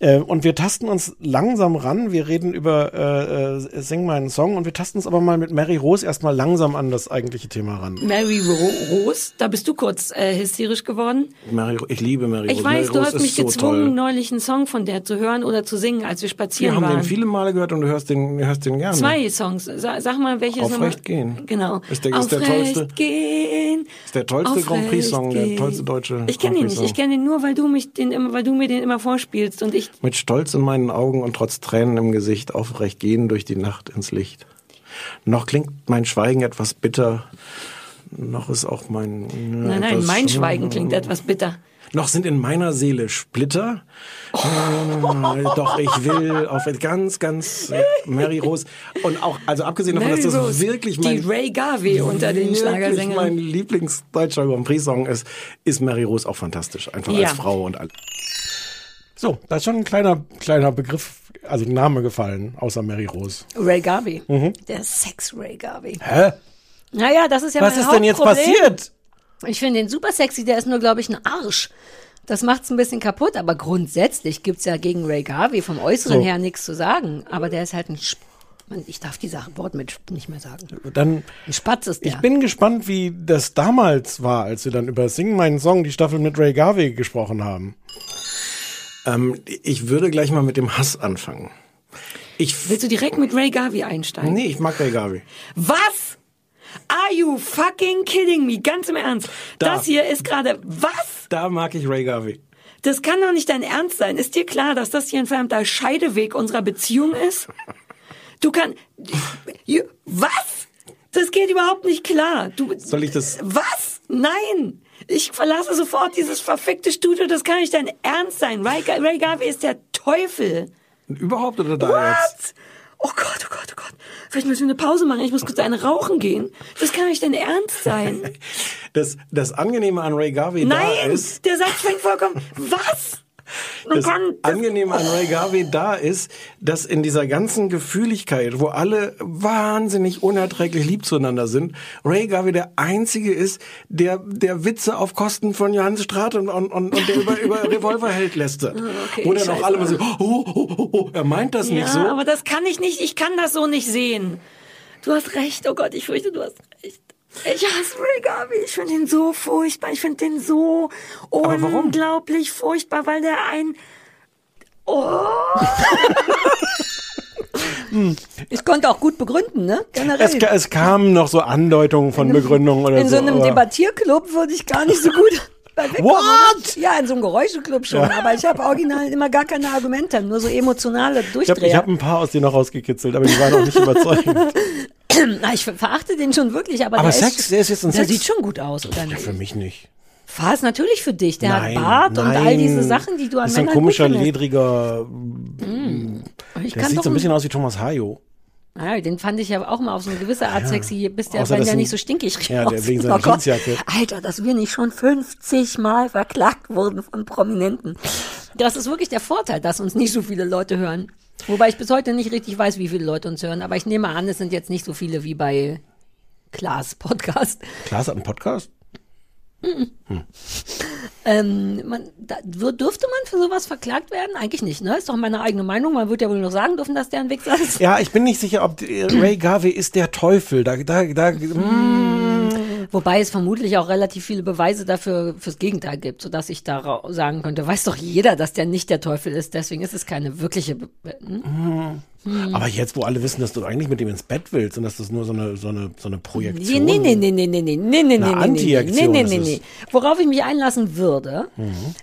Äh, und wir tasten uns langsam ran. Wir reden über äh, äh, Sing meinen Song und wir tasten uns aber mal mit Mary Rose erstmal langsam an das eigentliche Thema ran.
Mary Ro Rose, da bist du kurz äh, hysterisch geworden.
Mary, ich liebe Mary
Ich
Rose.
weiß,
Mary
du
Rose
hast
ist
mich
so
gezwungen,
Toll.
neulich einen Song von der zu hören oder zu singen, als wir
Wir
spazieren
haben
waren.
den viele Male gehört und du hörst den, hörst den gerne.
Zwei Songs. Sa sag mal, welches
Aufrecht
nochmal?
gehen.
Genau.
Ist der- ist der
Aufrecht
tollste-
gehen.
Ist der tollste
Aufrecht
Grand Prix-Song, der
gehen.
tollste deutsche
Ich kenne ihn
Grand
nicht.
Prix-Song.
Ich kenne ihn nur, weil du mich den immer, weil du mir den immer vorspielst und ich.
Mit Stolz in meinen Augen und trotz Tränen im Gesicht aufrecht gehen durch die Nacht ins Licht. Noch klingt mein Schweigen etwas bitter. Noch ist auch mein. äh,
Nein, nein,
etwas-
mein Schweigen klingt etwas bitter.
Noch sind in meiner Seele Splitter. Äh, doch ich will auf ganz, ganz äh, Mary Rose. Und auch, also abgesehen davon,
Mary
dass das
Rose,
wirklich
die
mein.
Ray Garvey unter den
wirklich
Schlagersängern.
Mein Lieblingsdeutscher Grand Prix-Song ist, ist Mary Rose auch fantastisch. Einfach
Ja.
als Frau und alles.
So, da ist schon ein kleiner, kleiner Begriff, also Name gefallen, außer Mary Rose.
Ray Garvey.
Mhm.
Der Sex Ray Garvey.
Hä?
Naja, das ist ja
Was
mein
ist denn jetzt
Hauptproblem.
passiert?
Ich finde den super sexy, der ist nur, glaube ich, ein Arsch. Das macht's ein bisschen kaputt, aber grundsätzlich gibt's ja gegen Ray Garvey vom Äußeren
So.
her nichts zu sagen. Aber der ist halt ein Sp Mann, Ich darf die Sache Wort mit Sp nicht mehr sagen.
Dann
Ein Spatz ist der.
Ich bin gespannt, wie das damals war, als wir dann über Sing meinen Song, die Staffel mit Ray Garvey gesprochen haben.
Ähm, ich würde gleich mal mit dem Hass anfangen. Ich. f-
Willst du direkt mit Ray Garvey einsteigen?
Nee, ich mag Ray Garvey.
Was? Are you fucking kidding me? Ganz im Ernst.
Da.
Das hier ist gerade. Was?
Da mag ich Ray Garvey.
Das kann doch nicht dein Ernst sein. Ist dir klar, dass das hier ein verdammter Scheideweg unserer Beziehung ist? Du kannst. Was? Das geht überhaupt nicht klar. Du,
Soll ich das-
Was? Nein! Ich verlasse sofort dieses verfickte Studio, das kann nicht dein Ernst sein. Ray, Ga- Ray Garvey ist der Teufel.
Überhaupt oder da
What?
jetzt?
Oh Gott, oh Gott, oh Gott. Vielleicht müssen wir eine Pause machen. Ich muss kurz eine rauchen gehen. Das kann nicht dein Ernst sein.
Das, das Angenehme an Ray Garvey da
Nein,
ist,
der Satz fängt vollkommen. Was? Man
das
kann-
Angenehme an Ray Garvey da ist, dass in dieser ganzen Gefühligkeit, wo alle wahnsinnig unerträglich lieb zueinander sind, Ray Garvey der Einzige ist, der, der Witze auf Kosten von Johannes Straat und, und, und, und der über, über Revolverheld lästert.
okay,
Oder noch
scheiße.
alle mal so, oh, oh, oh, oh, er meint das
Ja,
nicht so.
aber das kann ich nicht. Ich kann das so nicht sehen. Du hast recht. Oh Gott, ich fürchte, du hast recht. Ich hasse Ray Garvey. Ich finde ihn so furchtbar. Ich finde den so
warum?
unglaublich furchtbar, weil der ein... Oh,
Ich konnte auch gut begründen, ne? Generell.
Es, ka- es kamen noch so Andeutungen von Begründungen oder
in so
so.
einem
aber-
Debattierclub würde ich gar nicht so gut bei wegkommen.
What?
Ja, in so einem Geräuscheclub schon. Aber ich habe original immer gar keine Argumente, nur so emotionale
ich habe
Durchdreher.
ich hab ein paar aus dir noch rausgekitzelt, aber die waren noch nicht überzeugend.
Na, ich ver- verachte den schon wirklich, aber,
Aber
der
Sex,
ist,
der ist jetzt ein
der
Sex.
sieht schon gut aus, oder
Ja,
nicht?
für mich nicht.
Was? Natürlich für dich. Der
Nein,
hat Bart und all
nein.
diese Sachen, die du an
Das ist ein
Männern
komischer,
gut findest.
ledriger.
Ich
Der
kann
sieht
doch
so ein
ein-
bisschen aus wie Thomas Hayo.
Ah, den fand ich ja auch mal auf so eine gewisse Art sexy, bis der
Ah Außer,
dann
dass
ja
ein-
nicht so stinkig
Ja, der
raus-
wegen seiner
Oh Gott.
Jeansjacke.
Alter, dass wir nicht schon 50 Mal verklagt wurden von Prominenten. Das ist wirklich der Vorteil, dass uns nicht so viele Leute hören. Wobei ich bis heute nicht richtig weiß, wie viele Leute uns hören, aber ich nehme an, es sind jetzt nicht so viele wie bei Klaas Podcast.
Klaas hat einen Podcast?
Ähm, man, da, wür- dürfte man für sowas verklagt werden? Eigentlich nicht, ne? Ist doch meine eigene Meinung. Man wird ja wohl noch sagen dürfen, dass der ein Wichser ist.
Ja, ich bin nicht sicher, ob die- äh, Ray Garvey ist der Teufel. Da, da, da, mm.
Wobei es vermutlich auch relativ viele Beweise dafür fürs Gegenteil gibt, sodass ich da ra- sagen könnte, weiß doch jeder, dass der nicht der Teufel ist, deswegen ist es keine wirkliche. Be Be- hm?
Aber jetzt, wo alle wissen, dass du eigentlich mit ihm ins Bett willst und dass das nur so eine, so eine, so eine
Nee,
Projektion
nee, nee, nee, nee, nee, nee, nee, nee, nee,
Eine
nee, nee, nee,
Antiaktion
nee,
ist
nee,
es. Mhm.
nee. Worauf ich mich einlassen würde,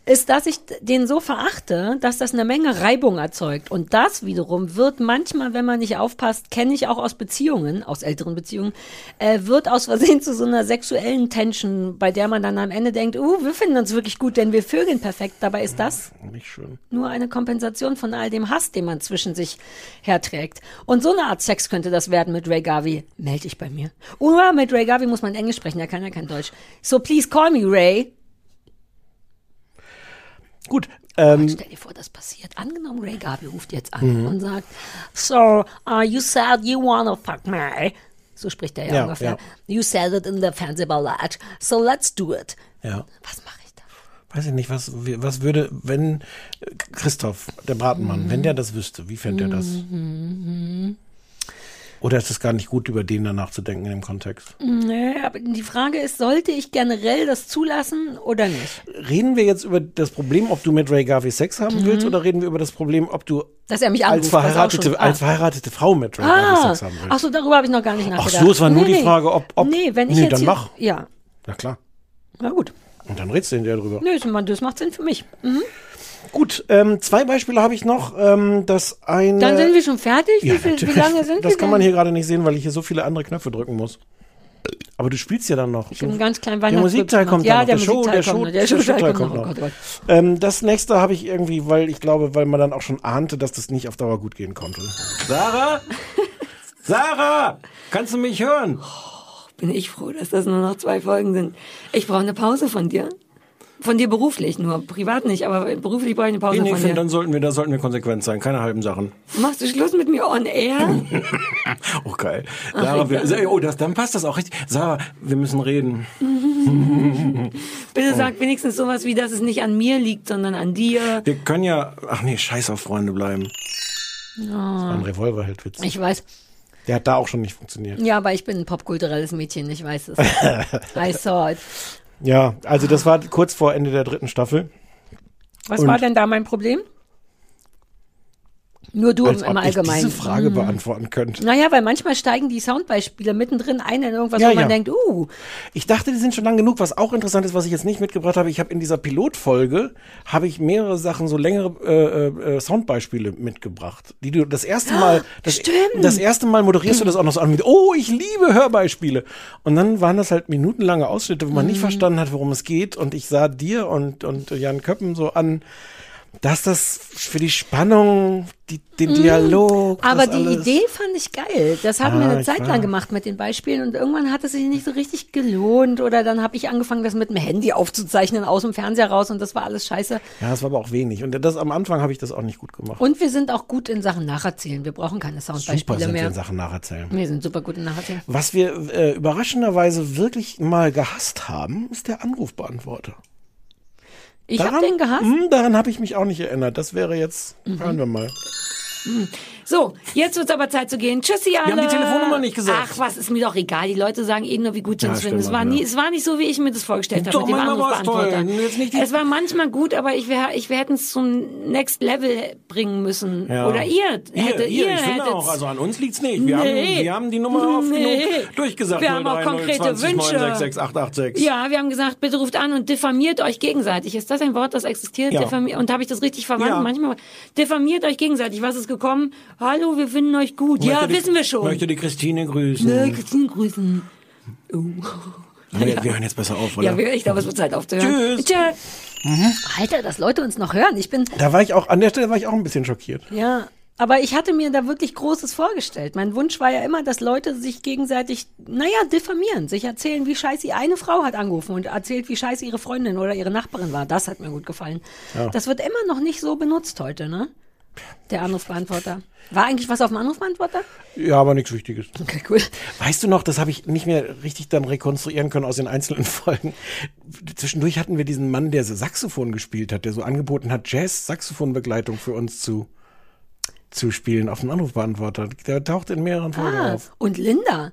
ist, dass ich d- den so verachte, dass das eine Menge Reibung erzeugt. Und das wiederum wird manchmal, wenn man nicht aufpasst, kenne ich auch aus Beziehungen, aus älteren Beziehungen, äh, wird aus Versehen zu so einer sexuellen Tension, bei der man dann am Ende denkt, uh, wir finden uns wirklich gut, denn wir vögeln perfekt. Dabei ist das
Nicht schön.
nur eine Kompensation von all dem Hass, den man zwischen sich herträgt. Und so eine Art Sex könnte das werden mit Ray Garvey. Meld dich bei mir. Oder mit Ray Garvey muss man Englisch sprechen, der kann ja kein Deutsch. So please call me Ray.
Gut. Ähm,
Stell dir vor, das passiert. Angenommen, Ray Garvey ruft jetzt an und sagt, so, uh, you said you wanna fuck me. So spricht er ja,
Ja,
ungefähr.
ja.
You said it in the fancy ballad, so let's do it.
ja.
Was mache ich da?
Weiß ich nicht, was, was würde, wenn äh, Christoph, der Bratenmann, wenn der das wüsste, wie fände er das?
Mhm.
Oder ist es gar nicht gut, über den danach zu denken in dem Kontext?
Nee, aber die Frage ist, sollte ich generell das zulassen oder nicht?
Reden wir jetzt über das Problem, ob du mit Ray Garvey Sex haben
Mhm.
willst, oder reden wir über das Problem, ob du
Dass er mich
als
anruft, was auch schon-
verheiratete,
ah.
als verheiratete Frau mit Ray Garvey
Ah,
Sex haben willst?
ach so, darüber habe ich noch gar nicht nachgedacht.
so, es war nur die Frage, ob- ob-
nee, wenn ich
Nee,
jetzt
dann
hier,
mach.
Ja,
Na klar.
na gut.
Und dann redst du hinterher drüber.
Nö, so, man, das macht Sinn für mich. Mhm.
Gut, ähm, zwei Beispiele habe ich noch. Ähm, das eine.
Dann sind wir schon fertig.
Ja,
wie, viel, wie
natürlich.
lange sind
Das
wir
kann man
denn?
hier gerade nicht sehen, weil ich hier so viele andere Knöpfe drücken muss. Aber du spielst ja dann noch.
Ich habe einen ganz kleinen
der
Weihnachtsrück
Musikteil
gemacht.
kommt
ja,
dann noch.
der,
Show,
Musikteil
der
kommt
Show,
noch. Der Showteil kommt noch. Oh Gott, oh Gott.
Ähm, das nächste habe ich irgendwie, weil ich glaube, weil man dann auch schon ahnte, dass das nicht auf Dauer gut gehen konnte.
Sarah? Sarah! Kannst du mich hören?
oh
bin ich froh, dass das nur noch zwei Folgen sind. Ich brauche eine Pause von dir. Von dir beruflich nur, privat nicht, aber beruflich brauche ich eine Pause
Nee, nee, ich
von dir.
finde, dann sollten wir, da sollten wir konsequent sein. Keine halben Sachen.
Machst du Schluss mit mir on air?
Oh, geil. Sarah, wir, oh, das, dann passt das auch richtig. Sarah, wir müssen reden.
Oh.
Bitte sag wenigstens sowas wie, dass es nicht an mir liegt, sondern an dir.
Wir können ja, ach nee, scheiß auf Freunde bleiben.
Das war ein Revolverheldwitz.
Ich weiß.
Der hat da auch schon nicht funktioniert.
Ja, aber ich bin ein popkulturelles Mädchen. Ich weiß es. I saw it.
Ja, also das war kurz vor Ende der dritten Staffel.
Was
Und-
war denn da mein Problem? Nur du
Als
Um im
ob ich
Allgemeinen.
diese Frage
Hm.
beantworten könnte.
Naja, weil manchmal steigen die Soundbeispiele mittendrin ein in irgendwas,
Ja,
wo man
ja.
denkt, uh,
Ich dachte, die sind schon lang genug. Was auch interessant ist, was ich jetzt nicht mitgebracht habe, ich habe in dieser Pilotfolge habe ich mehrere Sachen, so längere äh, äh, Soundbeispiele mitgebracht, die du das erste Mal, das,
Stimmt.
das erste Mal moderierst du das auch noch so an mit, oh, ich liebe Hörbeispiele. Und dann waren das halt minutenlange Ausschnitte, wo man
Mhm.
nicht verstanden hat, worum es geht. Und ich sah dir und und Jan Köppen so an, dass das für die Spannung, die, den Dialog,
Mhm. aber
das
die
alles-
Idee fand ich geil. Das haben wir
Ah,
eine
ich
Zeit
weiß.
lang gemacht mit den Beispielen und irgendwann hat es sich nicht so richtig gelohnt oder dann habe ich angefangen, das mit dem Handy aufzuzeichnen aus dem Fernseher raus und das war alles scheiße.
Ja, es war aber auch wenig. Und das am Anfang habe ich das auch nicht gut gemacht.
Und wir sind auch gut in Sachen Nacherzählen. Wir brauchen keine
Super
Soundbeispiele
sind wir
mehr.
in Sachen nacherzählen.
Wir sind super gut in Nacherzählen.
Was wir äh, überraschenderweise wirklich mal gehasst haben, ist der Anrufbeantworter.
Ich habe
Daran-
den gehasst. Mhm.
Hm, daran habe ich mich auch nicht erinnert. Das wäre jetzt, hören wir mal.
So, jetzt wird's aber Zeit zu gehen. Tschüssi, alle.
haben die Telefonnummer nicht gesagt.
Ach, was ist mir doch egal. Die Leute sagen eh nur, wie gut sie
Ja,
uns finden.
stimmt,
Es war,
ja.
nie, es war nicht so, wie ich mir das vorgestellt habe.
Doch,
mit dem
manchmal war's toll.
Anrufbeantworter.
Jetzt nicht die-
Es war manchmal gut, aber ich, wär, ich wir hätten es zum Next Level bringen müssen.
Ja.
Oder ihr, hätte,
ihr, ich finde
hättet's.
auch, also an uns liegt's nicht. Wir,
Nee.
haben, wir haben die Nummer oft
Nee.
genug durchgesagt.
Wir haben auch konkrete
030
Wünsche.
966 886.
ja, wir haben gesagt, bitte ruft an und diffamiert euch gegenseitig. Ist das ein Wort, das existiert?
Ja.
Diffami und habe ich das richtig verwandt?
Ja.
Manchmal diffamiert euch gegenseitig. Was ist gekommen? Hallo, wir finden euch gut. ja,
Möchte die-
wissen wir schon.
Möchte die Christine grüßen.
Ne, Christine grüßen. Oh.
Wir, wir hören jetzt besser auf, oder?
Ja, wir- ich glaube, es wird Zeit aufzuhören.
Tschüss.
Tschö. Alter, dass Leute uns noch hören. Ich bin.
Da war ich auch, an der Stelle war ich auch ein bisschen schockiert.
Ja. Aber ich hatte mir da wirklich Großes vorgestellt. Mein Wunsch war ja immer, dass Leute sich gegenseitig, naja, diffamieren, sich erzählen, wie scheiße eine Frau hat angerufen und erzählt, wie scheiße ihre Freundin oder ihre Nachbarin war. Das hat mir gut gefallen. Das wird immer noch nicht so benutzt heute, ne? Der Anrufbeantworter. War eigentlich was auf dem Anrufbeantworter?
Ja, aber nichts Wichtiges.
Okay, cool.
Weißt du noch, das habe ich nicht mehr richtig dann rekonstruieren können aus den einzelnen Folgen. Zwischendurch hatten wir diesen Mann, der so Saxophon gespielt hat, der so angeboten hat, Jazz-Saxophonbegleitung für uns zu, zu spielen auf dem Anrufbeantworter. Der taucht in mehreren Folgen
Ah,
auf.
und Linda.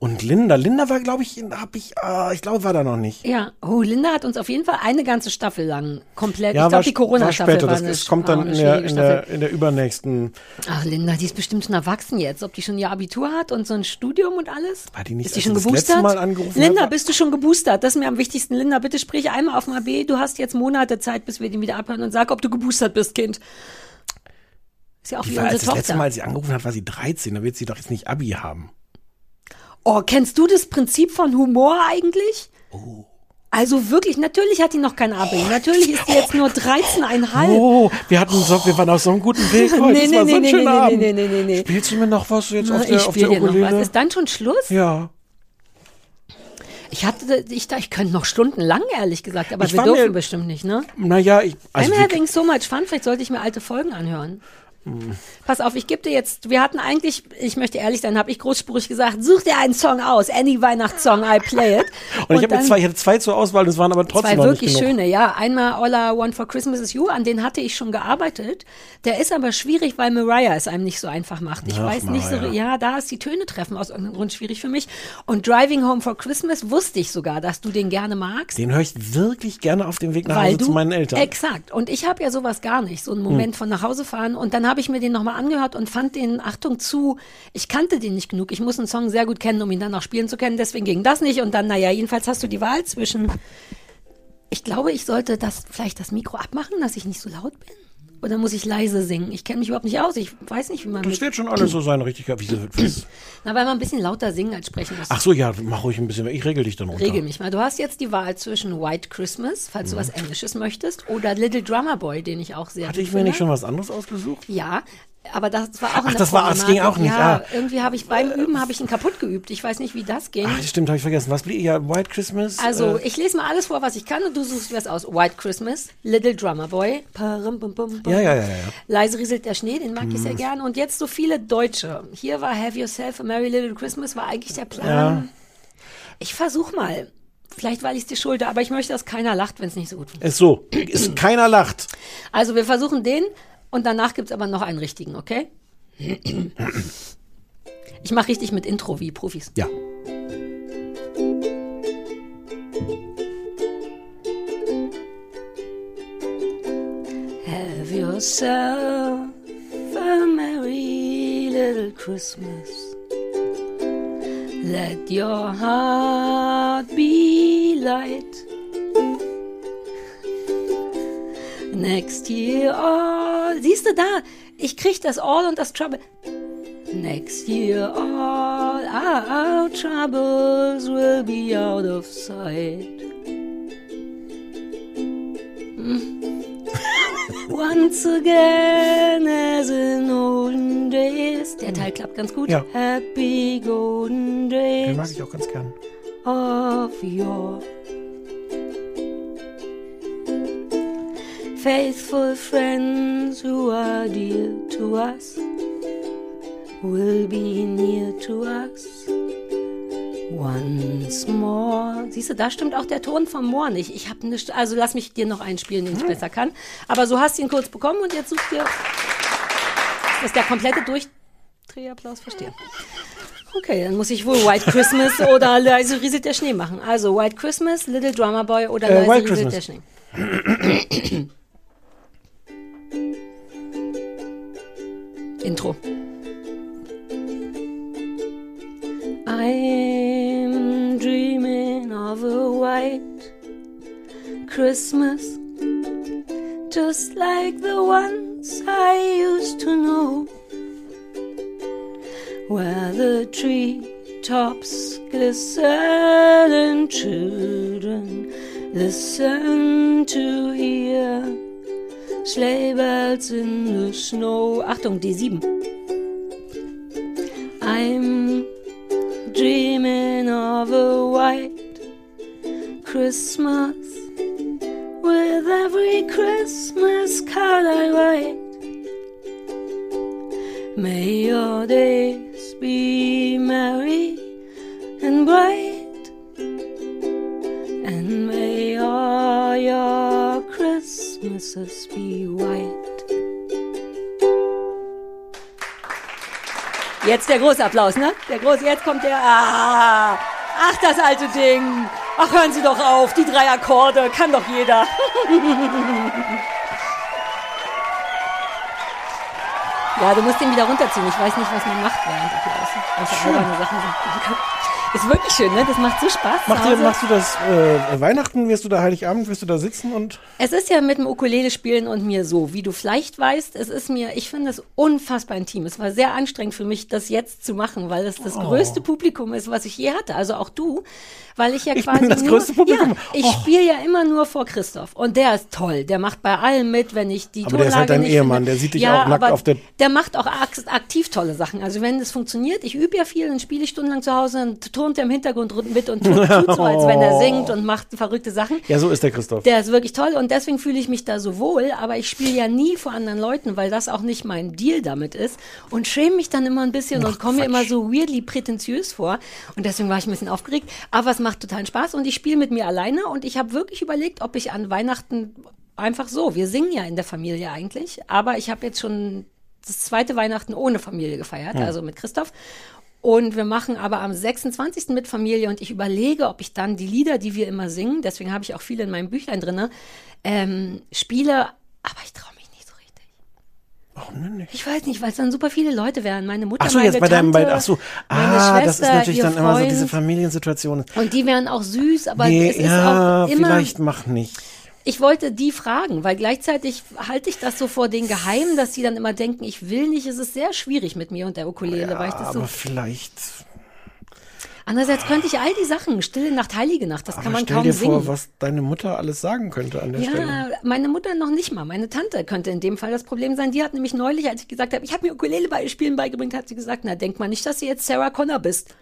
Und Linda, Linda war, glaube ich, in- hab ich, ah, ich glaube, war da noch nicht.
Ja, oh, Linda hat uns auf jeden Fall eine ganze Staffel lang komplett. ich
Ja, war
glaube, die
sch- war
Corona-Staffel
später.
war,
Das,
eine
das
sch-
kommt
war
dann
eine
in der,
schwierige
in,
Staffel.
der, in der übernächsten.
Ach, Linda, die ist bestimmt schon erwachsen jetzt. Ob die schon ihr Abitur hat und so ein Studium und alles?
War die nicht,
ist die
als
schon
sie das
geboostert?
letzte Mal angerufen
Linda,
hat?
bist du schon geboostert? Das ist mir am wichtigsten. Linda, bitte sprich einmal auf dem AB. Du hast jetzt Monate Zeit, bis wir die wieder abhören und sag, ob du geboostert bist, Kind. Ist ja auch
Die
wie
war, als
unsere
das letzte
Tochter.
Mal, als sie angerufen hat, war sie 13. Da wird sie doch jetzt nicht Abi haben.
Oh, kennst du das Prinzip von Humor eigentlich?
Oh.
Also wirklich, natürlich hat die noch kein AB. Natürlich ist die jetzt nur 13,5.
Oh, wir hatten so, wir waren auf so einem guten Weg heute.
Nee,
das
nee,
war so ein
nee, nee,
schöner
nee,
Abend.
nee, nee, nee, nee.
Spielst du mir noch was jetzt auf
Na,
der,
ich
auf
spiele
der
dir noch was.
Ukulele?
Ist dann schon Schluss?
Ja.
Ich hatte, ich, dachte, ich könnte noch stundenlang, ehrlich gesagt, aber
Ich
wir
war
dürfen
mir-
bestimmt nicht, ne?
Naja, ich, also,
I'm
wir-
having so much fun, vielleicht sollte ich mir alte Folgen anhören. Pass auf, ich gebe dir jetzt, wir hatten eigentlich, ich möchte ehrlich sein, habe ich großspurig gesagt, such dir einen Song aus, any Weihnachtssong, I play it.
und ich, hab mir
dann
zwei, ich hatte zwei zur Auswahl, das waren aber trotzdem
zwei
noch
wirklich
nicht genug.
schöne, ja. Einmal All I Want for Christmas is You, an den hatte ich schon gearbeitet. Der ist aber schwierig, weil Mariah es einem nicht so einfach macht. Ich
Ach,
weiß nicht so,
Mariah.
ja, da ist die Töne treffen aus irgendeinem Grund schwierig für mich. Und Driving Home for Christmas wusste ich sogar, dass du den gerne magst.
Den höre ich wirklich gerne auf dem Weg nach
weil
Hause
du,
zu meinen Eltern. Hm.
Exakt. Und ich habe ja sowas gar nicht, so einen Moment von nach Hause fahren. Und dann habe ich mir den nochmal angehört und fand den, Achtung zu, ich kannte den nicht genug. Ich muss einen Song sehr gut kennen, um ihn dann auch spielen zu können. Deswegen ging das nicht. Und dann, naja, jedenfalls hast du die Wahl zwischen. Ich glaube, ich sollte das vielleicht das Mikro abmachen, dass ich nicht so laut bin. Oder muss ich leise singen? Ich kenne mich überhaupt nicht aus. Ich weiß nicht, wie man.
das
Mit,
wird schon alles so sein, richtig. Wieso, was?
na, weil man ein bisschen lauter singen als sprechen muss.
Ach so, ja, mach ruhig ein bisschen, ich regel dich dann runter.
Regel mich mal. Du hast jetzt die Wahl zwischen White Christmas, falls du was Englisches möchtest, oder Little Drummer Boy, den ich auch sehr
Mhm. Hatte
gut
ich mir nicht
finde.
schon was anderes ausgesucht?
Ja, aber das war auch eine
das war- das ging
Problematik.
auch nicht,
Ja,
ah.
irgendwie habe ich beim Üben habe ich ihn kaputt geübt. Ich weiß nicht, wie das ging.
Ach, stimmt, habe Ah, ich vergessen. Was blieb? Ja, White Christmas.
also,
äh,
ich lese mal alles vor, was ich kann und du suchst dir was aus. White Christmas, Little Drummer Boy, parum, bum, bum, bum.
Ja, Mhm. ja, ja, ja.
Leise rieselt der Schnee, den mag ich sehr gerne. Und jetzt so viele Deutsche. Hier war Have Yourself a Merry Little Christmas, war eigentlich der Plan. Ich versuche mal. Vielleicht, weil ich es dir schulde, aber ich möchte, dass keiner lacht, wenn es nicht so gut funktioniert.
ist so. Ist, keiner lacht.
Also, wir versuchen den und danach gibt es aber noch einen richtigen, okay? Ich mache richtig mit Intro wie Profis.
Ja.
Have yourself a little Christmas. Let your heart be light. Next year all. Siehst du da? Ich krieg das all und das Trouble. Next year all our troubles will be out of sight. Hm. Once again as in olden days. Der Teil klappt ganz gut.
Ja.
Happy golden days.
Den mag ich auch ganz gern.
of your faithful friends who are dear to us will be near to us once more. Siehst du, da stimmt auch der Ton vom Moor nicht. Ich habe nicht, also lass mich dir noch einen spielen, den ich besser kann. Aber so hast du ihn kurz bekommen und jetzt suchst dir. Das ist der komplette Durchdrehapplaus, verstehe. Okay, dann muss ich wohl White Christmas oder Leise rieselt der Schnee machen. Also White Christmas, Little Drummer Boy oder
Äh,
Leise
White
rieselt der
Christmas.
Schnee. Intro. I'm dreaming of a white Christmas, just like the ones I used to know, where the tree tops glisten and children listen to hear sleigh bells in the snow. Achtung, D7. I'm dreaming of a white Christmas with every Christmas card I write. May your days be merry and bright, and may all your Christmases be white. Jetzt der große Applaus, ne? Der große, jetzt kommt der. Ah, ach, das alte Ding. Ach, hören Sie doch auf, die drei Akkorde, kann doch jeder. ja, du musst den wieder runterziehen. Ich weiß nicht, was man macht während Applaus. Außer alberne Sachen. Ist wirklich schön, ne? Das macht so Spaß. zu
Mach dir,
Hause.
machst du das äh, Weihnachten? Wirst du da Heiligabend? Wirst du da sitzen und
Es ist ja mit dem Ukulele spielen und mir so, wie du vielleicht weißt, es ist mir, ich finde es unfassbar intim. Es war sehr anstrengend für mich, das jetzt zu machen, weil es das
Oh.
größte Publikum ist, was ich je hatte. Also auch du, weil ich ja
Ich bin
quasi
das
nur,
größte Publikum.
Ja, ich
Oh.
spiele ja immer nur vor Christoph und der ist toll. Der macht bei allem mit, wenn ich die
Aber der ist halt
Tonlage
dein
nicht
Ehemann,
finde.
der sieht dich
ja,
auch nackt
aber
auf der-
Der macht auch ak- aktiv tolle Sachen. Also wenn es funktioniert, ich übe ja viel, dann spiele ich stundenlang zu Hause, dann turnt er im Hintergrund mit und tut so, als wenn er singt und macht verrückte Sachen.
Oh. ja, so ist der Christoph.
Der ist wirklich toll und deswegen fühle ich mich da so wohl, aber ich spiele ja nie vor anderen Leuten, weil das auch nicht mein Deal damit ist und schäme mich dann immer ein bisschen und komme mir immer so weirdly prätentiös vor und deswegen war ich ein bisschen aufgeregt, aber es macht totalen Spaß und ich spiele mit mir alleine und ich habe wirklich überlegt, ob ich an Weihnachten einfach so, wir singen ja in der Familie eigentlich, aber ich habe jetzt schon das zweite Weihnachten ohne Familie gefeiert, also mit Christoph und wir machen aber am 26. mit Familie und ich überlege, ob ich dann die Lieder, die wir immer singen, deswegen habe ich auch viele in meinem Büchlein drinne, ähm, spiele, aber ich traue mich nicht so richtig.
Warum denn nicht?
Ich weiß nicht, weil es dann super viele Leute wären. Meine Mutter,
Ach so,
meine
jetzt bei
Tante,
deinem, bei, ach so,
meine
ah,
Schwester,
das ist natürlich
ihr
dann immer so diese
Freund.
Familiensituation.
Und die wären auch süß, aber
Nee,
es ist
ja,
auch immer
vielleicht mach nicht.
ich wollte die fragen, weil gleichzeitig halte ich das so vor den Geheimen, dass sie dann immer denken, ich will nicht. Es ist sehr schwierig mit mir und der Ukulele, weil ich das so
Aber vielleicht
Andererseits könnte ich all die Sachen, Stille Nacht, Heilige Nacht, das kann
Aber
man
stell
kaum
dir
singen.
vor, was deine Mutter alles sagen könnte an der Stelle.
ja, meine Mutter noch nicht mal. Meine Tante könnte in dem Fall das Problem sein. Die hat nämlich neulich, als ich gesagt habe, ich habe mir Ukulele bei Spielen beigebracht, hat sie gesagt, na denk mal nicht, dass du jetzt Sarah Connor bist.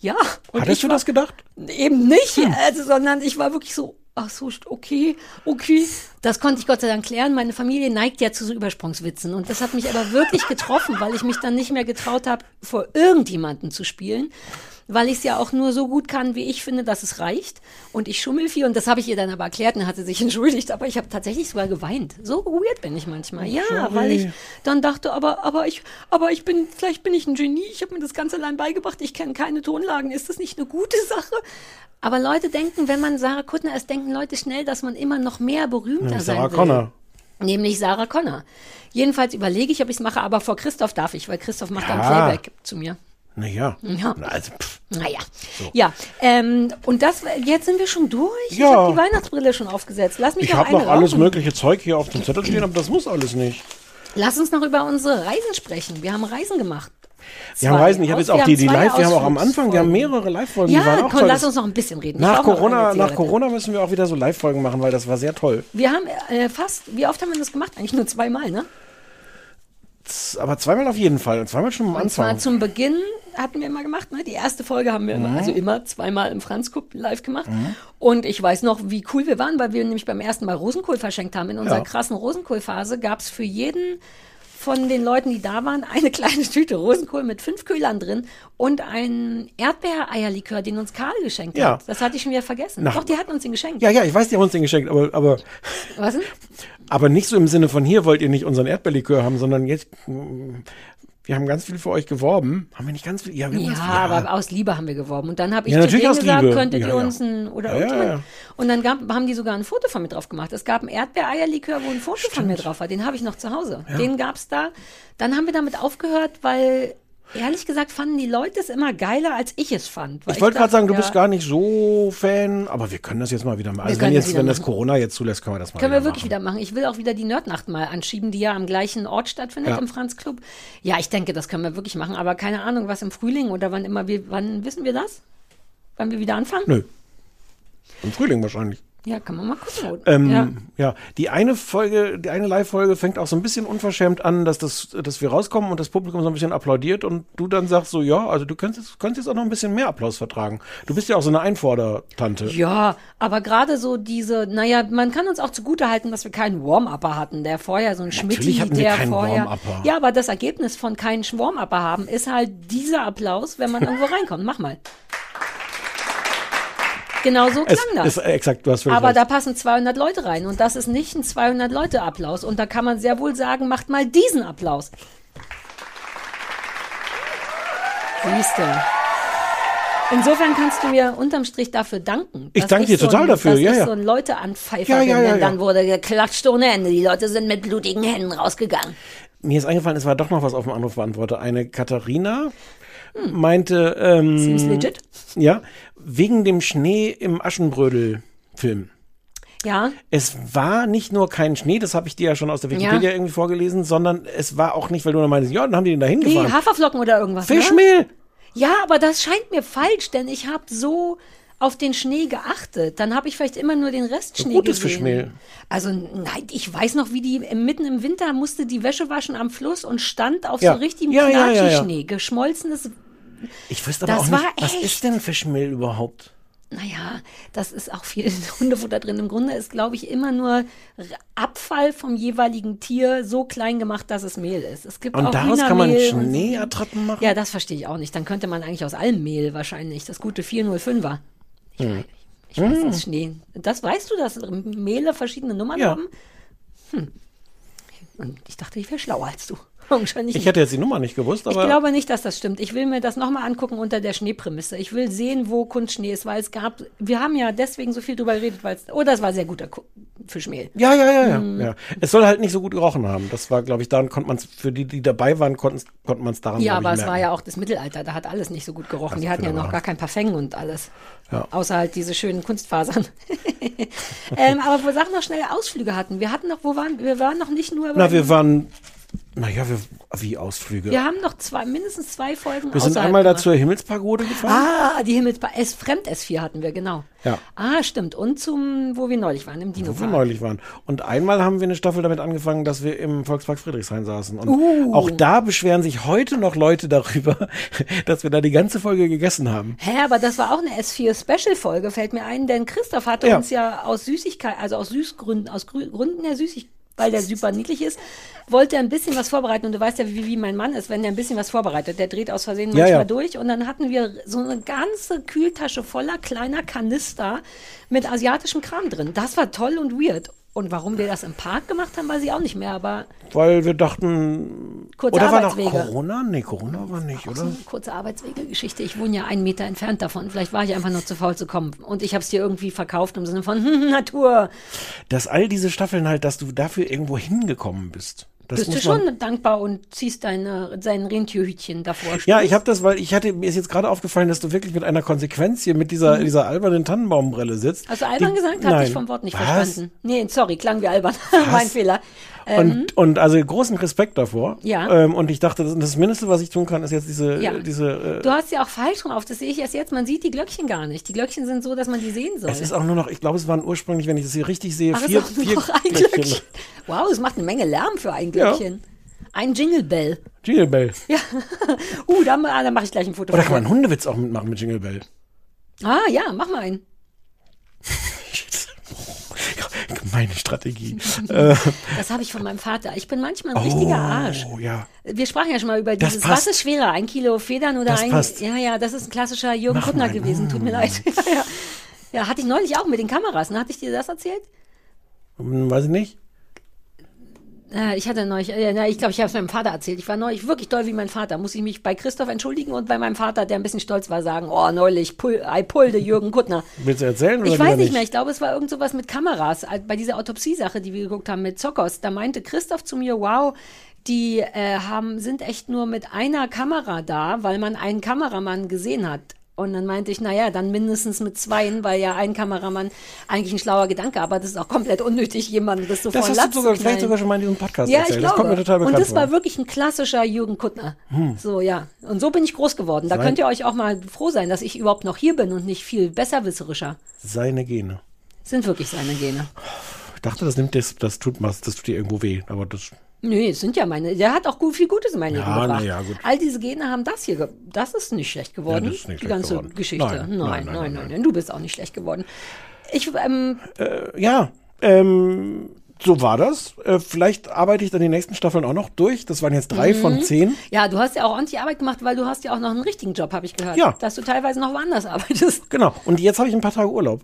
Ja. Und
Hattest
ich
du
war-
Oh. das gedacht?
Eben nicht, also, sondern ich war wirklich so, ach so, st- okay, okay. Das konnte ich Gott sei Dank klären. Meine Familie neigt ja zu so Übersprungswitzen. Und das hat mich aber wirklich getroffen, weil ich mich dann nicht mehr getraut habe, vor irgendjemanden zu spielen. Weil ich es ja auch nur so gut kann, wie ich finde, dass es reicht. Und ich schummel viel. Und das habe ich ihr dann aber erklärt. Und dann hat sie sich entschuldigt. Aber ich habe tatsächlich sogar geweint. So weird bin ich manchmal. Ja, weil ich dann dachte, aber, aber ich, aber ich bin, vielleicht bin ich ein Genie. Ich habe mir das ganz allein beigebracht. Ich kenne keine Tonlagen. Ist das nicht eine gute Sache? Aber Leute denken, wenn man Sarah Kuttner ist, denken Leute schnell, dass man immer noch mehr berühmter sein
Sarah
will.
Connor.
Nämlich Sarah Connor. Jedenfalls überlege ich, ob ich es mache, aber vor Christoph darf ich, weil Christoph macht dann
Ja.
Playback zu mir.
Naja.
Ja.
Also, pff.
Naja.
So.
Ja. Ähm, und das, jetzt sind wir schon durch. Ich
Ja.
habe die Weihnachtsbrille schon aufgesetzt. Lass mich
Ich
noch
habe
eine
noch alles
rauchen.
mögliche Zeug hier auf dem Zettel stehen, aber das muss alles nicht.
Lass uns noch über unsere Reisen sprechen. Wir haben Reisen gemacht.
Wir haben
Zwei
Reisen, ich habe jetzt auch
Aus-
die, die
zwei
Live, wir haben auch am
Ausflugs-
Anfang, wir haben mehrere Live-Folgen, die waren
Ja,
auch
komm,
toll.
lass uns noch ein bisschen reden. Ich
Nach
rauche noch
Corona,
eine
nach
Zigarette.
Corona müssen wir auch wieder so Live-Folgen machen, weil das war sehr toll.
Wir haben äh, fast, wie oft haben wir das gemacht? Eigentlich nur zweimal, ne?
Z- Aber zweimal auf jeden Fall, und zweimal schon am
Und zwar
Anfang.
zum Beginn hatten wir immer gemacht, ne? Die erste Folge haben wir immer, also
Mhm.
immer zweimal im Franz Cup live gemacht. Und ich weiß noch, wie cool wir waren, weil wir nämlich beim ersten Mal Rosenkohl verschenkt haben. In unserer
Ja.
krassen Rosenkohlphase gab es für jeden von den Leuten, die da waren, eine kleine Tüte Rosenkohl mit fünf Köhlern drin und einen Erdbeereierlikör, den uns Karl geschenkt
Ja.
hat. Das hatte ich schon wieder vergessen.
Nach-
Doch, die hatten uns den geschenkt.
Ja, ja, ich weiß, die haben uns den geschenkt, aber, aber,
Was denn?
aber nicht so im Sinne von hier wollt ihr nicht unseren Erdbeerlikör haben, sondern jetzt, mm, wir haben ganz viel für euch geworben. Haben wir nicht ganz viel? Ja, wir haben
Ja,
ganz viel.
aber aus Liebe haben wir geworben. Und dann habe ich
Ja,
zu
natürlich
denen
aus
gesagt,
Liebe.
könntet
Ja,
ihr
ja.
uns ein, oder
Ja,
uns
ja,
mal-
ja.
Und dann gab, haben die sogar ein Foto von mir drauf gemacht. Es gab einen Erdbeereierlikör, wo ein Foto von mir drauf war. Den habe ich noch zu Hause. Den gab es da. Dann haben wir damit aufgehört, weil ehrlich gesagt fanden die Leute es immer geiler, als ich es fand. Weil
Ich wollte gerade
dachte,
sagen, du
ja,
bist gar nicht so Fan, aber wir können das jetzt mal wieder machen. Also wenn,
können das
jetzt,
wieder
wenn das
machen.
Corona jetzt zulässt, können wir das mal
Können
wieder
wir wirklich
machen.
wieder machen. Ich will auch wieder die Nerdnacht mal anschieben, die ja am gleichen Ort stattfindet,
Ja.
im Franz Club. Ja, ich denke, das können wir wirklich machen. Aber keine Ahnung, was im Frühling oder wann immer wir, wann wissen wir das? Wann wir wieder anfangen?
Nö. Im Frühling wahrscheinlich.
Ja, kann man mal gucken.
Ähm,
ja.
ja. die eine Folge, die eine Live-Folge fängt auch so ein bisschen unverschämt an, dass, das, dass wir rauskommen und das Publikum so ein bisschen applaudiert und du dann sagst so, ja, also du kannst jetzt, kannst jetzt auch noch ein bisschen mehr Applaus vertragen. Du bist ja auch so eine Einfordertante.
ja, aber gerade so diese, naja, man kann uns auch zugutehalten, dass wir keinen Warm-Upper hatten, der vorher so ein Schmidt,
hatten wir
der
keinen
vorher.
Warm-Upper.
Ja, aber das Ergebnis von keinen Warm-Upper haben ist halt dieser Applaus, wenn man irgendwo reinkommt. Mach mal. Genau so klang
Es
das.
ist äh, exakt, du hast völlig
Aber
recht.
da passen 200 Leute rein und das ist nicht ein 200 Leute Applaus und da kann man sehr wohl sagen, macht mal diesen Applaus. Siehste. Insofern kannst du mir unterm Strich dafür danken.
Ich
dass
danke dir
so
total
ein,
dafür,
Dass
ja,
ich
ja.
so ein Leute anpfeifer
Ja, ja,
bin,
ja,
denn
ja.
dann wurde geklatscht ohne Ende. Die Leute sind mit blutigen Händen rausgegangen.
Mir ist eingefallen, es war doch noch was auf dem Anrufbeantworter. Eine Katharina
Hm.
meinte, ähm,
Seems legit.
ja, wegen dem Schnee im Aschenbrödel-Film.
Ja,
Es war nicht nur kein Schnee, das habe ich dir ja schon aus der Wikipedia irgendwie vorgelesen, sondern es war auch nicht, weil du nur meinst, ja, dann haben die den da
nee,
hingefahren.
Haferflocken oder irgendwas. ne?
Fischmehl!
Ja, aber das scheint mir falsch, denn ich habe so auf den Schnee geachtet. Dann habe ich vielleicht immer nur den Restschnee
Gutes
gesehen.
Fischmehl.
Also nein, ich weiß noch, wie die mitten im Winter musste die Wäsche waschen am Fluss und stand auf
Ja.
so richtigem
Ja, ja, ja, ja.
Knatscheschnee, geschmolzenes.
Ich wüsste aber
Das
auch
war
nicht, was
echt.
ist denn Fischmehl überhaupt?
Naja, das ist auch viel Hundefutter drin. Im Grunde ist, glaube ich, immer nur Abfall vom jeweiligen Tier so klein gemacht, dass es Mehl ist. Es gibt
Und
auch
daraus kann man
Hühnermehl und-
Schneeattrappen machen?
Ja, das verstehe ich auch nicht. Dann könnte man eigentlich aus allem Mehl wahrscheinlich das gute 405er.
Hm.
Ich weiß das Schnee. Das weißt du, dass Mehle verschiedene Nummern
Ja.
haben? Hm. Und ich dachte, ich wäre schlauer als du. Wahrscheinlich
Ich
nicht.
hätte jetzt die Nummer nicht gewusst,
Ich
aber
glaube nicht, dass das stimmt. Ich will mir das nochmal angucken unter der Schneeprämisse. Ich will sehen, wo Kunstschnee ist, weil es gab, wir haben ja deswegen so viel drüber geredet, weil es, oh, das war sehr guter Ku- Fischmehl.
ja, ja, ja, ja,
Mhm.
ja. Es soll halt nicht so gut gerochen haben. Das war, glaube ich, daran konnte man es, für die, die dabei waren, konnten konnte man es daran
Ja,
glaub ich,
aber es war
merken.
ja auch das Mittelalter, da hat alles nicht so gut gerochen. Die hatten ja
genau,
noch
ja.
gar kein Parfum und alles.
Ja.
Außer halt diese schönen Kunstfasern. ähm, aber wo Sachen noch schnell Ausflüge hatten. Wir hatten noch, wo waren wir? waren noch nicht nur.
Na,
beim-
wir waren, naja, wir, wie Ausflüge.
wir haben noch zwei, mindestens zwei Folgen.
wir sind
außerhalb
einmal da
gemacht.
zur Himmelspagode gefahren.
Ah, die Himmelsbar. S Fremd S4 hatten wir, genau.
Ja.
Ah, stimmt. Und zum, wo wir neulich waren, im dino
wo wir neulich waren. Und einmal haben wir eine Staffel damit angefangen, dass wir im Volkspark Friedrichshain saßen. Und
Uh.
auch da beschweren sich heute noch Leute darüber, dass wir da die ganze Folge gegessen haben.
Hä, aber das war auch eine S4-Special-Folge, fällt mir ein, denn Christoph hatte
Ja.
uns ja aus Süßigkeit, also aus Süßgründen, aus Grü Gründen der Süßigkeit, weil der super niedlich ist, wollte er ein bisschen was vorbereiten. Und du weißt ja, wie, wie mein Mann ist, wenn er ein bisschen was vorbereitet. Der dreht aus Versehen
Ja,
manchmal
ja.
durch. Und dann hatten wir so eine ganze Kühltasche voller kleiner Kanister mit asiatischem Kram drin. Das war toll und weird. Und warum wir das im Park gemacht haben, weiß ich auch nicht mehr, aber
Weil wir dachten.
Kurze
oder war noch
Arbeitswege.
Corona? Nee, Corona war nicht, oder?
kurze Arbeitswege-Geschichte. Ich wohne ja einen Meter entfernt davon. Vielleicht war ich einfach nur zu faul zu kommen. Und ich habe es dir irgendwie verkauft im Sinne von hm, Natur.
Dass all diese Staffeln halt, dass du dafür irgendwo hingekommen bist. Das
Bist du
muss man-
schon dankbar und ziehst deine, sein Rentierhütchen davor.
Ja, ich habe das, weil ich hatte, mir ist jetzt gerade aufgefallen, dass du wirklich mit einer Konsequenz hier mit dieser, dieser albernen Tannenbaumbrille sitzt.
Mhm. Hast du albern
Die-
gesagt? Hatte
Nein.
ich vom Wort nicht
Was?
verstanden. Nee, sorry, klang wie albern. mein Fehler. Ähm,
Und, und also großen Respekt davor.
Ja.
Ähm, und ich dachte, das, das Mindeste, was ich tun kann, ist jetzt diese,
Ja.
diese äh,
Du hast ja auch falsch rum auf, das sehe ich erst jetzt. Man sieht die Glöckchen gar nicht. Die Glöckchen sind so, dass man die sehen soll.
es ist auch nur noch, ich glaube, es waren ursprünglich, wenn ich das hier richtig sehe,
Ach, es
vier,
ist auch
vier
noch ein
Glöckchen.
Glöckchen. Wow, es macht eine Menge Lärm für ein
Ja.
Glöckchen. Ein Jingle Bell.
Jingle Bell.
Ja. uh, da, ah, da mache ich gleich ein Foto
Oder kann
von.
man einen Hundewitz auch mitmachen mit Jingle Bell?
Ah, ja, mach mal einen.
Gemeine Strategie. äh,
Das habe ich von meinem Vater. Ich bin manchmal ein richtiger Arsch.
oh ja.
Wir sprachen ja schon mal über
Das
dieses,
passt.
was ist schwerer, ein Kilo Federn oder
Das
ein...
passt.
Ja, ja, das ist ein klassischer Jürgen
Mach
Kuttner
mal. Ah.
gewesen, tut mir leid. Ja, ja. ja, hatte ich neulich auch mit den Kameras, ne? Hatte ich dir das erzählt?
Hm, Weiß ich nicht.
Äh, Ich hatte neulich, äh, na, ich glaube, ich habe es meinem Vater erzählt. Ich war neulich wirklich doll wie mein Vater. Muss ich mich bei Christoph entschuldigen und bei meinem Vater, der ein bisschen stolz war, sagen, oh, neulich, pull, I pulled the Jürgen Kuttner.
Willst du erzählen? oder
Ich weiß
lieber
nicht mehr, ich glaube, es war irgend sowas mit Kameras. Als Bei dieser Autopsiesache, die wir geguckt haben mit Zokos, da meinte Christoph zu mir, wow, die äh, haben, sind echt nur mit einer Kamera da, weil man einen Kameramann gesehen hat. Und dann meinte ich, naja, dann mindestens mit zweien, weil ja ein Kameramann eigentlich ein schlauer Gedanke, aber das ist auch komplett unnötig, jemandem das so
Das
vor den
hast
Latz
du
zu
sogar, vielleicht
knallen.
sogar schon mal in diesem Podcast
Ja,
erzählt.
ich
das
glaube.
kommt mir total bekannt
und das war
vor. Hm.
wirklich ein klassischer Jürgen Kuttner. So, ja. Und so bin ich groß geworden. Da
Sei-
könnt ihr euch auch mal froh sein, dass ich überhaupt noch hier bin und nicht viel besserwisserischer.
Seine Gene.
Sind wirklich seine Gene.
Ich dachte, das nimmt das, das tut was, das tut dir irgendwo weh. Aber das.
Nee, es sind ja meine. Der hat auch gut, viel Gutes in mein Leben
Ja, na
gebracht.
ja, gut.
All diese Gene haben das hier. Ge das ist nicht schlecht geworden.
Ja, das ist nicht
die
schlecht
ganze
geworden.
Geschichte.
Nein, nein, nein,
nein,
nein,
nein, nein. Du bist auch nicht schlecht geworden. Ich, ähm,
Ja, ähm, so war das. Äh, vielleicht arbeite ich dann die nächsten Staffeln auch noch durch. Das waren jetzt
Mhm.
drei von zehn.
ja, du hast ja auch ordentlich Arbeit gemacht, weil du hast ja auch noch einen richtigen Job, habe ich gehört.
Ja.
Dass du teilweise noch woanders arbeitest.
Genau. Und jetzt habe ich ein paar Tage Urlaub.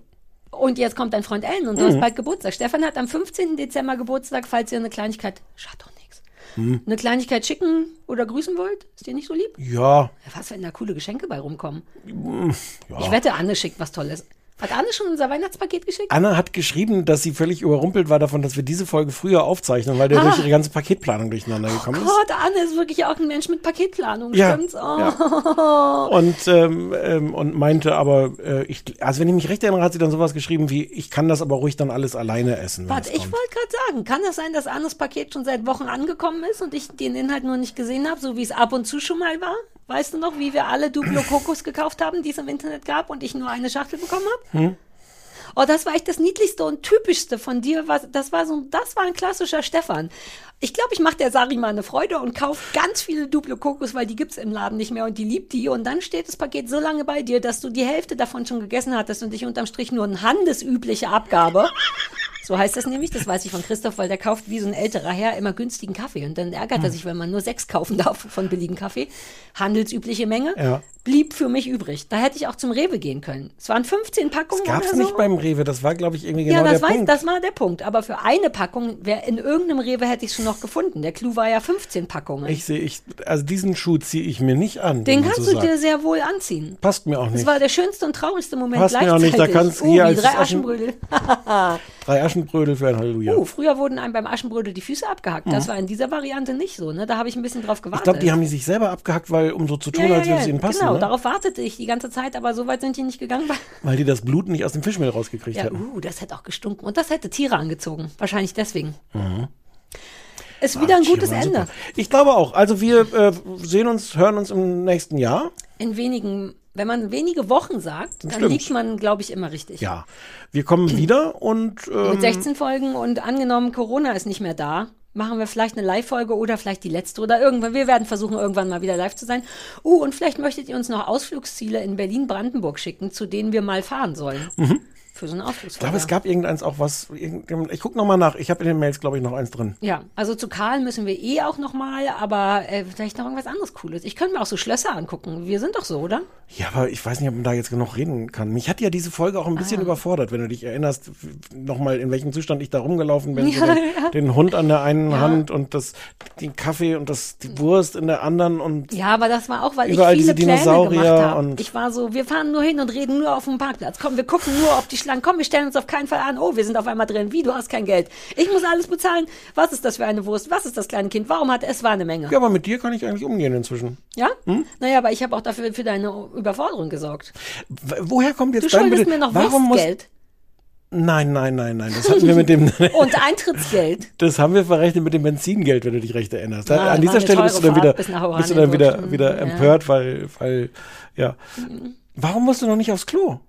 Und jetzt kommt dein Freund Ellen und du hast
Mhm.
bald Geburtstag. Stefan hat am 15. Dezember Geburtstag, falls ihr eine Kleinigkeit, schadet doch nichts,
Mhm.
eine Kleinigkeit schicken oder grüßen wollt. Ist dir nicht so lieb?
Ja.
Was, wenn da coole Geschenke bei rumkommen?
Mm,
Ich wette, Anne schickt was Tolles. Hat Anne schon unser Weihnachtspaket geschickt?
Anna hat geschrieben, dass sie völlig überrumpelt war davon, dass wir diese Folge früher aufzeichnen, weil der durch ihre ganze Paketplanung durcheinander gekommen ist.
Ah. Oh Gott, Anne ist wirklich auch ein Mensch mit Paketplanung,
Ja.
stimmt's? Oh.
Und, ähm, ähm, und meinte aber, äh, ich, also wenn ich mich recht erinnere, hat sie dann sowas geschrieben wie, ich kann das aber ruhig dann alles alleine essen. wenn
Warte,
es
ich
kommt.
wollte gerade sagen, kann das sein, dass Annes Paket schon seit Wochen angekommen ist und ich den Inhalt nur nicht gesehen habe, so wie es ab und zu schon mal war? Weißt du noch, wie wir alle Duplo Kokos gekauft haben, die es im Internet gab und ich nur eine Schachtel bekommen habe? Oh, das war echt das niedlichste und typischste von dir. Was, das war so, das war ein klassischer Stefan. Ich glaube, ich mache der Sari mal eine Freude und kaufe ganz viele Duplo Kokos, weil die gibt's im Laden nicht mehr und die liebt die. Und dann steht das Paket so lange bei dir, dass du die Hälfte davon schon gegessen hattest und dich unterm Strich nur eine handelsübliche Abgabe. So heißt das nämlich, das weiß ich von Christoph, weil der kauft wie so ein älterer Herr immer günstigen Kaffee. Und dann ärgert er
Hm.
sich, weil man nur sechs kaufen darf von billigen Kaffee. Handelsübliche Menge.
Ja.
Blieb für mich übrig. Da hätte ich auch zum Rewe gehen können. Es waren 15 Packungen.
Gab's
oder so.
nicht beim Rewe, das war, glaube ich, irgendwie genau
ja, das
der
weiß,
Punkt.
das war der Punkt. Aber für eine Packung, wär, in irgendeinem Rewe hätte ich es schon noch gefunden. Der Clou war ja 15 Packungen.
Ich sehe, ich, also diesen Schuh ziehe ich mir nicht an. wenn
Den
man
kannst
so
du
sagt.
dir sehr wohl anziehen.
Passt mir auch
Das
nicht.
war der schönste und traurigste Moment
Passt mir auch
gleichzeitig.
nicht, da kannst du
uh,
hier
die
als
drei
Aschen-
Aschenbrödel.
Drei Aschenbrödel für ein Halleluja.
Uh, früher wurden einem beim Aschenbrödel die Füße abgehackt. Das war in dieser Variante nicht so. Ne? Da habe ich ein bisschen drauf gewartet.
ich glaube, die haben die sich selber abgehackt, weil um so zu tun,
ja, ja,
als würde es
ja,
ihnen passen.
Genau,
ne?
darauf wartete ich die ganze Zeit, aber so weit sind die nicht gegangen. Weil
Weil die das Blut nicht aus dem Fischmehl rausgekriegt
ja,
hätten.
uh, das hätte auch gestunken. Und das hätte Tiere angezogen. Wahrscheinlich deswegen. Ist wieder ein
Mhm. Tiere
gutes
waren
Ende.
super. Ich glaube auch. Also wir äh, sehen uns, hören uns im nächsten Jahr.
In wenigen, wenn man wenige Wochen sagt, dann
Stimmt.
liegt man, glaube ich, immer richtig.
Ja. Wir kommen wieder und ähm,
Mit 16 Folgen und angenommen, Corona ist nicht mehr da, machen wir vielleicht eine Live-Folge oder vielleicht die letzte oder irgendwann. Wir werden versuchen, irgendwann mal wieder live zu sein. Uh, und vielleicht möchtet ihr uns noch Ausflugsziele in Berlin-Brandenburg schicken, zu denen wir mal fahren sollen. Für so eine
ich glaube,
Ausflugsfolge.
Mhm. es gab irgendeins auch was. irgendein- Ich gucke nochmal nach. Ich habe in den Mails, glaube ich, noch eins drin.
Ja, also zu Karl müssen wir eh auch nochmal, aber äh, vielleicht noch irgendwas anderes Cooles. Ich könnte mir auch so Schlösser angucken. Wir sind doch so, oder?
Ja, aber ich weiß nicht, ob man da jetzt genug reden kann. Mich hat ja diese Folge auch ein bisschen
Ah.
überfordert, wenn du dich erinnerst, nochmal in welchem Zustand ich da rumgelaufen bin. so
Ja,
den,
ja.
den Hund an der einen
Ja. Hm.
Hand und das, den Kaffee und das, die Wurst in der anderen und
Ja, aber das war auch, weil ich
Überall
viele
diese
Pläne
Dinosaurier
gemacht habe.
und-
Ich war so, wir fahren nur hin und reden nur auf dem Parkplatz. Komm, wir gucken nur auf die Schlangen. Komm, wir stellen uns auf keinen Fall an. Oh, wir sind auf einmal drin. Wie, du hast kein Geld. Ich muss alles bezahlen. Was ist das für eine Wurst? Was ist das kleine Kind? Warum hat es war eine Menge?
ja, Hm? aber mit dir kann ich eigentlich umgehen inzwischen.
Ja? Naja, aber ich habe auch dafür für deine Überforderung gesorgt.
W- Woher kommt jetzt
Du
dein
schuldest
Bitte-
mir noch
Warum muss-
Wurstgeld
Nein, nein, nein, nein. Das hatten wir mit dem,
und Eintrittsgeld.
das haben wir verrechnet mit dem Benzingeld, wenn du dich recht erinnerst.
Ja, Ah, das
An
war
dieser
eine
Stelle bist du
teure
dann wieder,
Fahrt bis nach
bist du dann
Oranienburg.
wieder, wieder
Ja. Mhm.
empört, weil, weil, ja. Warum musst du noch nicht aufs Klo?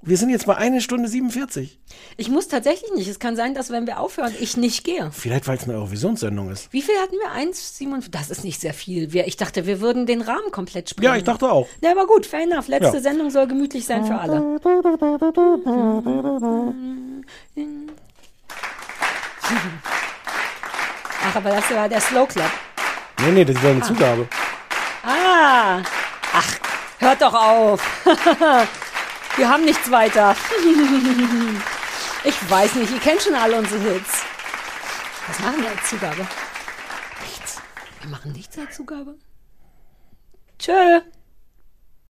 Wir sind jetzt bei eine Stunde 47.
Ich muss tatsächlich nicht. Es kann sein, dass wenn wir aufhören, ich nicht gehe.
Vielleicht, weil es eine Eurovisionssendung ist.
Wie viel hatten wir? 1,57? Das ist nicht sehr viel. Wir, ich dachte, wir würden den Rahmen komplett sprengen.
Ja, ich dachte auch.
Na, aber gut, fair enough. Letzte
Ja.
Sendung soll gemütlich sein für alle. Ach, aber das war der Slow Club.
Nee, nee, das war eine Zugabe.
Ah! Ach, hört doch auf! wir haben nichts weiter. ich weiß nicht, ihr kennt schon alle unsere Hits. Was machen wir als Zugabe? Nichts. Wir machen nichts als Zugabe. Tschö!